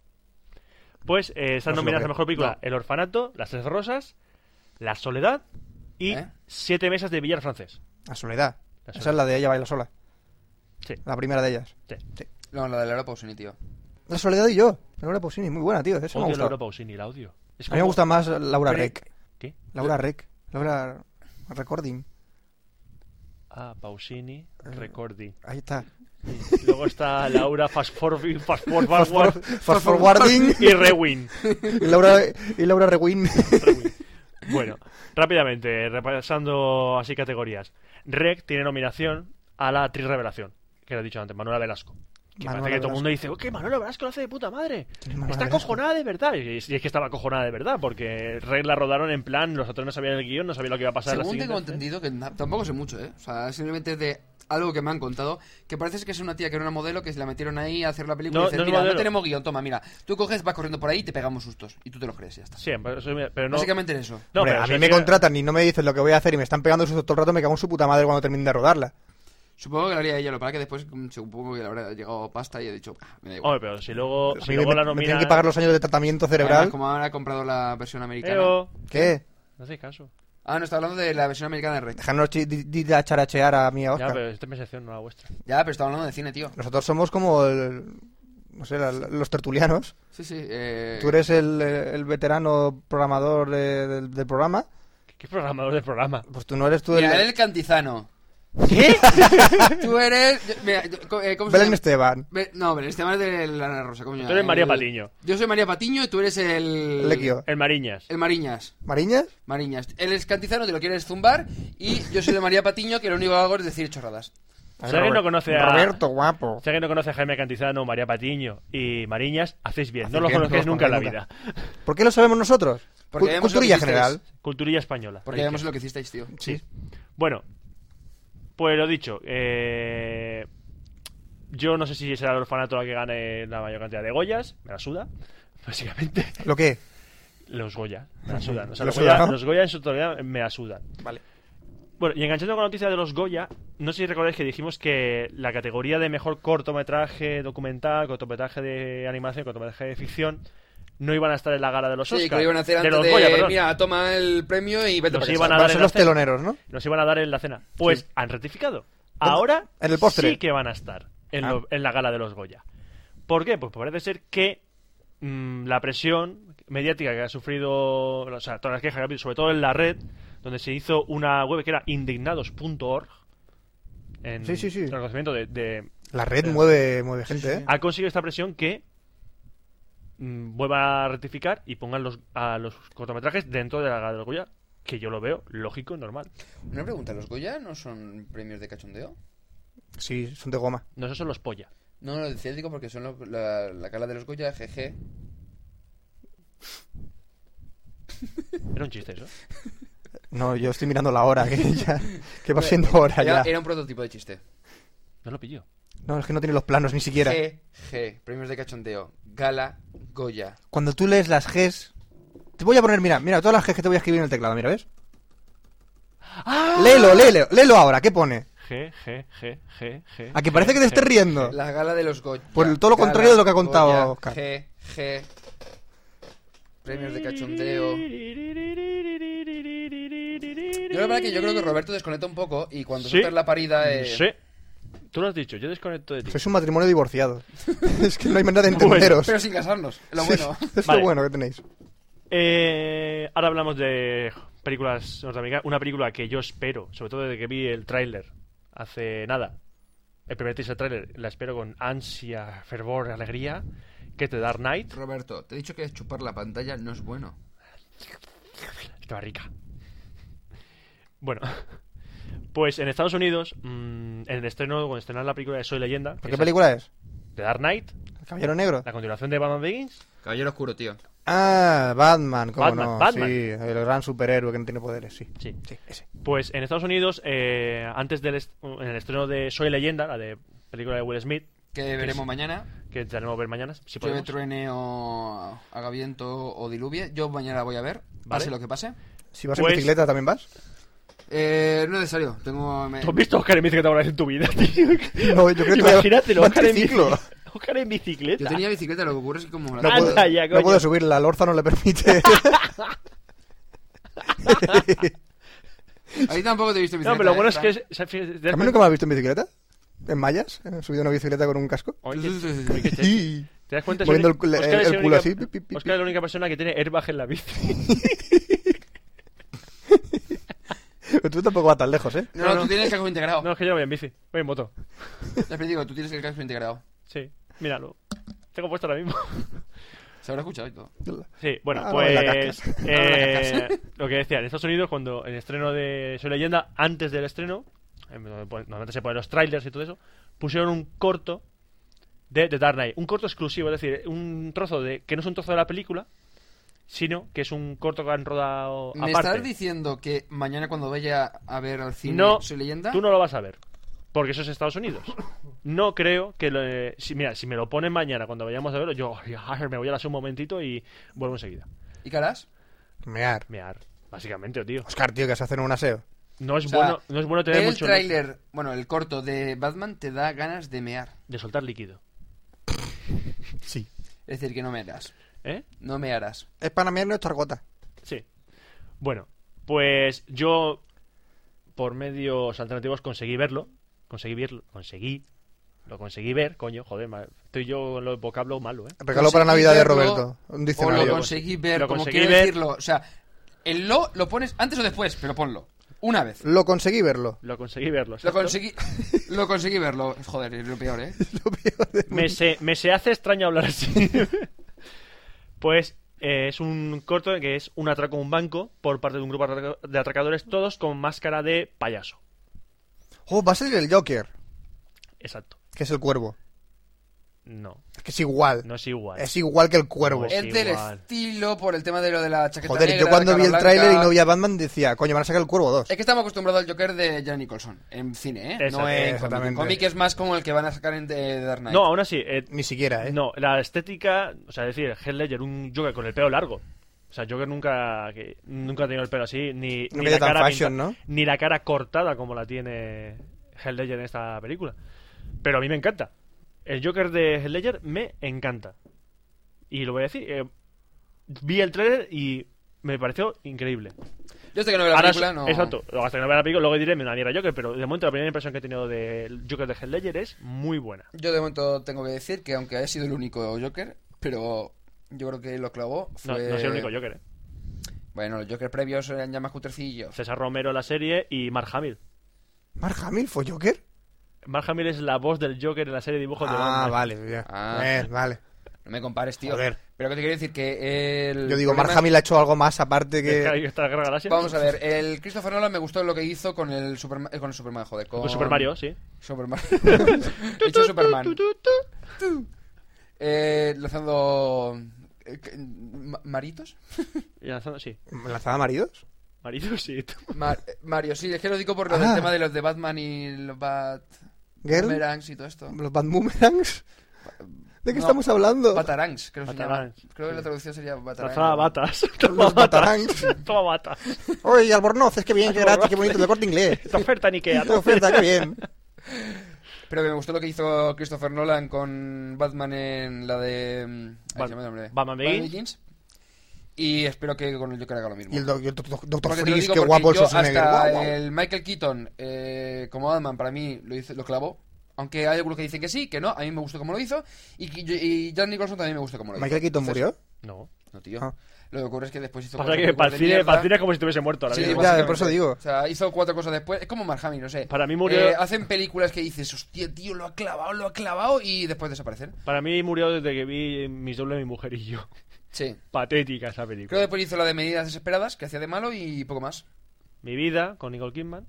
C: Pues eh, están
E: No se lo
C: nominadas a
E: creo.
C: Mejor Película, El Orfanato, Las Tres Rosas, La Soledad y
D: ¿Eh?
C: Siete Mesas de Villar Francés.
E: La soledad.
C: La
E: Esa
C: Soledad.
E: es la de ella baila sola.
C: Sí.
E: La primera de ellas.
C: Sí.
D: No, la de Laura Pausini, tío.
E: La soledad y yo. Laura Pausini, muy buena, tío. Eso me
C: Odio
E: gusta.
C: Laura Pausini, la odio. Es
E: A mí me
C: como-
E: gusta más Laura
D: Rec.
E: Rec.
C: ¿Qué?
E: Laura Rec. Laura Recording.
C: Ah,
E: Eh.
C: Pausini, Recordi. [LAUGHS]
E: Ahí está.
C: Y Luego está Laura Fast Forward, Fast Forward
E: Fast Forwarding.
C: y Rewind.
E: y Laura, y Laura Rewind. [LAUGHS]
C: Bueno, rápidamente, repasando así categorías. Rec tiene nominación a la actriz revelación, que lo he dicho antes, Manuela Velasco. Que parece que
E: Manuela
C: todo el
E: Velasco.
C: mundo dice, "Oh, que Manuela Velasco lo hace de puta madre.
E: ¿Quién es Manuela
C: Está
E: Velasco?
C: acojonada de verdad. Y es y es que estaba acojonada de verdad, porque Rec la rodaron en plan, los otros no sabían el guión, no sabían lo que iba a pasar. la
D: Según tengo
C: siguiente-
D: ¿eh? entendido, que na- tampoco sé mucho, ¿eh? O sea, simplemente de algo que me han contado, que parece que es una tía que era una modelo que se la metieron ahí a hacer la película
C: No,
D: y dicen,
C: no es
D: mira, no
C: modelo".
D: tenemos guión, toma, mira, tú coges, vas corriendo por ahí y te pegamos sustos. Y tú te lo crees, ya está.
C: Sí, pero, eso- pero no.
D: Básicamente en eso.
C: No,
E: Hombre,
C: pero
E: a
C: eso
E: mí me
C: sí-
E: contratan y no me dicen lo que voy a hacer y me están pegando susto todo el rato, me cago en su puta madre cuando termine de rodarla.
D: Supongo que lo haría ella, lo que pasa que después mm, supongo que le habrá llegado pasta y he dicho, "Ah, me da igual.
C: Hombre, pero si luego,
E: A
C: si
E: mí
C: luego
E: me,
C: la
E: me
C: nominan.
E: tienen que pagar los años de tratamiento cerebral.
D: Además, como ahora comprado la versión americana.
C: Eo,
E: ¿Qué?
C: No hacéis caso.
D: Ah, no, está hablando de la versión americana de Red.
E: Dejarnos chi- di- di- di- charachear a mí y a
C: Ya,
E: Oscar.
C: pero esta es mi sección, no la vuestra. [LAUGHS]
D: Ya, pero está hablando de cine, tío.
E: Nosotros somos como el- no sé, la- la- los tertulianos.
D: Sí, sí. Eh...
E: Tú eres el, el veterano programador de- del, del programa.
C: ¿Qué programador de programa?
E: Pues tú no eres tú
D: Mira,
E: el...
D: él el cantizano.
E: [LAUGHS] ¿Qué?
D: [LAUGHS] Tú eres. yo- mira, yo- co- eh, ¿Cómo se
E: Belén
D: llama?
E: Esteban.
D: Be- No, Belén Esteban es de la Ana Rosa. ¿cómo se llama?
C: Tú eres María
D: El-
C: Patiño.
D: Yo soy María Patiño y tú eres el.
E: Lequio.
C: El Mariñas.
D: El Mariñas.
E: ¿Mariñas?
D: Mariñas. Él es cantizano, te lo quieres zumbar. Y yo soy de María Patiño, que lo único que hago es decir chorradas.
C: Si alguien no conoce a.
E: Ah, Roberto, guapo.
C: Si alguien no conoce a Jaime Cantizano, María Patiño y Mariñas, hacéis bien.
E: Hacéis
C: No los
E: bien, no
C: conocéis
E: los
C: nunca en la
E: conocéis
C: vida.
E: ¿Por qué lo sabemos nosotros?
D: Porque vemos
E: Cu-
D: lo que
E: Culturilla
D: hicisteis.
E: general.
C: Culturilla española.
D: Porque
C: Ahí
D: vemos
C: que-
D: lo que hicisteis, tío.
E: Sí.
C: Bueno, pues lo dicho. eh, Yo no sé si será el orfanato la que gane la mayor cantidad de Goyas. Me la suda, básicamente. [LAUGHS]
E: ¿Lo qué?
C: Los Goya, me la sudan. O sea,
E: Lo
C: los, Goya,
E: suda, ¿no?
C: los Goya en su totalidad me la sudan. Vale. Bueno, y enganchando con la noticia de los Goya, no sé si recordáis que dijimos que la categoría de mejor cortometraje documental, cortometraje de animación, cortometraje de ficción, no iban a estar en la gala de los
D: Sí,
C: Oscars.
D: que lo iban a hacer
C: de
D: antes
C: los
D: de.
C: Goya, perdón.
D: Mira, toma el premio y vete
C: Los
D: para
C: iban
D: casa.
C: a
E: Van a
C: dar
E: ser
C: en
E: los
C: la cena.
E: teloneros, ¿no?
C: Los iban a dar en la cena. Pues
D: Sí.
C: han ratificado. Ahora
E: En el postre.
C: sí que van a estar en,
E: Ah.
C: lo- en la gala de los Goya. ¿Por qué? Pues parece ser que mm, la presión mediática que ha sufrido, o sea, todas las quejas que ha habido, sobre todo en la red, donde se hizo una web que era indignados.org, en
E: Sí, sí, sí.
C: reconocimiento de- de,
E: La red mueve, mueve gente, ¿eh?
C: ha conseguido esta presión que mm, vuelva a rectificar y pongan los, a los cortometrajes dentro de la gala de los Goya, que yo lo veo lógico y normal.
D: Una pregunta: ¿los Goya no son premios de cachondeo?
E: Sí, son de goma.
C: No, esos son los polla.
D: No, lo decía digo porque son lo- la, la cala de los Goya, jeje.
C: Era un chiste eso.
E: No, yo estoy mirando la hora, que [LAUGHS] ya... Que va siendo hora
D: Era,
E: Ah, ya.
D: era un prototipo de chiste.
C: No lo pilló.
E: No, es que no tiene los planos ni siquiera.
D: GG, premios de cachondeo. Gala, Goya.
E: Cuando tú lees las Gs... Te voy a poner, mira, mira, todas las Gs que te voy a escribir en el teclado, mira, ¿ves? Léelo, léelo, léelo ahora, ¿qué pone?
C: G, G, G, G, G.
E: A que parece que te estés riendo.
D: La gala de los Goya.
E: Ah. Por el- todo lo
D: Gala,
E: contrario de lo que ha contado
D: Goya,
E: Oscar.
D: GG. Premios de cachondeo. Yo la verdad que yo creo que Roberto desconecta un poco y cuando
C: Sí.
D: sueltas la parida. Eh...
C: Sí. Tú lo has dicho, yo desconecto de ti.
E: Sois un matrimonio divorciado. [LAUGHS] es que no hay manera de entenderos.
D: Pero sin casarnos. Lo
E: [LAUGHS]
D: bueno.
E: es
C: Vale.
E: lo bueno que tenéis.
C: Eh, ahora hablamos de películas norteamericanas. Una película que yo espero, sobre todo desde que vi el tráiler hace nada. El primer teaser tráiler la espero con ansia, fervor, alegría. Que te Dark Knight.
D: Roberto, te he dicho que chupar la pantalla no es bueno.
C: Estaba rica. Bueno, pues en Estados Unidos, mm, en el estreno, cuando estrenar la película de Soy Leyenda,
E: ¿Por
C: que
E: qué
C: es
E: película es?
C: The Dark Knight,
E: ¿El Caballero Negro?
C: la continuación de Batman Begins,
D: Caballero oscuro, tío.
E: Ah, Batman, cómo
C: Batman,
E: no.
C: Batman.
E: Sí, el gran superhéroe que no tiene poderes, sí.
C: Sí.
E: Sí, ese.
C: Pues en Estados Unidos, eh, antes del est- en el estreno de Soy Leyenda, la de película de Will Smith,
D: Que veremos mañana.
C: que tenemos que ver mañana, si
D: Yo me
C: podemos.
D: truene o haga viento o diluvie. Yo mañana voy a ver.
C: Vale.
D: Pase lo que pase.
E: Si vas
C: Pues-
E: en bicicleta, ¿también vas? [LAUGHS]
D: Eh, no es necesario. Tengo. me-
C: ¿Tú has visto a Oscar en bicicleta alguna vez en tu vida, tío?
E: No,
C: [LAUGHS]
E: yo creo que
C: Imagínatelo,
E: va en
C: Oscar en,
E: triciclo. [LAUGHS]
C: bici- [LAUGHS] Oscar en bicicleta.
D: Yo tenía bicicleta, lo que ocurre es que como la
E: No
C: Anda
E: puedo,
C: ya,
E: no
C: coño.
E: puedo subir, la lorza no
C: [LAUGHS]
E: le permite.
D: Ahí tampoco te he visto en
C: No,
D: bicicleta.
C: pero lo
D: ¿eh?
C: bueno es que...
D: Fran.
C: es- se- se-
E: ¿A mí nunca me has visto en bicicleta? ¿En mallas? ¿He subido una bicicleta con un casco?
C: Oye,
D: Sí, sí, sí,
C: oye,
D: sí.
C: que te-
E: [LAUGHS]
C: ¿Te das cuenta? Es
E: Moviendo
C: el único-
E: el cul-
C: Oscar
E: el-
C: es
E: el culo
C: única-
E: así, pi, pi, pi,
C: Oscar es la única persona que tiene airbag en la
E: [LAUGHS]
C: bici.
E: Tú tampoco vas tan lejos, ¿eh?
D: No, no, tú tienes el casco integrado.
C: No, es que yo no voy en bici, voy en moto.
D: Ya te digo, tú tienes el casco integrado.
C: Sí, míralo. Tengo puesto ahora mismo.
D: Se habrá escuchado y todo.
C: Sí, bueno,
E: Ah,
C: pues
E: [LAUGHS] no, la cascas.
C: eh, [LAUGHS] lo que decía, en Estados Unidos cuando el estreno de Soy Leyenda, antes del estreno, eh, donde pon- normalmente se ponen los trailers y todo eso, pusieron un corto de The Dark Knight, un corto exclusivo, es decir, un trozo de que no es un trozo de la película, sino que es un corto que han rodado
D: ¿Me
C: aparte.
D: estás diciendo que mañana cuando vaya a ver al cine
C: no,
D: soy leyenda?
C: tú no lo vas a ver. Porque eso es Estados Unidos. No creo que... lo- eh, si, mira, si me lo ponen mañana cuando vayamos a verlo, yo me voy a las un momentito y vuelvo enseguida.
D: ¿Y qué harás?
E: Mear.
C: Mear, básicamente, tío.
E: Oscar, tío, que vas a hacer un aseo.
C: No es,
D: O sea,
C: bueno, no es bueno tener
D: ver
C: mucho...
D: El tráiler, bueno, el corto de Batman te da ganas de mear.
C: De soltar líquido.
E: Sí.
D: Es decir, que no me harás.
C: ¿Eh?
D: No me harás.
E: Es para mear no echar gota.
C: Sí. Bueno, pues yo por medios alternativos conseguí verlo. Conseguí verlo. Conseguí. Lo conseguí ver, coño. Joder, ma- estoy yo con los vocablos malo, ¿eh?
E: Regalo para
D: Conseguí
E: Navidad de
D: verlo,
E: Roberto. Un
D: O lo
E: diccionario.
D: conseguí ver,
C: Lo
D: como
C: conseguí
D: quiero
C: ver.
D: decirlo. O sea, el lo lo pones antes o después, pero ponlo. Una vez.
E: Lo conseguí verlo.
C: Lo conseguí verlo.
D: Lo
C: ¿cierto?
D: conseguí, lo conseguí verlo. Joder, es lo peor,
C: [LAUGHS]
D: ¿eh?
C: Pues Me se, me se hace extraño hablar así. [LAUGHS] pues eh, es un corto que es un atraco a un banco por parte de un grupo atraca- de atracadores, todos con máscara de payaso.
E: Oh, va a ser el Joker,
C: Exacto.
E: que es el cuervo.
C: No,
E: Es que es igual.
C: no es igual.
E: Es igual que el cuervo.
C: Pues
D: Es del
C: igual.
D: estilo, por el tema de lo de la chaqueta
E: Joder,
D: negra,
E: yo cuando
D: la
E: vi el
D: cara
E: tráiler y
D: blanca.
E: no vi a Batman decía, coño, van a sacar el cuervo 2.
D: Es que estamos acostumbrados al Joker de Jack Nicholson en cine, ¿eh?
C: Exacto.
D: No en cómic. En
E: Exactamente.
D: cómic es más como el que van a sacar en eh, Dark Knight.
C: No, aún así. eh,
E: Ni siquiera, ¿eh?
C: No, la estética, o sea, es decir, Heath Ledger, un Joker con el pelo largo. O sea, Joker nunca, que- nunca ha tenido el pelo así, ni,
E: Nunca
C: ni,
E: ha
C: la
E: ido tan
C: cara
E: fashion,
C: pinta-
E: ¿no?
C: ni la cara cortada como la tiene Heath Ledger en esta película. Pero a mí me encanta. El Joker de Heath Ledger me encanta. Y lo voy a decir, eh, vi el trailer y me pareció increíble.
D: Yo sé que no veo la
C: Ahora,
D: película, no.
C: Exacto, luego hasta que no vea la película, luego diré, me da mierda Joker, pero de momento la primera impresión que he tenido del Joker de Heath Ledger es muy buena.
D: Yo de momento tengo que decir que aunque haya sido el único Joker, pero yo creo que lo clavó.
C: No,
D: Fue...
C: no soy el único Joker, ¿eh?
D: Bueno, los Joker previos eran ya más cutrecillos.
C: César Romero la serie y Mark Hamill.
E: ¿Mark Hamill fue Joker?
C: Mark Hamill es la voz del Joker en la serie de dibujos de
E: Ah,
C: Batman.
E: vale, ya.
D: Ah.
E: Eh, vale.
D: No me compares, tío.
E: Joder.
D: Pero que te quiero decir que el.
E: Yo digo,
D: problema-
E: Mark Hamill ha hecho algo más aparte
C: [LAUGHS] Es que ahí
E: que...
C: está la Guerra Galaxia.
D: Vamos a ver, el Christopher Nolan me gustó lo que hizo con el Superman, con el Superman joder, con,
C: Con Super Mario, sí.
E: [LAUGHS]
D: Superman. [LAUGHS] He dicho Superman. Eh, lanzando eh, que- ma- maritos.
C: Y lanzando, sí.
E: ¿Lanzaba maridos?
C: Marido, [LAUGHS] sí.
D: Ma- eh, Mario, sí, es que lo digo por lo del
E: Ah.
D: tema de los de Batman y los Bat
E: ¿Girl?
D: Boomerangs y todo esto.
E: ¿Los Bad Boomerangs? ¿De qué
D: No,
E: estamos hablando?
D: Batarangs, creo que se llama.
C: Batarangs,
D: Creo que la traducción sería Batarangs.
C: Lanzaba batas. Toma
E: Los
C: batas.
E: batarangs.
C: Toma batas.
E: Oye, Albornoz, es que bien, qué gratis, qué bonito, de corte
D: [LAUGHS]
E: inglés.
C: Esta oferta en Ikea.
E: Qué oferta, qué bien.
D: Pero que me gustó lo que hizo Christopher Nolan con Batman en la de. mm, ay, se
C: Bat-
D: me llama el nombre.
C: Batman Begins.
D: Y espero que con el Joker haga lo mismo.
E: Y el, doc- y el doc- doc- Doctor
D: Porque te lo
E: Freeze,
D: digo
E: qué
D: porque
E: guapo el
D: yo
E: Schwarzenegger.
D: Hasta
E: guau, guau.
D: el Michael Keaton eh, como Batman para mí lo, hizo, lo clavó. Aunque hay algunos que dicen que sí, que no. A mí me gustó como lo hizo. Y, que- y Jack Nicholson también me gustó como lo hizo.
E: ¿Michael Keaton
D: Entonces-
E: murió?
C: No.
D: No, tío.
E: Ah.
D: Lo que ocurre es que después hizo
C: Pasa
D: cuatro
C: que para el
D: películas de
C: cine,
D: mierda.
C: para el cine es como si estuviese muerto ahora
D: Sí,
C: mismo.
E: ya,
D: básicamente.
E: por eso digo.
D: O sea, hizo cuatro cosas después. Es como Marjami, no sé.
C: Para mí murió-
D: Eh, hacen películas que dices, hostia, tío, lo ha clavado, lo ha clavado y después desaparecen.
C: Para mí murió desde que vi Mis doble, mi mujer y yo. [LAUGHS]
D: Sí.
C: Patética esa
D: Creo que
C: película.
D: después hizo la de Medidas Desesperadas, que hacía de malo y poco más.
C: Mi vida con Nicole Kidman.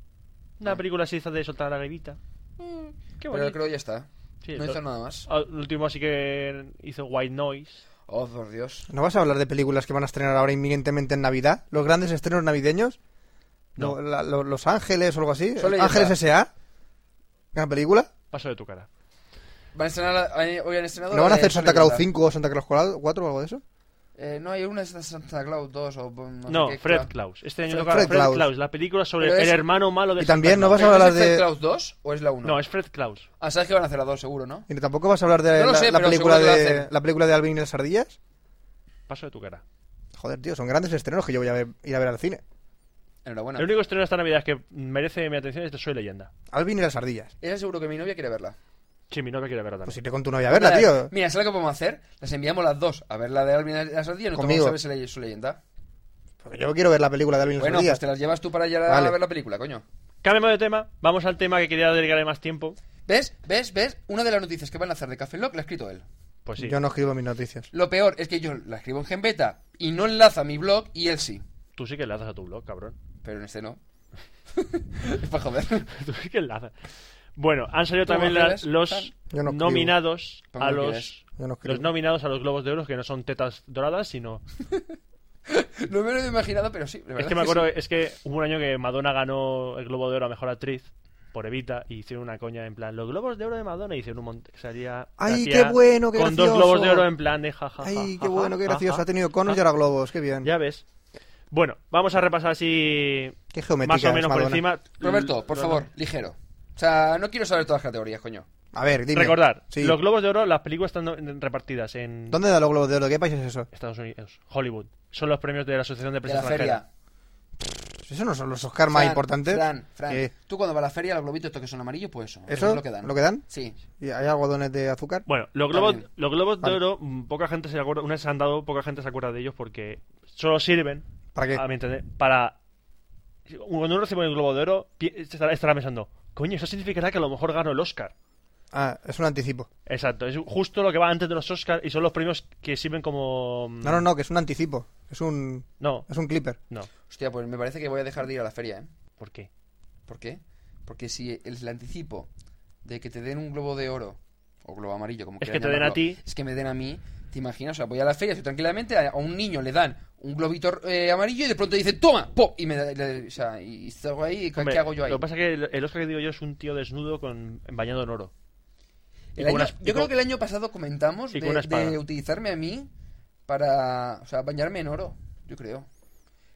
C: Una película así esa de soltar la gaivita. Mm, Qué
D: Ah. Pero
C: bonito.
D: creo que ya está.
C: Sí,
D: no
C: lo-
D: hizo nada más.
C: Ah, El último así que hizo White Noise.
D: Oh, por Dios.
E: ¿No vas a hablar de películas que van a estrenar ahora inminentemente en Navidad? ¿Los grandes estrenos navideños?
C: No.
E: Lo- la- lo- ¿Los Ángeles o algo así?
D: Solo ya
E: ¿Ángeles
D: está.
E: S.A.? ¿Gran película?
C: Paso de tu cara.
D: Van a estrenar, la- eh, hoy han estrenado.
E: ¿No van
D: la
E: a
D: de
E: hacer Santa Claus
D: Soledad.
E: 5 o Santa Claus 4 o algo de eso?
D: Eh, no, hay una de Santa Claus 2 o no, sé
C: No,
D: qué,
C: Fred
D: claro.
C: Claus. Este año
E: Fred
C: toca Fred,
E: Claus.
C: Claus, la película sobre
D: Pero es-
C: el hermano malo de
E: Y también no
C: Santa
E: vas a
D: ¿Pero
E: hablar
D: ¿Es Fred
E: de...
D: Claus 2 o es la 1?
C: Claus. No, es Fred Claus.
D: Ah, sabes que van a hacer la 2 seguro, ¿no?
E: Y tampoco vas a hablar de
D: No lo
E: la,
D: sé,
E: la
D: pero
E: película
D: seguro que lo
E: de
D: hacen.
E: la película de Alvin y las ardillas.
C: Paso de tu cara.
E: Joder, tío, son grandes estrenos que yo voy a ver- ir a ver al cine.
D: Enhorabuena.
C: El único estreno esta Navidad que merece mi atención es de Soy Leyenda.
E: Alvin y las ardillas.
D: Esa seguro que mi novia quiere verla.
C: Sí, mi novia quiere verla
E: Pues
C: también.
E: iré con tu novia a verla,
D: Mira, eh,
E: tío.
D: Mira, ¿sabes lo que podemos hacer? Las enviamos las dos a ver la de Alvin y las ardillas y nos
E: Conmigo.
D: tomamos a ver si le- su leyenda.
E: Porque yo quiero ver la película de Alvin y las
D: Bueno, pues
E: ardillas.
D: te las llevas tú para allá
E: Vale.
D: a ver la película, coño.
C: Cambiamos de tema. Vamos al tema que quería dedicarle más tiempo.
D: ¿Ves? ¿Ves? ¿Ves? Una de las noticias que van a hacer de Café Lock la ha escrito él.
C: Pues sí.
E: Yo no escribo mis noticias.
D: Lo peor es que yo la escribo en Genbeta y no enlaza a mi blog y él sí.
C: Tú sí que enlazas a tu blog, cabrón. [LAUGHS]
D: Pero en este no. [LAUGHS] es para joder.
C: Tú sí que enlazas. Bueno, han salido
D: ¿Tú
C: también
D: no
C: la-
D: quieres?
C: los
D: Tal.
E: Yo no escribo.
C: nominados
D: Tú no
C: a los
D: quieres.
E: Yo no escribo.
C: los nominados a los Globos de Oro que no son tetas doradas, sino
D: No me lo he imaginado, pero sí. la verdad
C: es que me
D: sí.
C: acuerdo es que hubo un año que Madonna ganó el Globo de Oro a mejor actriz por Evita y hicieron una coña en plan los globos de oro de Madonna y hicieron un montón que salía
E: Ay,
C: la
E: qué
C: tía
E: bueno, qué
C: con
E: gracioso.
C: dos globos de oro en plan de jajaja
E: Ay, qué bueno, qué gracioso. Ha tenido conos y ahora globos, qué bien.
C: ya ves bueno vamos a repasar así
E: Qué geométrica
C: más o
E: es
C: menos por
E: Madonna.
C: encima
D: Roberto, por
C: Lo-
D: favor, ligero. O sea, no quiero saber todas las categorías, coño.
E: A ver, dime.
C: recordar
E: Sí.
C: los globos de oro las películas están en- repartidas en
E: ¿Dónde da los globos de oro? ¿Qué país es eso?
C: Estados Unidos Hollywood son los premios de la Asociación de
D: De
C: Prensa
D: la
C: Extranjera
D: feria.
E: ¿Eso no son los Oscar más
D: Fran,
E: importantes?
D: Fran, Fran.
E: ¿Qué?
D: Tú cuando vas a la feria, los globitos estos que son amarillos, pues eso.
E: ¿Eso?
D: es lo que dan.
E: ¿Lo que dan?
D: Sí.
E: ¿Y ¿Hay algodones de azúcar?
C: Bueno, los globos,
D: También.
C: los globos
E: Vale.
C: de oro, mm, poca gente se acuerda, una vez se han dado, poca gente se acuerda de ellos porque solo sirven,
E: ¿Para qué?
C: a mi entender, para... Cuando uno recibe el globo de oro, pi- estará, estará pensando, coño, eso significará que a lo mejor gano el Oscar.
E: Ah, es un anticipo.
C: Exacto, es justo lo que va antes de los Oscars y son los premios que sirven como... mm,
E: No, no, no, que es un anticipo. Es un,
C: No,
E: es un clipper.
C: no.
D: Hostia, pues me parece que voy a dejar de ir a la feria, ¿eh?
C: ¿Por qué?
D: ¿Por qué? Porque si el, el anticipo de que te den un globo de oro o globo amarillo, como
C: Es que
D: quieran
C: te den a
D: llamarlo,
C: ti.
D: es que me den a mí, ¿te imaginas? O sea, voy a la feria, estoy tranquilamente, a, a un niño le dan un globito eh, amarillo y de pronto dice ¡Toma! ¡Pop! Y me da, le- o sea, y salgo ahí, ¿qué,
C: Hombre,
D: qué hago yo ahí?
C: Lo que pasa es que el, el Oscar que digo yo es un tío desnudo con bañado en oro. y
D: El
C: con
D: año-
C: unas- y
D: yo creo
C: con-
D: que el año pasado comentamos
C: y
D: de,
C: con una espada.
D: de utilizarme a mí para, o sea, bañarme en oro, yo creo.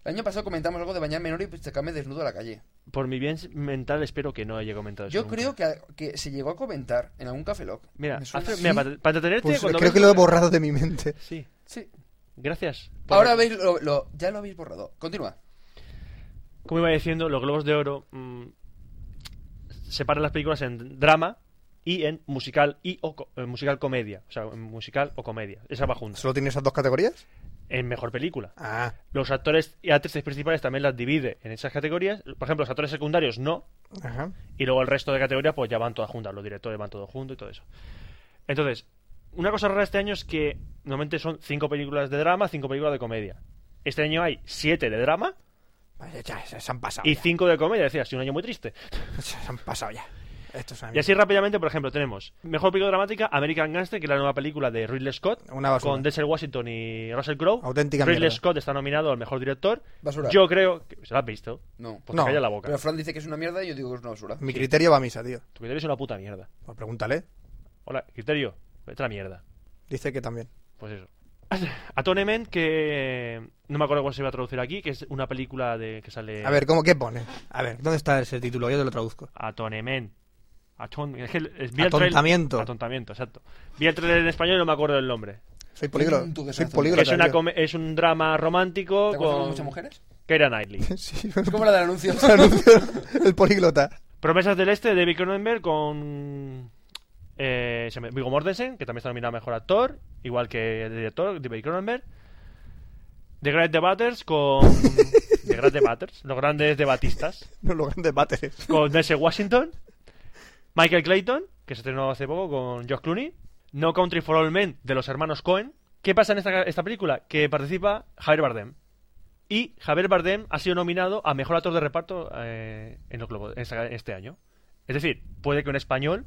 D: El año pasado comentamos algo de bañarme en oro y pues, sacarme desnudo a la calle.
C: Por mi bien mental espero que no haya comentado eso
D: Yo
C: nunca.
D: creo que, que se llegó a comentar en algún café lock.
C: Mira,
D: Me suena.
C: hace- mira,
E: ¿Sí?
C: para, para entretenerte...
E: Pues
C: Este cuando
E: creo
C: ves-
E: que lo he borrado de mi mente.
C: Sí,
D: Sí.
C: gracias. por-
D: Ahora veis lo, lo- ya lo habéis borrado. Continúa.
C: como iba diciendo, los Globos de Oro mm, separan las películas en drama y en musical y o co- eh, musical comedia, o sea, en musical o comedia, esa va junta.
E: ¿Solo tiene esas dos categorías?
C: En mejor película.
E: Ah,
C: Los actores y actrices principales también las divide en esas categorías. Por ejemplo, los actores secundarios no,
E: ajá.
C: y luego el resto de categorías pues ya van todas juntas, los directores van todos juntos y todo eso. Entonces, una cosa rara este año es que normalmente son cinco películas de drama, cinco películas de comedia. Este año hay siete de drama
E: Vaya, Ya, se se han pasado.
C: y
E: ya.
C: cinco de comedia. Decía, ha sido un año muy triste.
E: Se han pasado ya. Esto es una
C: Y así rápidamente, por ejemplo, tenemos Mejor Película Dramática, American Gangster, que es la nueva película de Ridley Scott,
E: Una basura.
C: con Denzel Washington y Russell Crowe.
E: Auténtica
C: Ridley
E: mierda.
C: Scott está nominado al Mejor Director.
D: Basura.
C: Yo creo... Que... ¿Se la has visto?
D: No.
C: Pues
E: No,
C: te calla la boca.
D: Pero Fran dice que es una mierda y yo digo que es una basura.
E: Mi criterio va a misa, tío.
C: Tu criterio es una puta mierda.
E: Pues pregúntale.
C: Hola, criterio, vete a la mierda.
E: Dice que también.
C: Pues eso. [CLEARS THROAT] Atonement, que... No me acuerdo cómo se iba a traducir aquí, que es una película de que sale...
E: A ver, ¿cómo qué pone? A ver, ¿dónde está ese título? Yo te lo traduzco.
C: Atonement. Aton- Es que el- es- vi el trailer-
E: Atontamiento.
C: Atontamiento, exacto. Vi el trailer en español y no me acuerdo del nombre.
E: Soy políglota.
D: Tú que
E: Soy
D: sabes
E: políglota.
C: Es, una
E: tío.
C: come- es un drama romántico
D: ¿Te acuerdas con
C: con...
D: muchas
C: [LAUGHS]
D: mujeres?
C: Keira Knightley.
E: [LAUGHS] Sí,
D: Es como la del anuncio.
E: el políglota.
C: Promesas del Este de David Cronenberg con eh, se me- Viggo Mortensen, que también está nominado a Mejor Actor, igual que el director David Cronenberg. The Great Debaters con...
E: [LAUGHS]
C: The Great Debaters, los grandes debatistas,
E: No lo grandes debates.
C: con Denzel Washington. Michael Clayton, que se estrenó hace poco con Josh Clooney. No Country for All Men, de los hermanos Cohen. ¿Qué pasa en esta, esta película? Que participa Javier Bardem. Y Javier Bardem ha sido nominado a Mejor Actor de Reparto eh, en los Globos, en esta- este año. Es decir, puede que un español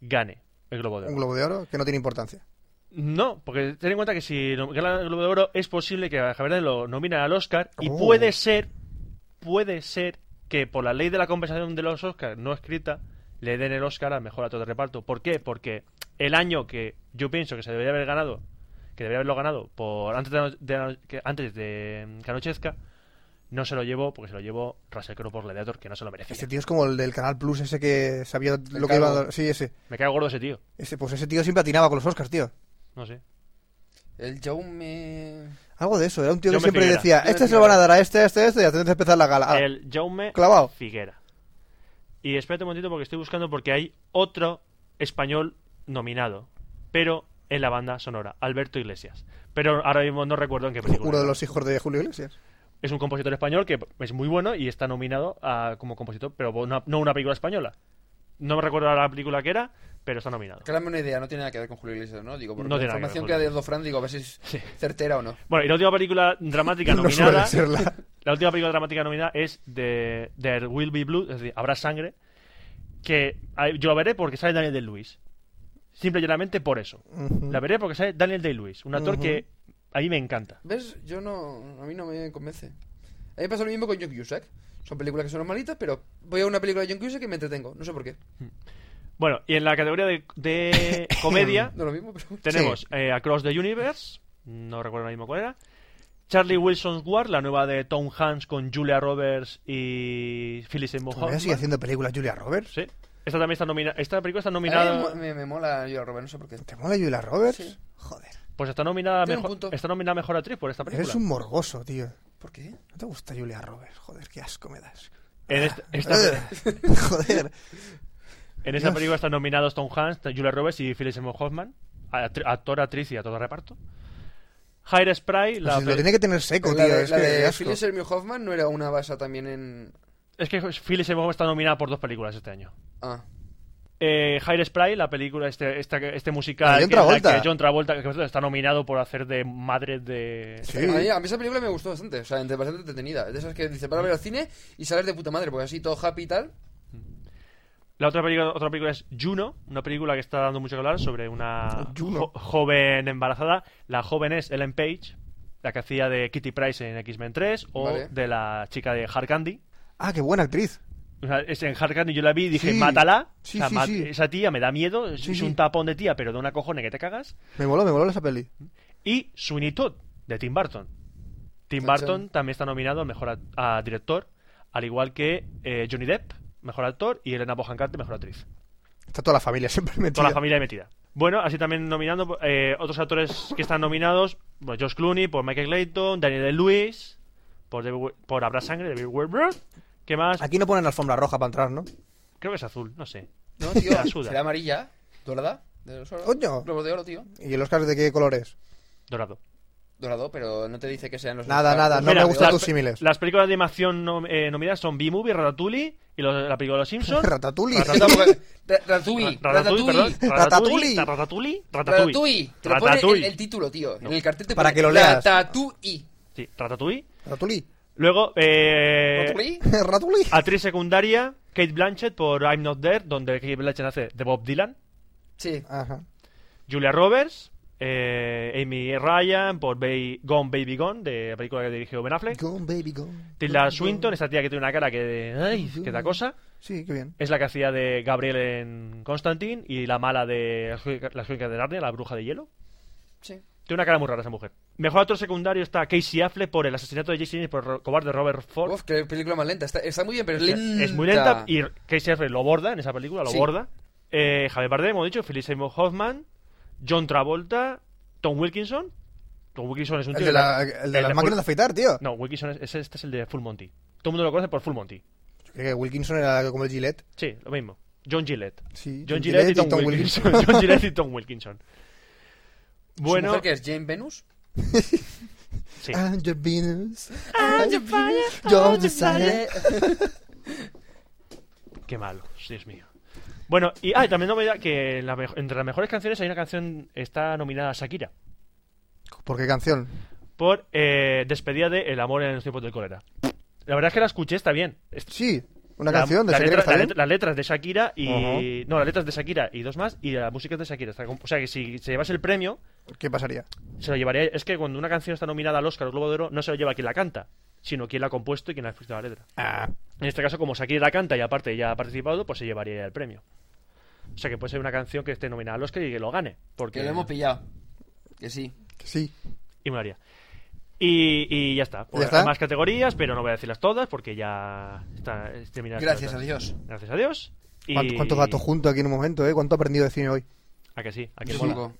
C: gane el Globo de
E: Un
C: Oro.
E: globo de oro que no tiene importancia.
C: No, porque ten en cuenta que si no- gana el Globo de Oro es posible que a Javier Bardem lo nominen al Oscar y
E: Oh.
C: puede ser, puede ser que por la ley de la compensación de los Oscars no escrita le den el Oscar al mejor actor de reparto. ¿Por qué? Porque el año que yo pienso que se debería haber ganado, que debería haberlo ganado por antes de, de- que, antes de que anochezca, no se lo llevó porque se lo llevó Russell Crowe por Gladiator que no se lo merecía.
E: Este tío es como el del Canal Plus, ese que sabía lo que
D: calvo.
E: iba a dar. Sí, ese.
C: Me cae gordo ese tío.
E: ese. Pues ese tío siempre atinaba con los Oscars, tío.
C: No sé.
D: [LAUGHS]
C: [LAUGHS]
D: El Jaume...
E: Algo de eso. Era un tío
C: Yo
E: que
C: me
E: siempre
C: Figuera.
E: decía,
D: Yo me
E: este se lo van
D: Figuera.
E: a dar a este, a este, a este, y antes de empezar la gala. Ah,
C: el Jaume
E: clavado.
C: Figuera. Y espérate un momentito porque estoy buscando porque hay otro español nominado, pero en la banda sonora, Alberto Iglesias. Pero ahora mismo no recuerdo en qué película.
E: pues Uno de
C: era.
E: los hijos de Julio Iglesias.
C: [LAUGHS] Es un compositor español que es muy bueno y está nominado a- como compositor, pero no- no una película española. No me recuerdo ahora la película que era, pero está nominado.
D: Créame una idea, no tiene nada que ver con Julio Iglesias, ¿no? Digo, porque
C: No
D: la
C: tiene nada que ver
D: información
C: con
D: que ha
C: Julio.
D: dado Fran, digo, a ver si es
C: Sí.
D: certera o no.
C: Bueno, y la última película dramática
E: [LAUGHS] No suele
C: nominada.
E: serla.
C: La última película dramática nominada es de There Will Be Blood, es decir, Habrá Sangre, que ah, yo la veré porque sale Daniel Day-Lewis. Simple y llanamente por eso.
E: Ujú.
C: La veré porque sale Daniel Day-Lewis, un actor
E: Ujú.
C: que a mí me encanta.
D: ¿Ves? Yo no... A mí no me convence. A mí me pasó lo mismo con John Cusack. O Son películas que son normalitas, pero voy a una película de John Cusack que me entretengo. No sé por qué.
C: Bueno, y en la categoría de, [COUGHS] de comedia
D: No lo mismo, pero bueno.
C: tenemos
D: Sí.
C: eh, Across the Universe, no recuerdo ahora mismo cuál era. Charlie Wilson's War, la nueva de Tom Hanks con Julia Roberts y Phyllis Seymour
E: Todavía
C: Hoffman.
E: sigue haciendo películas Julia Roberts.
C: Sí. Esta también está nomina- Esta película está
D: Ay,
C: nominada.
D: mo- me, me mola yo, Robert, no sé por qué.
E: ¿Te mola Julia Roberts?
D: Sí.
C: Pues está nominada a
D: Tiene un
C: mejor.
D: punto.
C: Está nominada a mejor actriz por esta película.
E: Eres un morgoso, tío.
D: ¿Por qué?
E: ¿No te gusta Julia Roberts? Joder, qué asco me das.
C: En este, esta, esta-
E: Ugh. [LAUGHS] Joder.
C: en esta
E: Eh, Dios.
C: película están nominados Tom Hanks, Julia Roberts y Phyllis Seymour Hoffman. Actri- Actor, actriz y a todo reparto. Higher Spray, la
E: Pues lo
C: pe-
E: tiene que tener seco, tío.
D: la de,
E: es
D: la
E: que
D: de
E: qué asco.
D: Philip Seymour Hoffman no era una basa también en.
C: Es que Phyllis Seymour Hoffman está nominada por dos películas este año.
D: Ah.
C: Eh, Higher Spray, la película, este, esta- este musical
E: Ah, John
C: que, en la
E: Travolta.
C: que John Travolta, que por cierto, está nominado por hacer de madre de...
E: Sí.
D: A, mí, a mí esa película me gustó bastante, o sea, entre- bastante entretenida. De esas que dice para ver al cine y salir de puta madre, porque así todo happy y tal.
C: La otra película, otra película es Juno, una película que está dando mucho que hablar sobre una
E: Juno.
C: jo- joven embarazada. La joven es Ellen Page, la que hacía de Kitty Price en X-Men 3 o
D: Vale.
C: de la chica de Hard Candy.
E: Ah, qué buena actriz.
C: O sea, es en Hard Candy yo la vi y dije,
E: Sí.
C: mátala.
E: Sí,
C: O sea,
E: sí,
C: ma-
E: sí.
C: Esa tía me da miedo, es,
E: Sí,
C: es
E: sí.
C: un tapón de tía, pero de una cojone que te cagas.
E: Me moló, me moló esa peli.
C: Y Sweeney Todd, de Tim Burton. Tim
D: Chan,
C: Burton
D: chan.
C: también está nominado a mejor act- a director, al igual que eh, Johnny Depp, mejor actor, y Elena Bohan Carter, mejor actriz.
E: Está toda la familia [LAUGHS] siempre metida.
C: Toda la familia ahí metida. Bueno, así también nominando eh, otros actores que están nominados, pues Josh Clooney por Michael Clayton, Daniel Day-Lewis por, David Wi- por Habrá Sangre, David Weber. ¿Qué más?
E: Aquí no ponen alfombra roja para entrar, ¿no?
C: Creo que es azul, no sé. [LAUGHS]
D: No, tío,
C: La suda.
D: será amarilla, dorada, de los oro.
E: Coño.
D: Globos de oro, tío.
E: ¿Y el Oscar de qué color es?
C: Dorado.
D: Dorado, pero no te dice que sean los
E: Nada,
D: pues
E: nada, no
C: Mira,
E: me gustan
C: las-
E: tus [LAUGHS] símiles.
C: Las películas de animación nom- eh, nominadas son B-Movie, Ratatouille y los- la película de Los
E: [LAUGHS]
C: Simpsons.
E: Ratatouille.
C: Ratatouille. Ratatouille,
D: Ratatouille,
C: perdón. Ratatouille.
D: Ratatouille,
E: Ratatouille.
C: Ratatouille.
D: Ratatouille. Te lo pone en
C: Ratatouille.
D: el título, tío.
C: No.
D: En el cartel te
E: Para
D: pone
E: que lo leas.
D: Ratatouille.
C: Sí, Ratatouille.
E: Ratatouille. [LAUGHS]
C: Luego, eh,
D: Ratatouille.
E: Ratatouille.
C: actriz secundaria, Kate Blanchett por I'm Not There, donde Kate Blanchett hace de Bob Dylan.
D: Sí.
E: Ajá.
C: Julia Roberts, eh, Amy Ryan por Ba- Gone Baby Gone, de la película que dirigió Ben Affleck.
E: Go, baby, go. Go,
C: Tilda
E: go.
C: Swinton, esta tía que tiene una cara que... ¡Ay! que da cosa.
E: Sí, qué bien.
C: Es la que hacía de Gabriel en Constantine y la mala de las crónicas- las crónicas de Narnia, la bruja de hielo.
D: Sí.
C: Tiene una cara muy rara esa mujer. Mejor actor secundario está Casey Affleck por el asesinato de Jason por el cobarde Robert Ford.
D: Uf, qué película más lenta. Está, está muy bien, pero es
C: O sea,
D: lenta.
C: Es muy lenta y Casey Affleck lo borda en esa película, lo
D: Sí.
C: borda. Eh, Javier Bardem, hemos dicho, Philip Seymour Hoffman, John Travolta, Tom Wilkinson. Tom Wilkinson es un
E: El
C: tío... que-
E: de, la, el de
C: el
E: las
C: de
E: máquinas de
C: Full-
E: afeitar, tío.
C: No, Wilkinson, es, ese- este es el de Full Monty. Todo el mundo lo conoce por Full Monty.
E: Yo creo que Wilkinson era como el Gillette.
C: Sí, lo mismo. John Gillette.
E: Sí,
C: John Gillette y Tom Wilkinson. [LAUGHS] John Gillette y Tom Wilkinson.
D: Bueno.
C: Bueno,
D: que es Jane Venus?
C: sí.
E: And your Venus.
D: And your
E: Venus. Your Desire.
C: Qué malo, Dios mío. Bueno, y ah, y también novedad que en la mejo- entre las mejores canciones hay una canción está nominada a Shakira
E: ¿Por qué canción?
C: por eh, despedida de El amor en los tiempos del cólera. La verdad es que la escuché, está bien. Es-
E: Sí, una
C: la-
E: canción de
C: la
E: Shakira
C: letra-
E: está
C: la
E: bien.
C: letra- Las letras de Shakira y.
E: Ajá.
C: No, las letras de Shakira y dos más y la música es de Shakira. Está com- o sea que si se llevas el premio,
E: ¿Qué pasaría?
C: se lo llevaría. Es que cuando una canción está nominada al Oscar o al Globo de Oro, no se lo lleva quien la canta, sino quien la ha compuesto y quien ha escrito la letra.
E: Ah.
C: En este caso, como Shakira la canta y aparte ya ha participado, pues se llevaría el premio. O sea que puede ser una canción que esté nominada al Oscar y que lo gane. Porque
D: Que lo hemos pillado. Que sí.
E: Que sí.
C: Y molaría. Y, y ya está. Pues
E: ¿Ya está?
C: Hay más categorías, pero no voy a decirlas todas porque ya está es terminada.
D: Gracias a Dios.
C: Gracias a Dios. Y...
E: ¿Cuánto- ¿Cuántos datos juntos aquí en un momento, eh? ¿Cuánto he aprendido de cine hoy?
C: ¿A que sí? ¿A que
D: Yo
C: mola?
D: digo.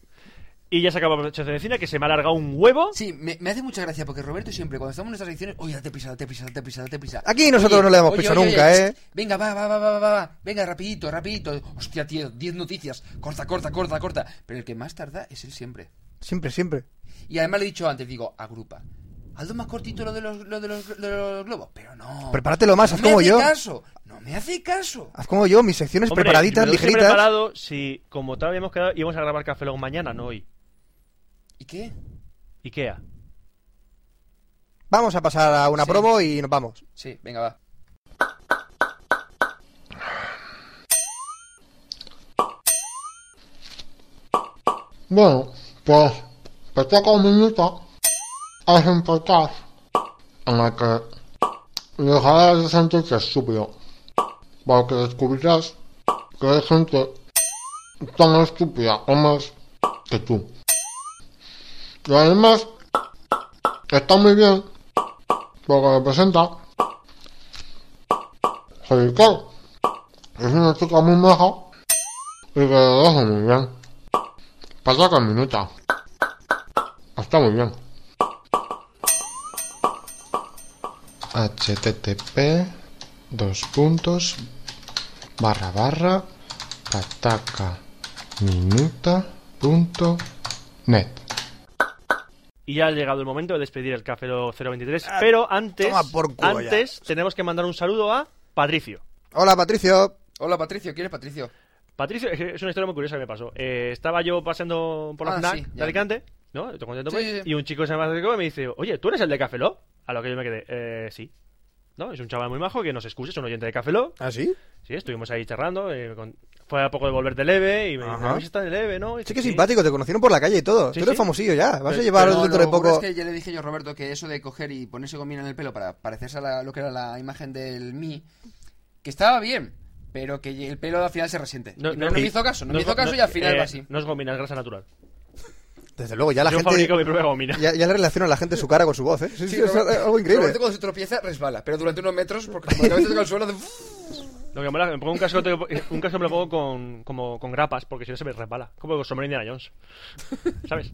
C: Y ya se acaba la sección de cine, que se me ha alargado un huevo.
D: Sí, me, me hace mucha gracia porque Roberto siempre, cuando estamos en nuestras secciones, oye, date prisa, date prisa, date prisa, date prisa.
E: Aquí nosotros no le damos prisa nunca, ¿eh?
D: Venga, va, va, va, va, va, va. Venga, rapidito, rapidito. Hostia, tío, 10 noticias. Corta, corta, corta, corta. Pero el que más tarda es él siempre.
E: Siempre, siempre.
D: Y además le he dicho antes, digo, agrupa. Hazlo más cortito lo de los, lo de los, lo de los globos. Pero no.
E: Prepáratelo más,
D: no
E: haz
D: me
E: como
D: hace
E: yo.
D: caso. No me hace caso.
E: Haz como yo, mis secciones
C: Hombre,
E: preparaditas,
C: me lo hubiese
E: ligeritas.
C: preparado si, como tal, habíamos quedado, íbamos a grabar Café Lock mañana, no hoy.
D: ¿Y qué?
C: Ikea.
E: Vamos a pasar a una
D: Sí.
E: promo y nos vamos.
D: Sí, venga, va.
L: Bueno, pues te toca un minuto. Es un podcast en el que los ganados de Santo Chasubio, para que descubrirás que hay gente tan estúpida o más que tú. Y además, está muy bien, porque representa Jerical. Es una chica muy maja y que lo hace muy bien. Pasa con minuta. Está muy bien.
M: http dos puntos barra barra pataca minuta punto net
C: Y ya ha llegado el momento de despedir el Café Lock 023. pero antes,
D: toma por culo ya.
C: antes tenemos que mandar un saludo a Patricio.
E: Hola, Patricio.
D: Hola, Patricio. ¿Quién es Patricio?
C: Patricio, es que es una historia muy curiosa que me pasó. Eh, estaba yo paseando por la
D: Ah,
C: FNAC
D: sí,
C: de
D: ya.
C: Alicante, ¿no? Estoy contento,
D: Sí,
C: pues,
D: sí, sí.
C: Y un chico se me acercó y me dice, oye, ¿tú eres el de Café Lock?". A lo que yo me quedé, eh, sí. ¿No? Es un chaval muy majo que nos escucha, es un oyente de Café Lock.
E: ¿Ah, sí?
C: Sí, estuvimos ahí charlando. eh, con- Fue a poco de volver de leve y me dice,
E: Ajá.
C: "Ah, ¿sí está de leve, ¿no? Y dice,
E: Sí, que simpático, te conocieron por la calle y todo.
C: Sí,
E: Tú eres
C: sí.
E: famosillo ya. Vas
C: Pero-
E: a llevar
C: pero
E: dentro
D: Lo
E: de
D: que ocurre
E: poco.
D: es que ya le dije yo, Roberto, que eso de coger y ponerse gomina en el pelo para parecerse a la- lo que era la imagen del mí, que estaba bien, pero que el pelo al final se resiente. Y No, no me hizo caso, no, me
C: es
D: hizo
C: go-
D: caso y al final
C: eh,
D: va así.
C: No es gomina, es grasa natural.
E: Desde luego, ya la
C: Yo
E: gente.
C: fabrico mi propia gomina.
E: Ya, ya le relaciona a la gente su cara con su voz, ¿eh? Sí, sí, es
D: Roberto-
E: algo increíble.
D: Roberto cuando se tropieza resbala, pero durante unos metros, porque cuando la cabeza toca el suelo hace...
C: Lo que mola, me pongo un casco, un casco me lo pongo con, como, con grapas, porque si no se me resbala. Como con sombrero Indiana Jones. ¿Sabes?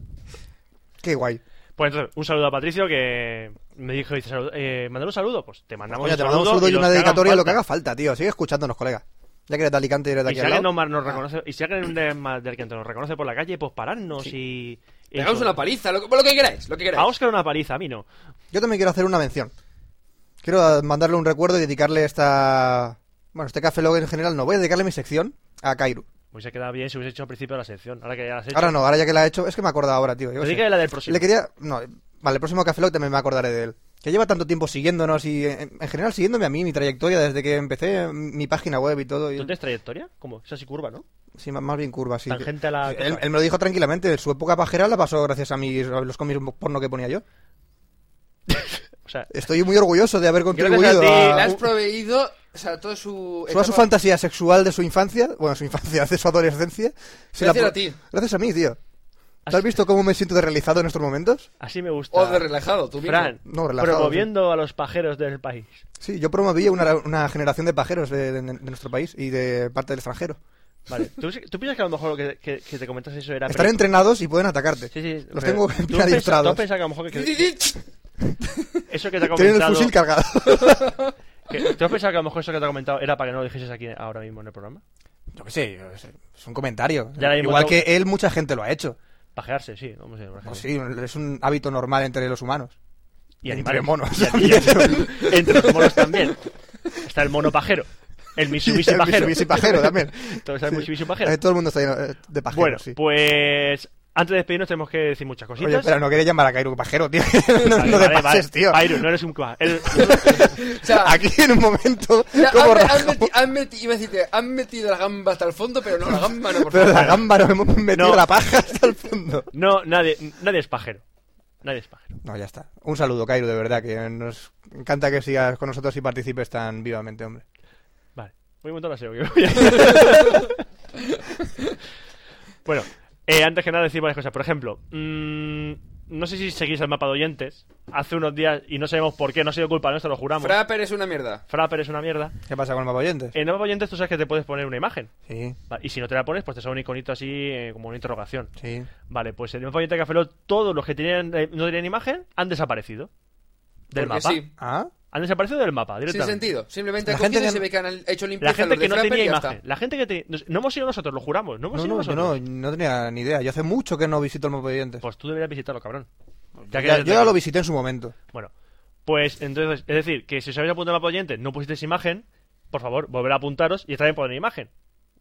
E: Qué guay.
C: Pues entonces, un saludo a Patricio que me dijo, dice, saludo- eh, mandar un saludo, pues te mandamos
E: Oye,
C: un
E: te
C: saludo.
E: mando un saludo y
C: los
E: una
C: que hagan
E: dedicatoria, lo
C: falta.
E: que haga falta, tío. Sigue escuchándonos, colega. Ya que eres de Alicante y eres
C: Y
E: de aquí
C: si
E: al
C: alguien
E: lado.
C: no más nos reconoce, y si alguien de- más del que nos reconoce por la calle, pues pararnos y...
D: Pegamos
C: eso.
D: una paliza, lo, que- lo que queráis, lo que queráis.
C: A Oscar una paliza, a mí no.
E: Yo también quiero hacer una mención. Quiero mandarle un recuerdo y dedicarle esta. Bueno, este café Lock en general no. Voy a dedicarle mi sección a Kairu.
C: Hubiese quedado bien si hubiese hecho al principio de la sección. Ahora que ya la has hecho.
E: Ahora no, ahora ya que la he hecho, es que me acuerdo ahora, tío. yo qué sé.
C: Dedícale la del próximo.
E: Le quería. No, vale, el próximo Café Lock también me acordaré de él. Que lleva tanto tiempo siguiéndonos y, eh, en, en general, siguiéndome a mí, mi trayectoria desde que empecé eh, mi página web y todo. y-
C: ¿Tú tienes trayectoria? ¿Cómo? Es así curva, ¿no?
E: Sí, más- más bien curva, sí.
C: Tangente a la-
E: Él, él me lo dijo tranquilamente, su época pajera la pasó gracias a, mis, a los cómics porno que ponía yo.
C: O sea,
E: Estoy muy orgulloso de haber
D: Gracias
E: contribuido
D: a ti,
E: a,
D: le has proveído, o sea, todo su...
E: su, a su
D: etapa-
E: fantasía sexual de su infancia, bueno, su infancia, de su adolescencia. se
D: Gracias
E: pro-
D: a ti.
E: Gracias a mí, tío. ¿Te has visto cómo me siento de realizado en estos momentos?
C: Así me gusta.
D: O de relajado, tú mismo.
C: Fran,
E: No, relajado,
C: promoviendo a los pajeros del país.
E: Sí, yo promoví una, una generación de pajeros de, de- de nuestro país y de parte del extranjero.
C: Vale, ¿tú, tú piensas que a lo mejor lo que, que- que te comentas eso era...
E: Están
C: pre-
E: entrenados y pueden atacarte.
C: Sí, sí.
E: Los
C: pero
E: tengo [LAUGHS]
C: ¿tú has
E: bien
C: pensado- ¿Tú
E: adiestrados.
C: has pensado que a lo mejor que... eso que te ha comentado...
E: Tienen el fusil cargado.
C: [LAUGHS] que- ¿Tú has pensado que a lo mejor eso que te ha comentado era para que no lo dijeses aquí ahora mismo en el programa?
E: Yo qué sé, es un comentario.
C: Ya la hemos
E: Igual
C: dado-
E: que él, mucha gente lo ha hecho.
C: Pajearse, sí. Vamos a decir, por ejemplo.
E: Pues sí, es un hábito normal entre los humanos.
C: Y
E: entre
C: animales.
E: monos.
C: Y- y- y- entre los monos también. Está el mono pajero. El Mitsubishi
E: [LAUGHS] Y el
C: pajero.
E: Mitsubishi pajero
C: [LAUGHS]
E: también.
C: Entonces el
E: Sí.
C: Mitsubishi pajero.
E: Eh, Todo el mundo está lleno eh, de pajeros,
C: Bueno,
E: sí.
C: pues antes de despedirnos tenemos que decir muchas cositas.
E: Oye, pero no quería llamar a Kairu pajero, tío. [LAUGHS] no
C: Vale,
E: no te
C: vale,
E: pases,
C: vale.
E: tío.
C: Pairu, no eres un cua. El-
E: Aquí en un momento...
D: O
E: [LAUGHS]
D: sea,
E: como
D: han,
E: raja-
D: han meti- han meti- iba a decirte, han metido la gamba hasta el fondo, pero no, la gamba no, por
E: Pero la
D: favor.
E: gamba nos hemos metido
C: No.
E: la paja hasta el fondo.
C: no, nadie, nadie es pajero. Nadie es pajero.
E: [LAUGHS] No, ya está. Un saludo, Kairu, de verdad, que nos encanta que sigas con nosotros y participes tan vivamente, hombre.
C: Vale. Voy a montar la SEO. que voy a-
D: [LAUGHS]
C: [LAUGHS] bueno, eh, antes que nada decir varias cosas. Por ejemplo, mm, no sé si seguís el mapa de oyentes. Hace unos días, y no sabemos por qué, no ha sido culpa nuestra, lo juramos.
D: Frapper es una mierda.
C: Frapper es una mierda.
E: ¿Qué pasa con el mapa oyentes?
C: En el mapa de oyentes tú sabes que te puedes poner una imagen.
E: Sí,
C: Va, Y si no te la pones, pues te sale un iconito así eh, como una interrogación.
E: sí.
C: Vale, pues en el mapa oyente de Café Lock, todos los que tenían, eh, no tenían imagen han desaparecido. Del
D: Porque
C: mapa.
D: sí.
E: ¿Ah,
C: Han desaparecido del mapa,
D: Sin
C: directamente.
D: sentido. Simplemente
E: La
D: ha
E: gente
D: cogido y
E: que-
D: se ve que han hecho limpieza
C: La gente
D: los
C: que
D: de
C: no
D: Frapper
C: tenía
D: y ya está.
C: imagen. La gente que tenía... No hemos sido nosotros, lo juramos. No hemos
E: No,
C: sido
E: no, yo
C: nosotros.
E: no, no tenía ni idea. Yo hace mucho que no visito el mapa oyentes.
C: Pues tú deberías visitarlo, cabrón.
E: Ya-
C: que
E: yo
C: eres de
E: ya lo
C: Café.
E: visité en su momento.
C: Bueno, pues entonces, es decir, que si os habéis apuntado al mapa oyente, no pusisteis imagen, por favor, volver a apuntaros y también poner imagen.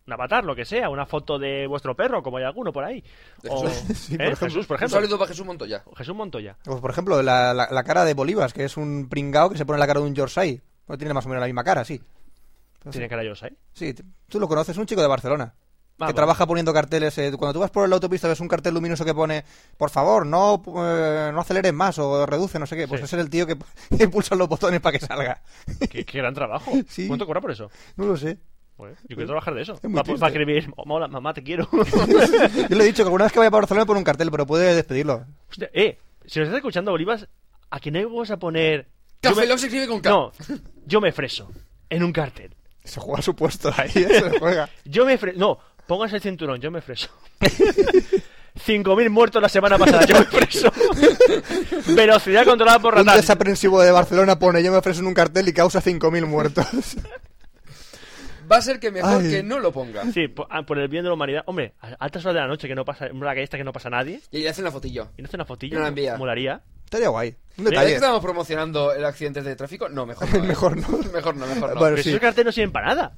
C: Un avatar, lo que sea, una foto de vuestro perro, como hay alguno por ahí.
D: De
C: O,
D: Jesús.
E: [LAUGHS] Sí,
C: ¿eh?
E: por ejemplo.
C: Jesús, por
D: Un
C: ejemplo.
D: saludo para Jesús Montoya.
C: Jesús Montoya.
E: Pues, por ejemplo, la, la- la cara de Bolívar, que es un pringao que se pone la cara de un Pues Yorkshire. No tiene más o menos la misma cara, sí. Entonces, [LAUGHS]
C: Tiene cara de Yosai.
E: Sí, t- tú lo conoces, un chico de Barcelona. que
C: vale.
E: trabaja poniendo carteles. eh, cuando tú vas por la autopista ves un cartel luminoso que pone, por favor, no, eh, no aceleres más o reduce, no sé qué. Pues ese es el tío que, [LAUGHS] que pulsa los botones para que salga.
C: Qué, qué gran trabajo.
E: Sí.
C: ¿Cuánto cobra por eso?
E: No lo sé. [LAUGHS]
C: Joder, yo quiero trabajar de eso.
E: Es muy
C: Para
E: triste.
C: pa escribir, mola, mamá, te
E: [LAUGHS]
C: quiero.
E: Yo le he dicho que alguna vez que vaya para Barcelona pon un cartel, pero puede despedirlo.
C: Hostia, eh, si nos estás escuchando, Bolivas, ¿a quién no vamos a poner. Yo
D: Café
C: me-
D: Lock se escribe con K.
C: No, yo me freso. En un cartel.
E: Se juega su puesto ahí, [LAUGHS] se juega.
C: yo me freso. No, pongas el cinturón, yo me
D: [LAUGHS]
C: freso. 5.000 muertos la semana pasada, yo me
D: [LAUGHS]
C: freso. Velocidad controlada por
E: Un
C: ratán.
E: desaprensivo de Barcelona pone, yo me ofrezco en un cartel y causa 5.000 muertos. [LAUGHS]
D: Va a ser que mejor
E: Ay.
D: que no lo ponga.
C: Sí, por, ah, por el bien de la humanidad. Hombre, a altas horas de la noche que no pasa, en una calle esta que no pasa nadie.
D: Y le hacen la fotillo.
C: Y no hace una fotilla.
D: No la envía.
C: Molaría.
E: Estaría guay.
D: ¿Crees
E: Un
D: que
E: detalle.
D: estamos promocionando el accidente de tráfico? No, mejor no. ¿eh?
E: [LAUGHS] Mejor no.
D: [LAUGHS] mejor no, mejor no.
E: Bueno,
C: Pero
E: sí.
C: esos carteles no sirven para nada.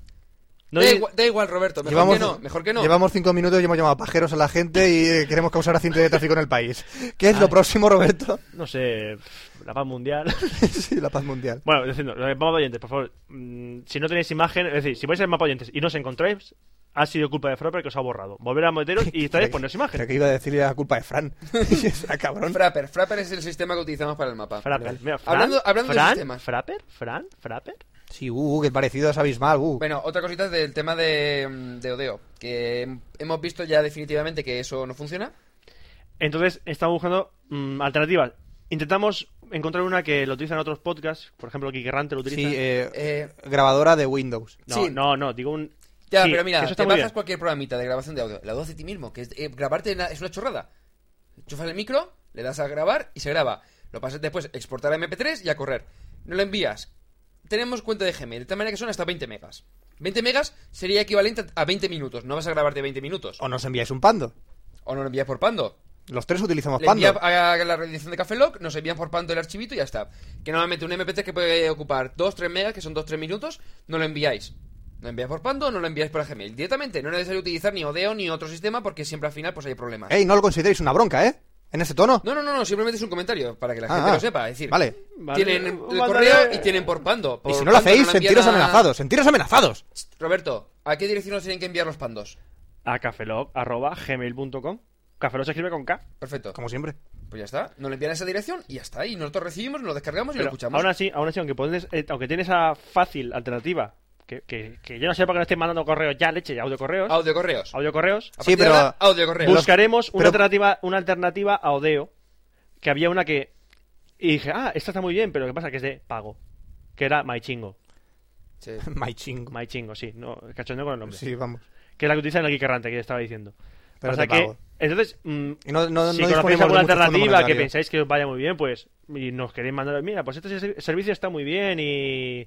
C: No
D: da,
C: hay-
D: igual, da igual, Roberto. Mejor que no. Mejor que no.
E: Llevamos cinco minutos y hemos llamado pajeros a la gente y eh, queremos causar accidentes de tráfico en el país. ¿Qué es
D: Ah.
E: lo próximo, Roberto? [LAUGHS]
C: No sé, la paz mundial.
E: sí, la paz mundial.
C: Bueno, diciendo, lo del mapa oyentes, por favor, mm, si no tenéis imagen, es decir, si vais al mapa oyentes y no os encontráis, ha sido culpa de Frapper que os ha borrado. Volver a meteros y esta
E: [LAUGHS]
D: pues
C: vez poneros imagen.
E: Creo que iba a decir la culpa de
D: [LAUGHS]
E: Fran. [LAUGHS] Esa cabrón.
D: Frapper. Frapper es el sistema que utilizamos para el mapa.
C: Frapper, mira, Fran,
D: hablando hablando de
C: Fran,
D: sistemas.
C: Frapper, Fran, Frapper.
E: Sí, uh, que el parecido es abismal, uh.
D: Bueno, otra cosita del tema de, mm, de Odeo. Que hemos visto ya definitivamente que eso no funciona.
C: Entonces, estamos buscando mm, alternativas. Intentamos encontrar una que lo utilizan otros podcasts, por ejemplo, Kike Rante lo utiliza.
E: Sí, eh,
D: Eh,
E: grabadora de Windows.
C: no,
D: sí.
C: no, no, digo un.
D: ya,
C: sí,
D: pero mira,
C: eso
D: te
C: está
D: bajas
C: muy bien.
D: cualquier programita de grabación de audio. La voz de ti mismo, que es, eh, grabarte na- es una chorrada. Enchufas el micro, le das a grabar y se graba. Lo pasas después, exportar a MP3 y a correr. No lo envías. Tenemos cuenta de Gmail, de tal manera que son hasta 20 megas. 20 megas sería equivalente a 20 minutos. No vas a grabarte 20 minutos.
E: O nos enviáis un pando.
D: O no lo envías por Pando.
E: Los tres utilizamos
D: Le
E: pando.
D: envía a a la redacción de Café Lock, nos envían por pando el archivito y ya está. Que normalmente un MP3 que puede ocupar 2-3 megas, que son 2-3 minutos, no lo enviáis. No envías por pando, no lo enviáis por Gmail. Directamente, no es necesario utilizar ni Odeo ni otro sistema porque siempre al final pues hay problemas.
E: Ey, no lo consideréis una bronca, ¿eh? En ese tono.
D: No, no, no, no, simplemente es un comentario para que la
E: Ah,
D: gente
E: ah.
D: lo sepa. Es decir,
E: Vale.
D: tienen el
C: Vale,
D: correo
C: mándale.
D: y tienen por pando.
E: Y
D: Por
E: si no lo
D: Pando
E: hacéis,
D: lo envían
E: sentiros
D: a-
E: amenazados. Sentiros amenazados.
D: Roberto, ¿a qué dirección nos tienen que enviar los pandos?
C: A cafelog.gmail.com. Cafelog se escribe con K.
D: Perfecto.
E: Como siempre.
D: Pues ya está. Nos lo envían a esa dirección y ya está. Y nosotros recibimos, nos lo descargamos y lo
C: Pero
D: escuchamos.
C: Aún así, aún así aunque, pones- eh, aunque tienes esa fácil alternativa, que, que, que yo no sé por qué no estén mandando correos ya, leche, ya audio correos.
D: Audio correos.
C: Audio correos.
D: A
E: Sí,
D: partir de
E: pero-
D: ahora, audio correos.
C: Buscaremos una,
E: Pero-
C: alternativa, una alternativa a Odeo, que había una que... Y dije, ah, esta está muy bien, pero lo que pasa es que es de pago. Que era MyChingo.
D: Sí.
E: [LAUGHS] My chingo.
C: MyChingo, sí. No, cachondeo con el nombre.
E: Sí, vamos.
C: Que es la que utilizan el Kikerrante, que estaba diciendo.
E: Pero
C: Pasa
E: de
C: que-
E: pago.
C: Entonces, mm,
E: Y no- no-
C: si
E: no disponemos
C: conocéis alguna
E: de mucho fondo
C: alternativa que
E: monetario.
C: pensáis que os vaya muy bien, pues y nos queréis mandar, mira, pues este ser- servicio está muy bien y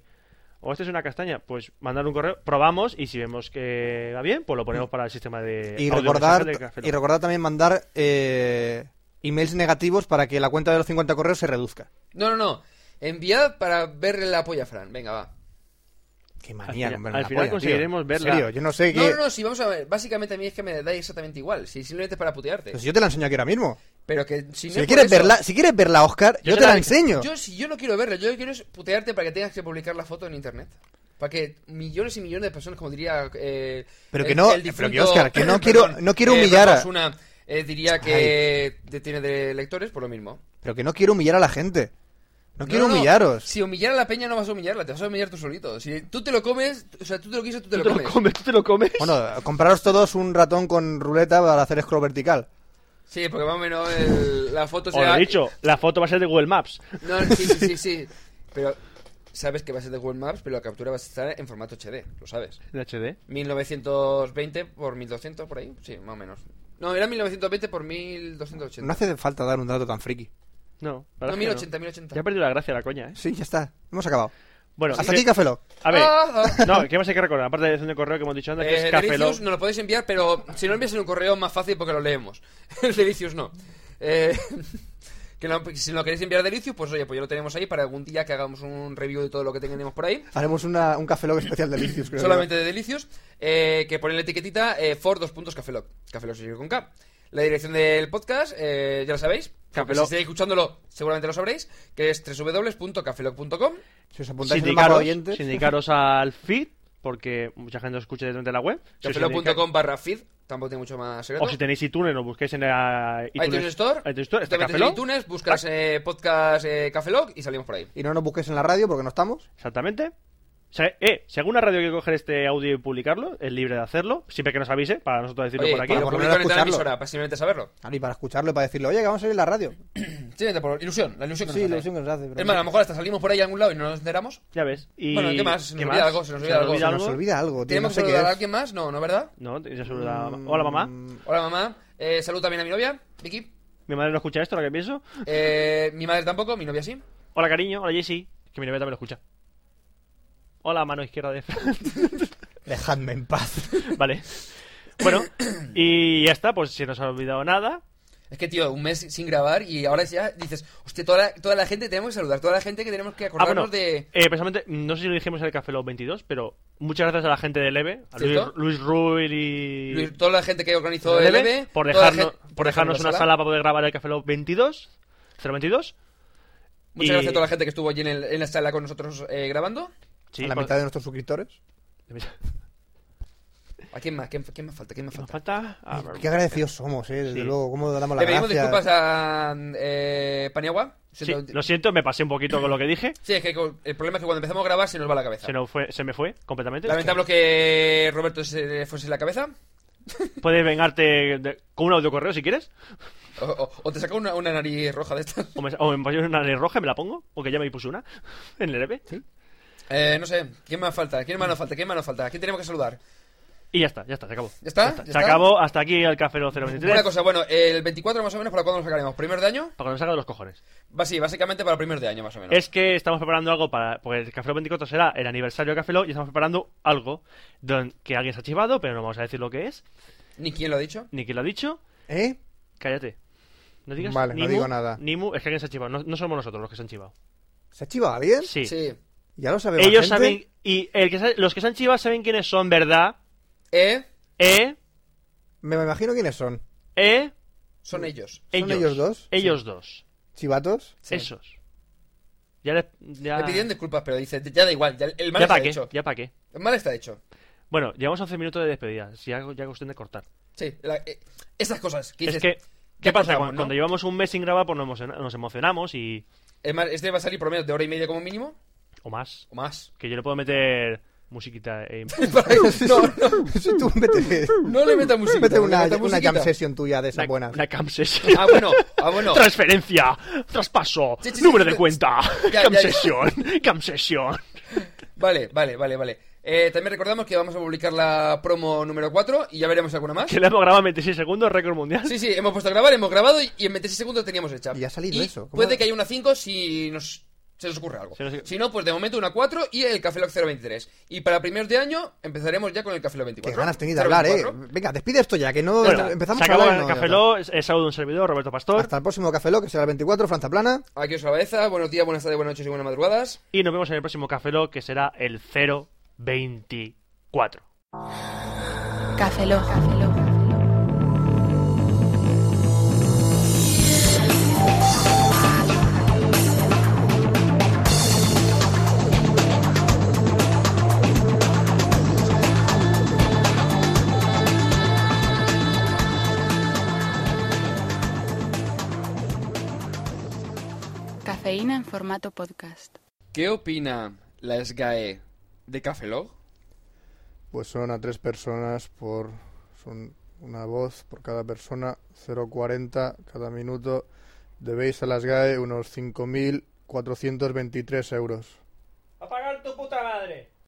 C: o este es una castaña, pues mandar un correo, probamos y si vemos que va bien, pues lo ponemos para el sistema de
E: Y
C: audio
E: recordar,
C: mensaje de Café Lock.
E: y recordar también mandar eh, emails negativos para que la cuenta de los 50 correos se reduzca.
D: No, no, no. Enviad para verle la polla a Fran. Venga, va.
E: Qué manía,
C: Al
E: hombre,
C: final- al
E: la
C: final
E: polla, tío.
C: conseguiremos verla.
E: En serio, yo no sé qué.
D: No, no, no, sí, vamos a ver. Básicamente a mí es que me da exactamente igual. Si simplemente es para putearte.
E: Pues yo te la enseño aquí ahora mismo.
D: Pero que si no
E: Si
D: es por
E: quieres,
D: eso-
E: verla, si quieres verla, Oscar, yo,
C: Yo
E: te
C: te
E: la,
C: la-
E: enseño.
D: Yo, si yo no quiero verla, yo lo que quiero es putearte para que tengas que publicar la foto en internet. Para que millones y millones de personas, como diría. eh,
E: Pero
D: el-
E: que no-
D: el
E: pero que,
D: difunto- [COUGHS]
E: Óscar, que no
D: perdón,
E: quiero- no quiero
D: eh,
E: humillar a-
D: Rafa Osuna, eh, diría que te tiene de lectores por lo mismo.
E: Pero que no quiero humillar a la gente. No, quiero
D: no.
E: humillaros.
D: Si humillar a la peña no vas a humillarla, te vas a humillar tú solito. Si tú te lo comes, o sea, tú te lo quieres, tú
C: Tú
D: te lo
C: te
D: comes.
C: lo comes, tú te lo comes.
E: Bueno, compraros todos un ratón con ruleta para hacer scroll vertical.
D: Sí, porque más o menos el- la foto
C: Os lo
D: será...
C: he dicho, la foto va a ser de Google Maps.
D: [LAUGHS] No, sí, sí, sí, sí. Pero sabes que va a ser de Google Maps, pero la captura va a estar en formato HD, lo sabes.
C: En HD.
D: 1920 por 1200, por ahí. Sí, más o menos. No, era 1920 por 1280.
E: No hace falta dar un dato tan friki.
C: No, la
D: No,
C: verdad es que
D: 1080, 1080.
C: Ya he perdido la gracia la coña, ¿eh?
E: Sí, ya está. Hemos acabado.
C: Bueno,
E: Hasta
C: que-
E: aquí, Café Lock.
C: A ver,
D: Ah, ah.
C: no, ¿qué más hay que recordar? Aparte de la dirección de correo que hemos dicho antes, que
D: Eh,
C: es Café
D: Delicious
C: Lock.
D: nos lo podéis enviar, pero si no envías en un correo más fácil porque lo leemos. [LAUGHS] El Delicious no. Eh, [LAUGHS] que lo- si lo queréis enviar a Delicious, pues oye, pues ya lo tenemos ahí para algún día que hagamos un review de todo lo que tenemos por ahí.
E: Haremos una- un Café Lock especial de Licius, creo.
D: solamente de delicios, eh, que ponen la etiquetita eh, for dos puntos cafeloc. Cafeloc se escribe con K. La dirección del podcast, eh, ya la sabéis. porque Si
C: Cafeloc.
D: estáis escuchándolo, seguramente lo sabréis, que es www.cafeloc.com.
E: Si os apuntáis en el mapa
C: Sindicaros,
E: oyente.
C: sindicaros al feed porque mucha gente os escucha directamente de la web. Si os identifica-
D: Cafelo.com barra feed, tampoco tiene mucho más secreto.
C: o si tenéis iTunes, nos busquéis en la
D: iTunes, Store,
C: iTunes Store,
D: te
C: está Café
D: metes en
C: Lock.
D: iTunes, buscas eh, podcast eh, Café Lock y salimos por ahí.
E: Y no nos busques en la radio porque no estamos.
C: Exactamente. O sea, eh, si alguna radio quiere coger este audio y publicarlo, es libre de hacerlo, siempre que nos avise, para nosotros decirlo
D: Oye,
C: por aquí.
D: para por lo menos conectar a la emisora, para simplemente saberlo.
E: Claro, y para escucharlo y para decirle, oye, que vamos a ir a la radio.
D: Sí, vete por ilusión, la ilusión que
E: Sí,
D: nos hace.
E: la ilusión que nos hace. pero-
D: Es más, a lo mejor hasta salimos por ahí a algún lado y no nos enteramos.
C: Ya ves. Y...
D: Bueno, ¿qué más? Se nos
C: ¿qué
D: olvida
C: más?
D: algo, se nos olvida algo.
E: Se nos olvida algo, tío,
D: ¿Tenemos
E: no sé
D: que
E: qué
D: saludar a
E: es.
D: alguien Mm, más? No, ¿no verdad?
C: No, te- te saluda- Hola, mamá.
D: Hola, mamá. Eh, salud también a mi novia, Vicky.
C: Mi madre no escucha esto, ahora que pienso.
D: Eh, mi madre tampoco, mi novia sí.
C: Hola, cariño. Hola, Jessy. Que mi novia también lo escucha. Hola, mano izquierda de Fran. [LAUGHS]
E: Dejadme en paz.
C: Vale. Bueno, y ya está. Pues si no se ha olvidado nada,
D: Es que, tío, un mes sin grabar y ahora ya dices, hostia, toda la, toda la gente tenemos que saludar, toda la gente que tenemos que acordarnos
C: Ah, bueno,
D: de...
C: Eh, precisamente, no sé si lo dijimos en el Café Lock 22, pero muchas gracias a la gente de Leve, a Luis,
D: ¿Cierto?
C: Luis Ruiz y...
D: Luis- toda la gente que organizó el EVE,
C: por
D: toda la
C: dejarnos,
D: gente-
C: por dejarnos una
D: la
C: sala. para poder grabar el Café Lock 22, 022.
D: Muchas
C: Y-
D: gracias a toda la gente que estuvo allí en, el- en la sala con nosotros eh, grabando.
C: Sí,
E: a la
C: por-
E: mitad de nuestros suscriptores.
D: ¿A quién más? ¿Quién, quién más falta? ¿Quién más falta?
C: falta? Ah,
E: Qué agradecidos somos, eh, desde luego. ¿Cómo damos
D: Le
E: las
D: pedimos
E: gracias?
D: disculpas a eh, Paniagua.
C: Sí,
D: Siento-
C: lo siento, me pasé un poquito con lo que
D: [COUGHS]
C: dije.
D: Sí, es que con- el problema es que cuando empezamos a grabar se nos va la cabeza.
C: Se, nos fue, se me fue completamente.
D: Lamentable que Roberto se le fuese la cabeza.
C: Puedes vengarte de- con un audio correo si quieres.
D: O, o- o te saca una, una nariz roja de estas.
C: O me, o me pones una nariz roja y me la pongo. Porque ya me puse una [LAUGHS] en el EP.
D: Eh, no sé, ¿quién más falta? ¿Quién más nos falta? ¿Quién más nos falta? ¿A quién tenemos que saludar?
C: Y ya está, ya está, se acabó.
D: ¿Ya está? ¿Ya
C: Se
D: está?
C: acabó hasta aquí el Café Lock 023.
D: Una cosa, bueno, el 24 más o menos, ¿para cuándo nos sacaremos? ¿Primero de año?
C: Para cuando salga de los cojones.
D: Va, sí, básicamente para primer de año más o menos.
C: Es que estamos preparando algo para. Porque el Café Lock 24 será el aniversario de Café Lock y estamos preparando algo don- que alguien se ha chivado, pero no vamos a decir lo que es,
D: ¿Ni quién lo ha dicho?
C: ni quién lo ha dicho.
E: ¿Eh?
C: Cállate. No digas
E: Vale, no
C: Nimu,
E: digo nada.
C: Nimu, es que alguien se ha chivado. No, no somos nosotros los que se han chivado.
E: ¿Se ha chivado alguien?
C: Sí. Sí.
E: Ya lo sabemos.
C: Ellos saben. Y el que se- los que se han chivado saben quiénes son, ¿verdad?
D: ¿Eh?
C: ¿Eh?
E: Me imagino quiénes son.
C: ¿Eh?
D: Son ellos.
E: ¿Son ellos dos?
C: Ellos
E: Sí.
C: dos.
E: ¿Chivatos?
C: Esos. Ya les. Ya...
D: Le pidieron disculpas, pero dice, ya da igual, ya el- el mal
C: Ah. ¿Ya
D: está
C: para qué?
D: hecho.
C: ¿Ya para qué?
D: El mal está hecho.
C: Bueno, llevamos 11 minutos de despedida. Si ya, ya cuestión de cortar.
D: Sí, la- eh, esas cosas. Que
C: Es
D: dices,
C: que. ¿Qué
D: ya
C: pasa?
D: cortamos,
C: Cuando,
D: ¿no?
C: cuando llevamos un mes sin grabar, pues nos, emociona- nos emocionamos y.
D: Es más, este va a salir por lo menos de hora y media como mínimo.
C: O más. [LAUGHS]
D: O más.
C: Que yo le puedo meter musiquita.
D: [LAUGHS]
C: eh,
D: [LAUGHS] no, no.
E: Sí, [LAUGHS] tú métete.
D: No le metas música.
E: Mete
D: no le
E: una,
D: metas
E: una
D: musiquita.
E: jam session tuya de esas
C: Una-
E: buenas.
C: Una cam session.
D: [LAUGHS] Ah, bueno, ah, bueno.
C: Transferencia, traspaso,
D: Sí, sí, sí,
C: número
D: sí,
C: de
D: sí.
C: cuenta, [LAUGHS]
D: Ya,
C: cam
D: ya, ya.
C: session, cam session.
D: Vale, vale, vale, vale. Eh, también recordamos que vamos a publicar la promo número 4 y ya veremos alguna más.
C: Que le hemos grabado en 26 segundos, récord mundial.
D: Sí, sí, hemos puesto a grabar, hemos grabado y y en 26 segundos teníamos hecha.
E: Y ha salido
D: Y
E: eso. ¿Cómo
D: Puede
E: ha-
D: que haya una 5 si nos, se nos ocurre algo.
C: Se nos-
D: Si no, pues de momento una 4 y el Café Lock 023. Y para primeros de año empezaremos ya con el Café Lock 24.
E: Qué ganas tenéis de hablar, eh.
D: 024.
E: Venga, despide esto ya, que no
C: Bueno,
E: empezamos
C: se
E: a
C: acabó
E: hablar. y
C: el
E: no-
C: Café Lock, es- es saludo de un servidor, Roberto Pastor,
E: Hasta el próximo Café Lock, que será el 24, Franza Plana.
D: Aquí os abadeza, buenos días, buenas tardes, buenas noches y buenas madrugadas.
C: y nos vemos en el próximo Café Lock, que será el 024.
B: Café Lock. Cafeína en formato podcast.
D: ¿Qué opina la SGAE E de Café Lock?
E: Pues son a tres personas por. Son una voz por cada persona, 0,40 cada minuto. Debéis a E las GAE unos 5.423 euros.
C: ¡A pagar tu puta madre!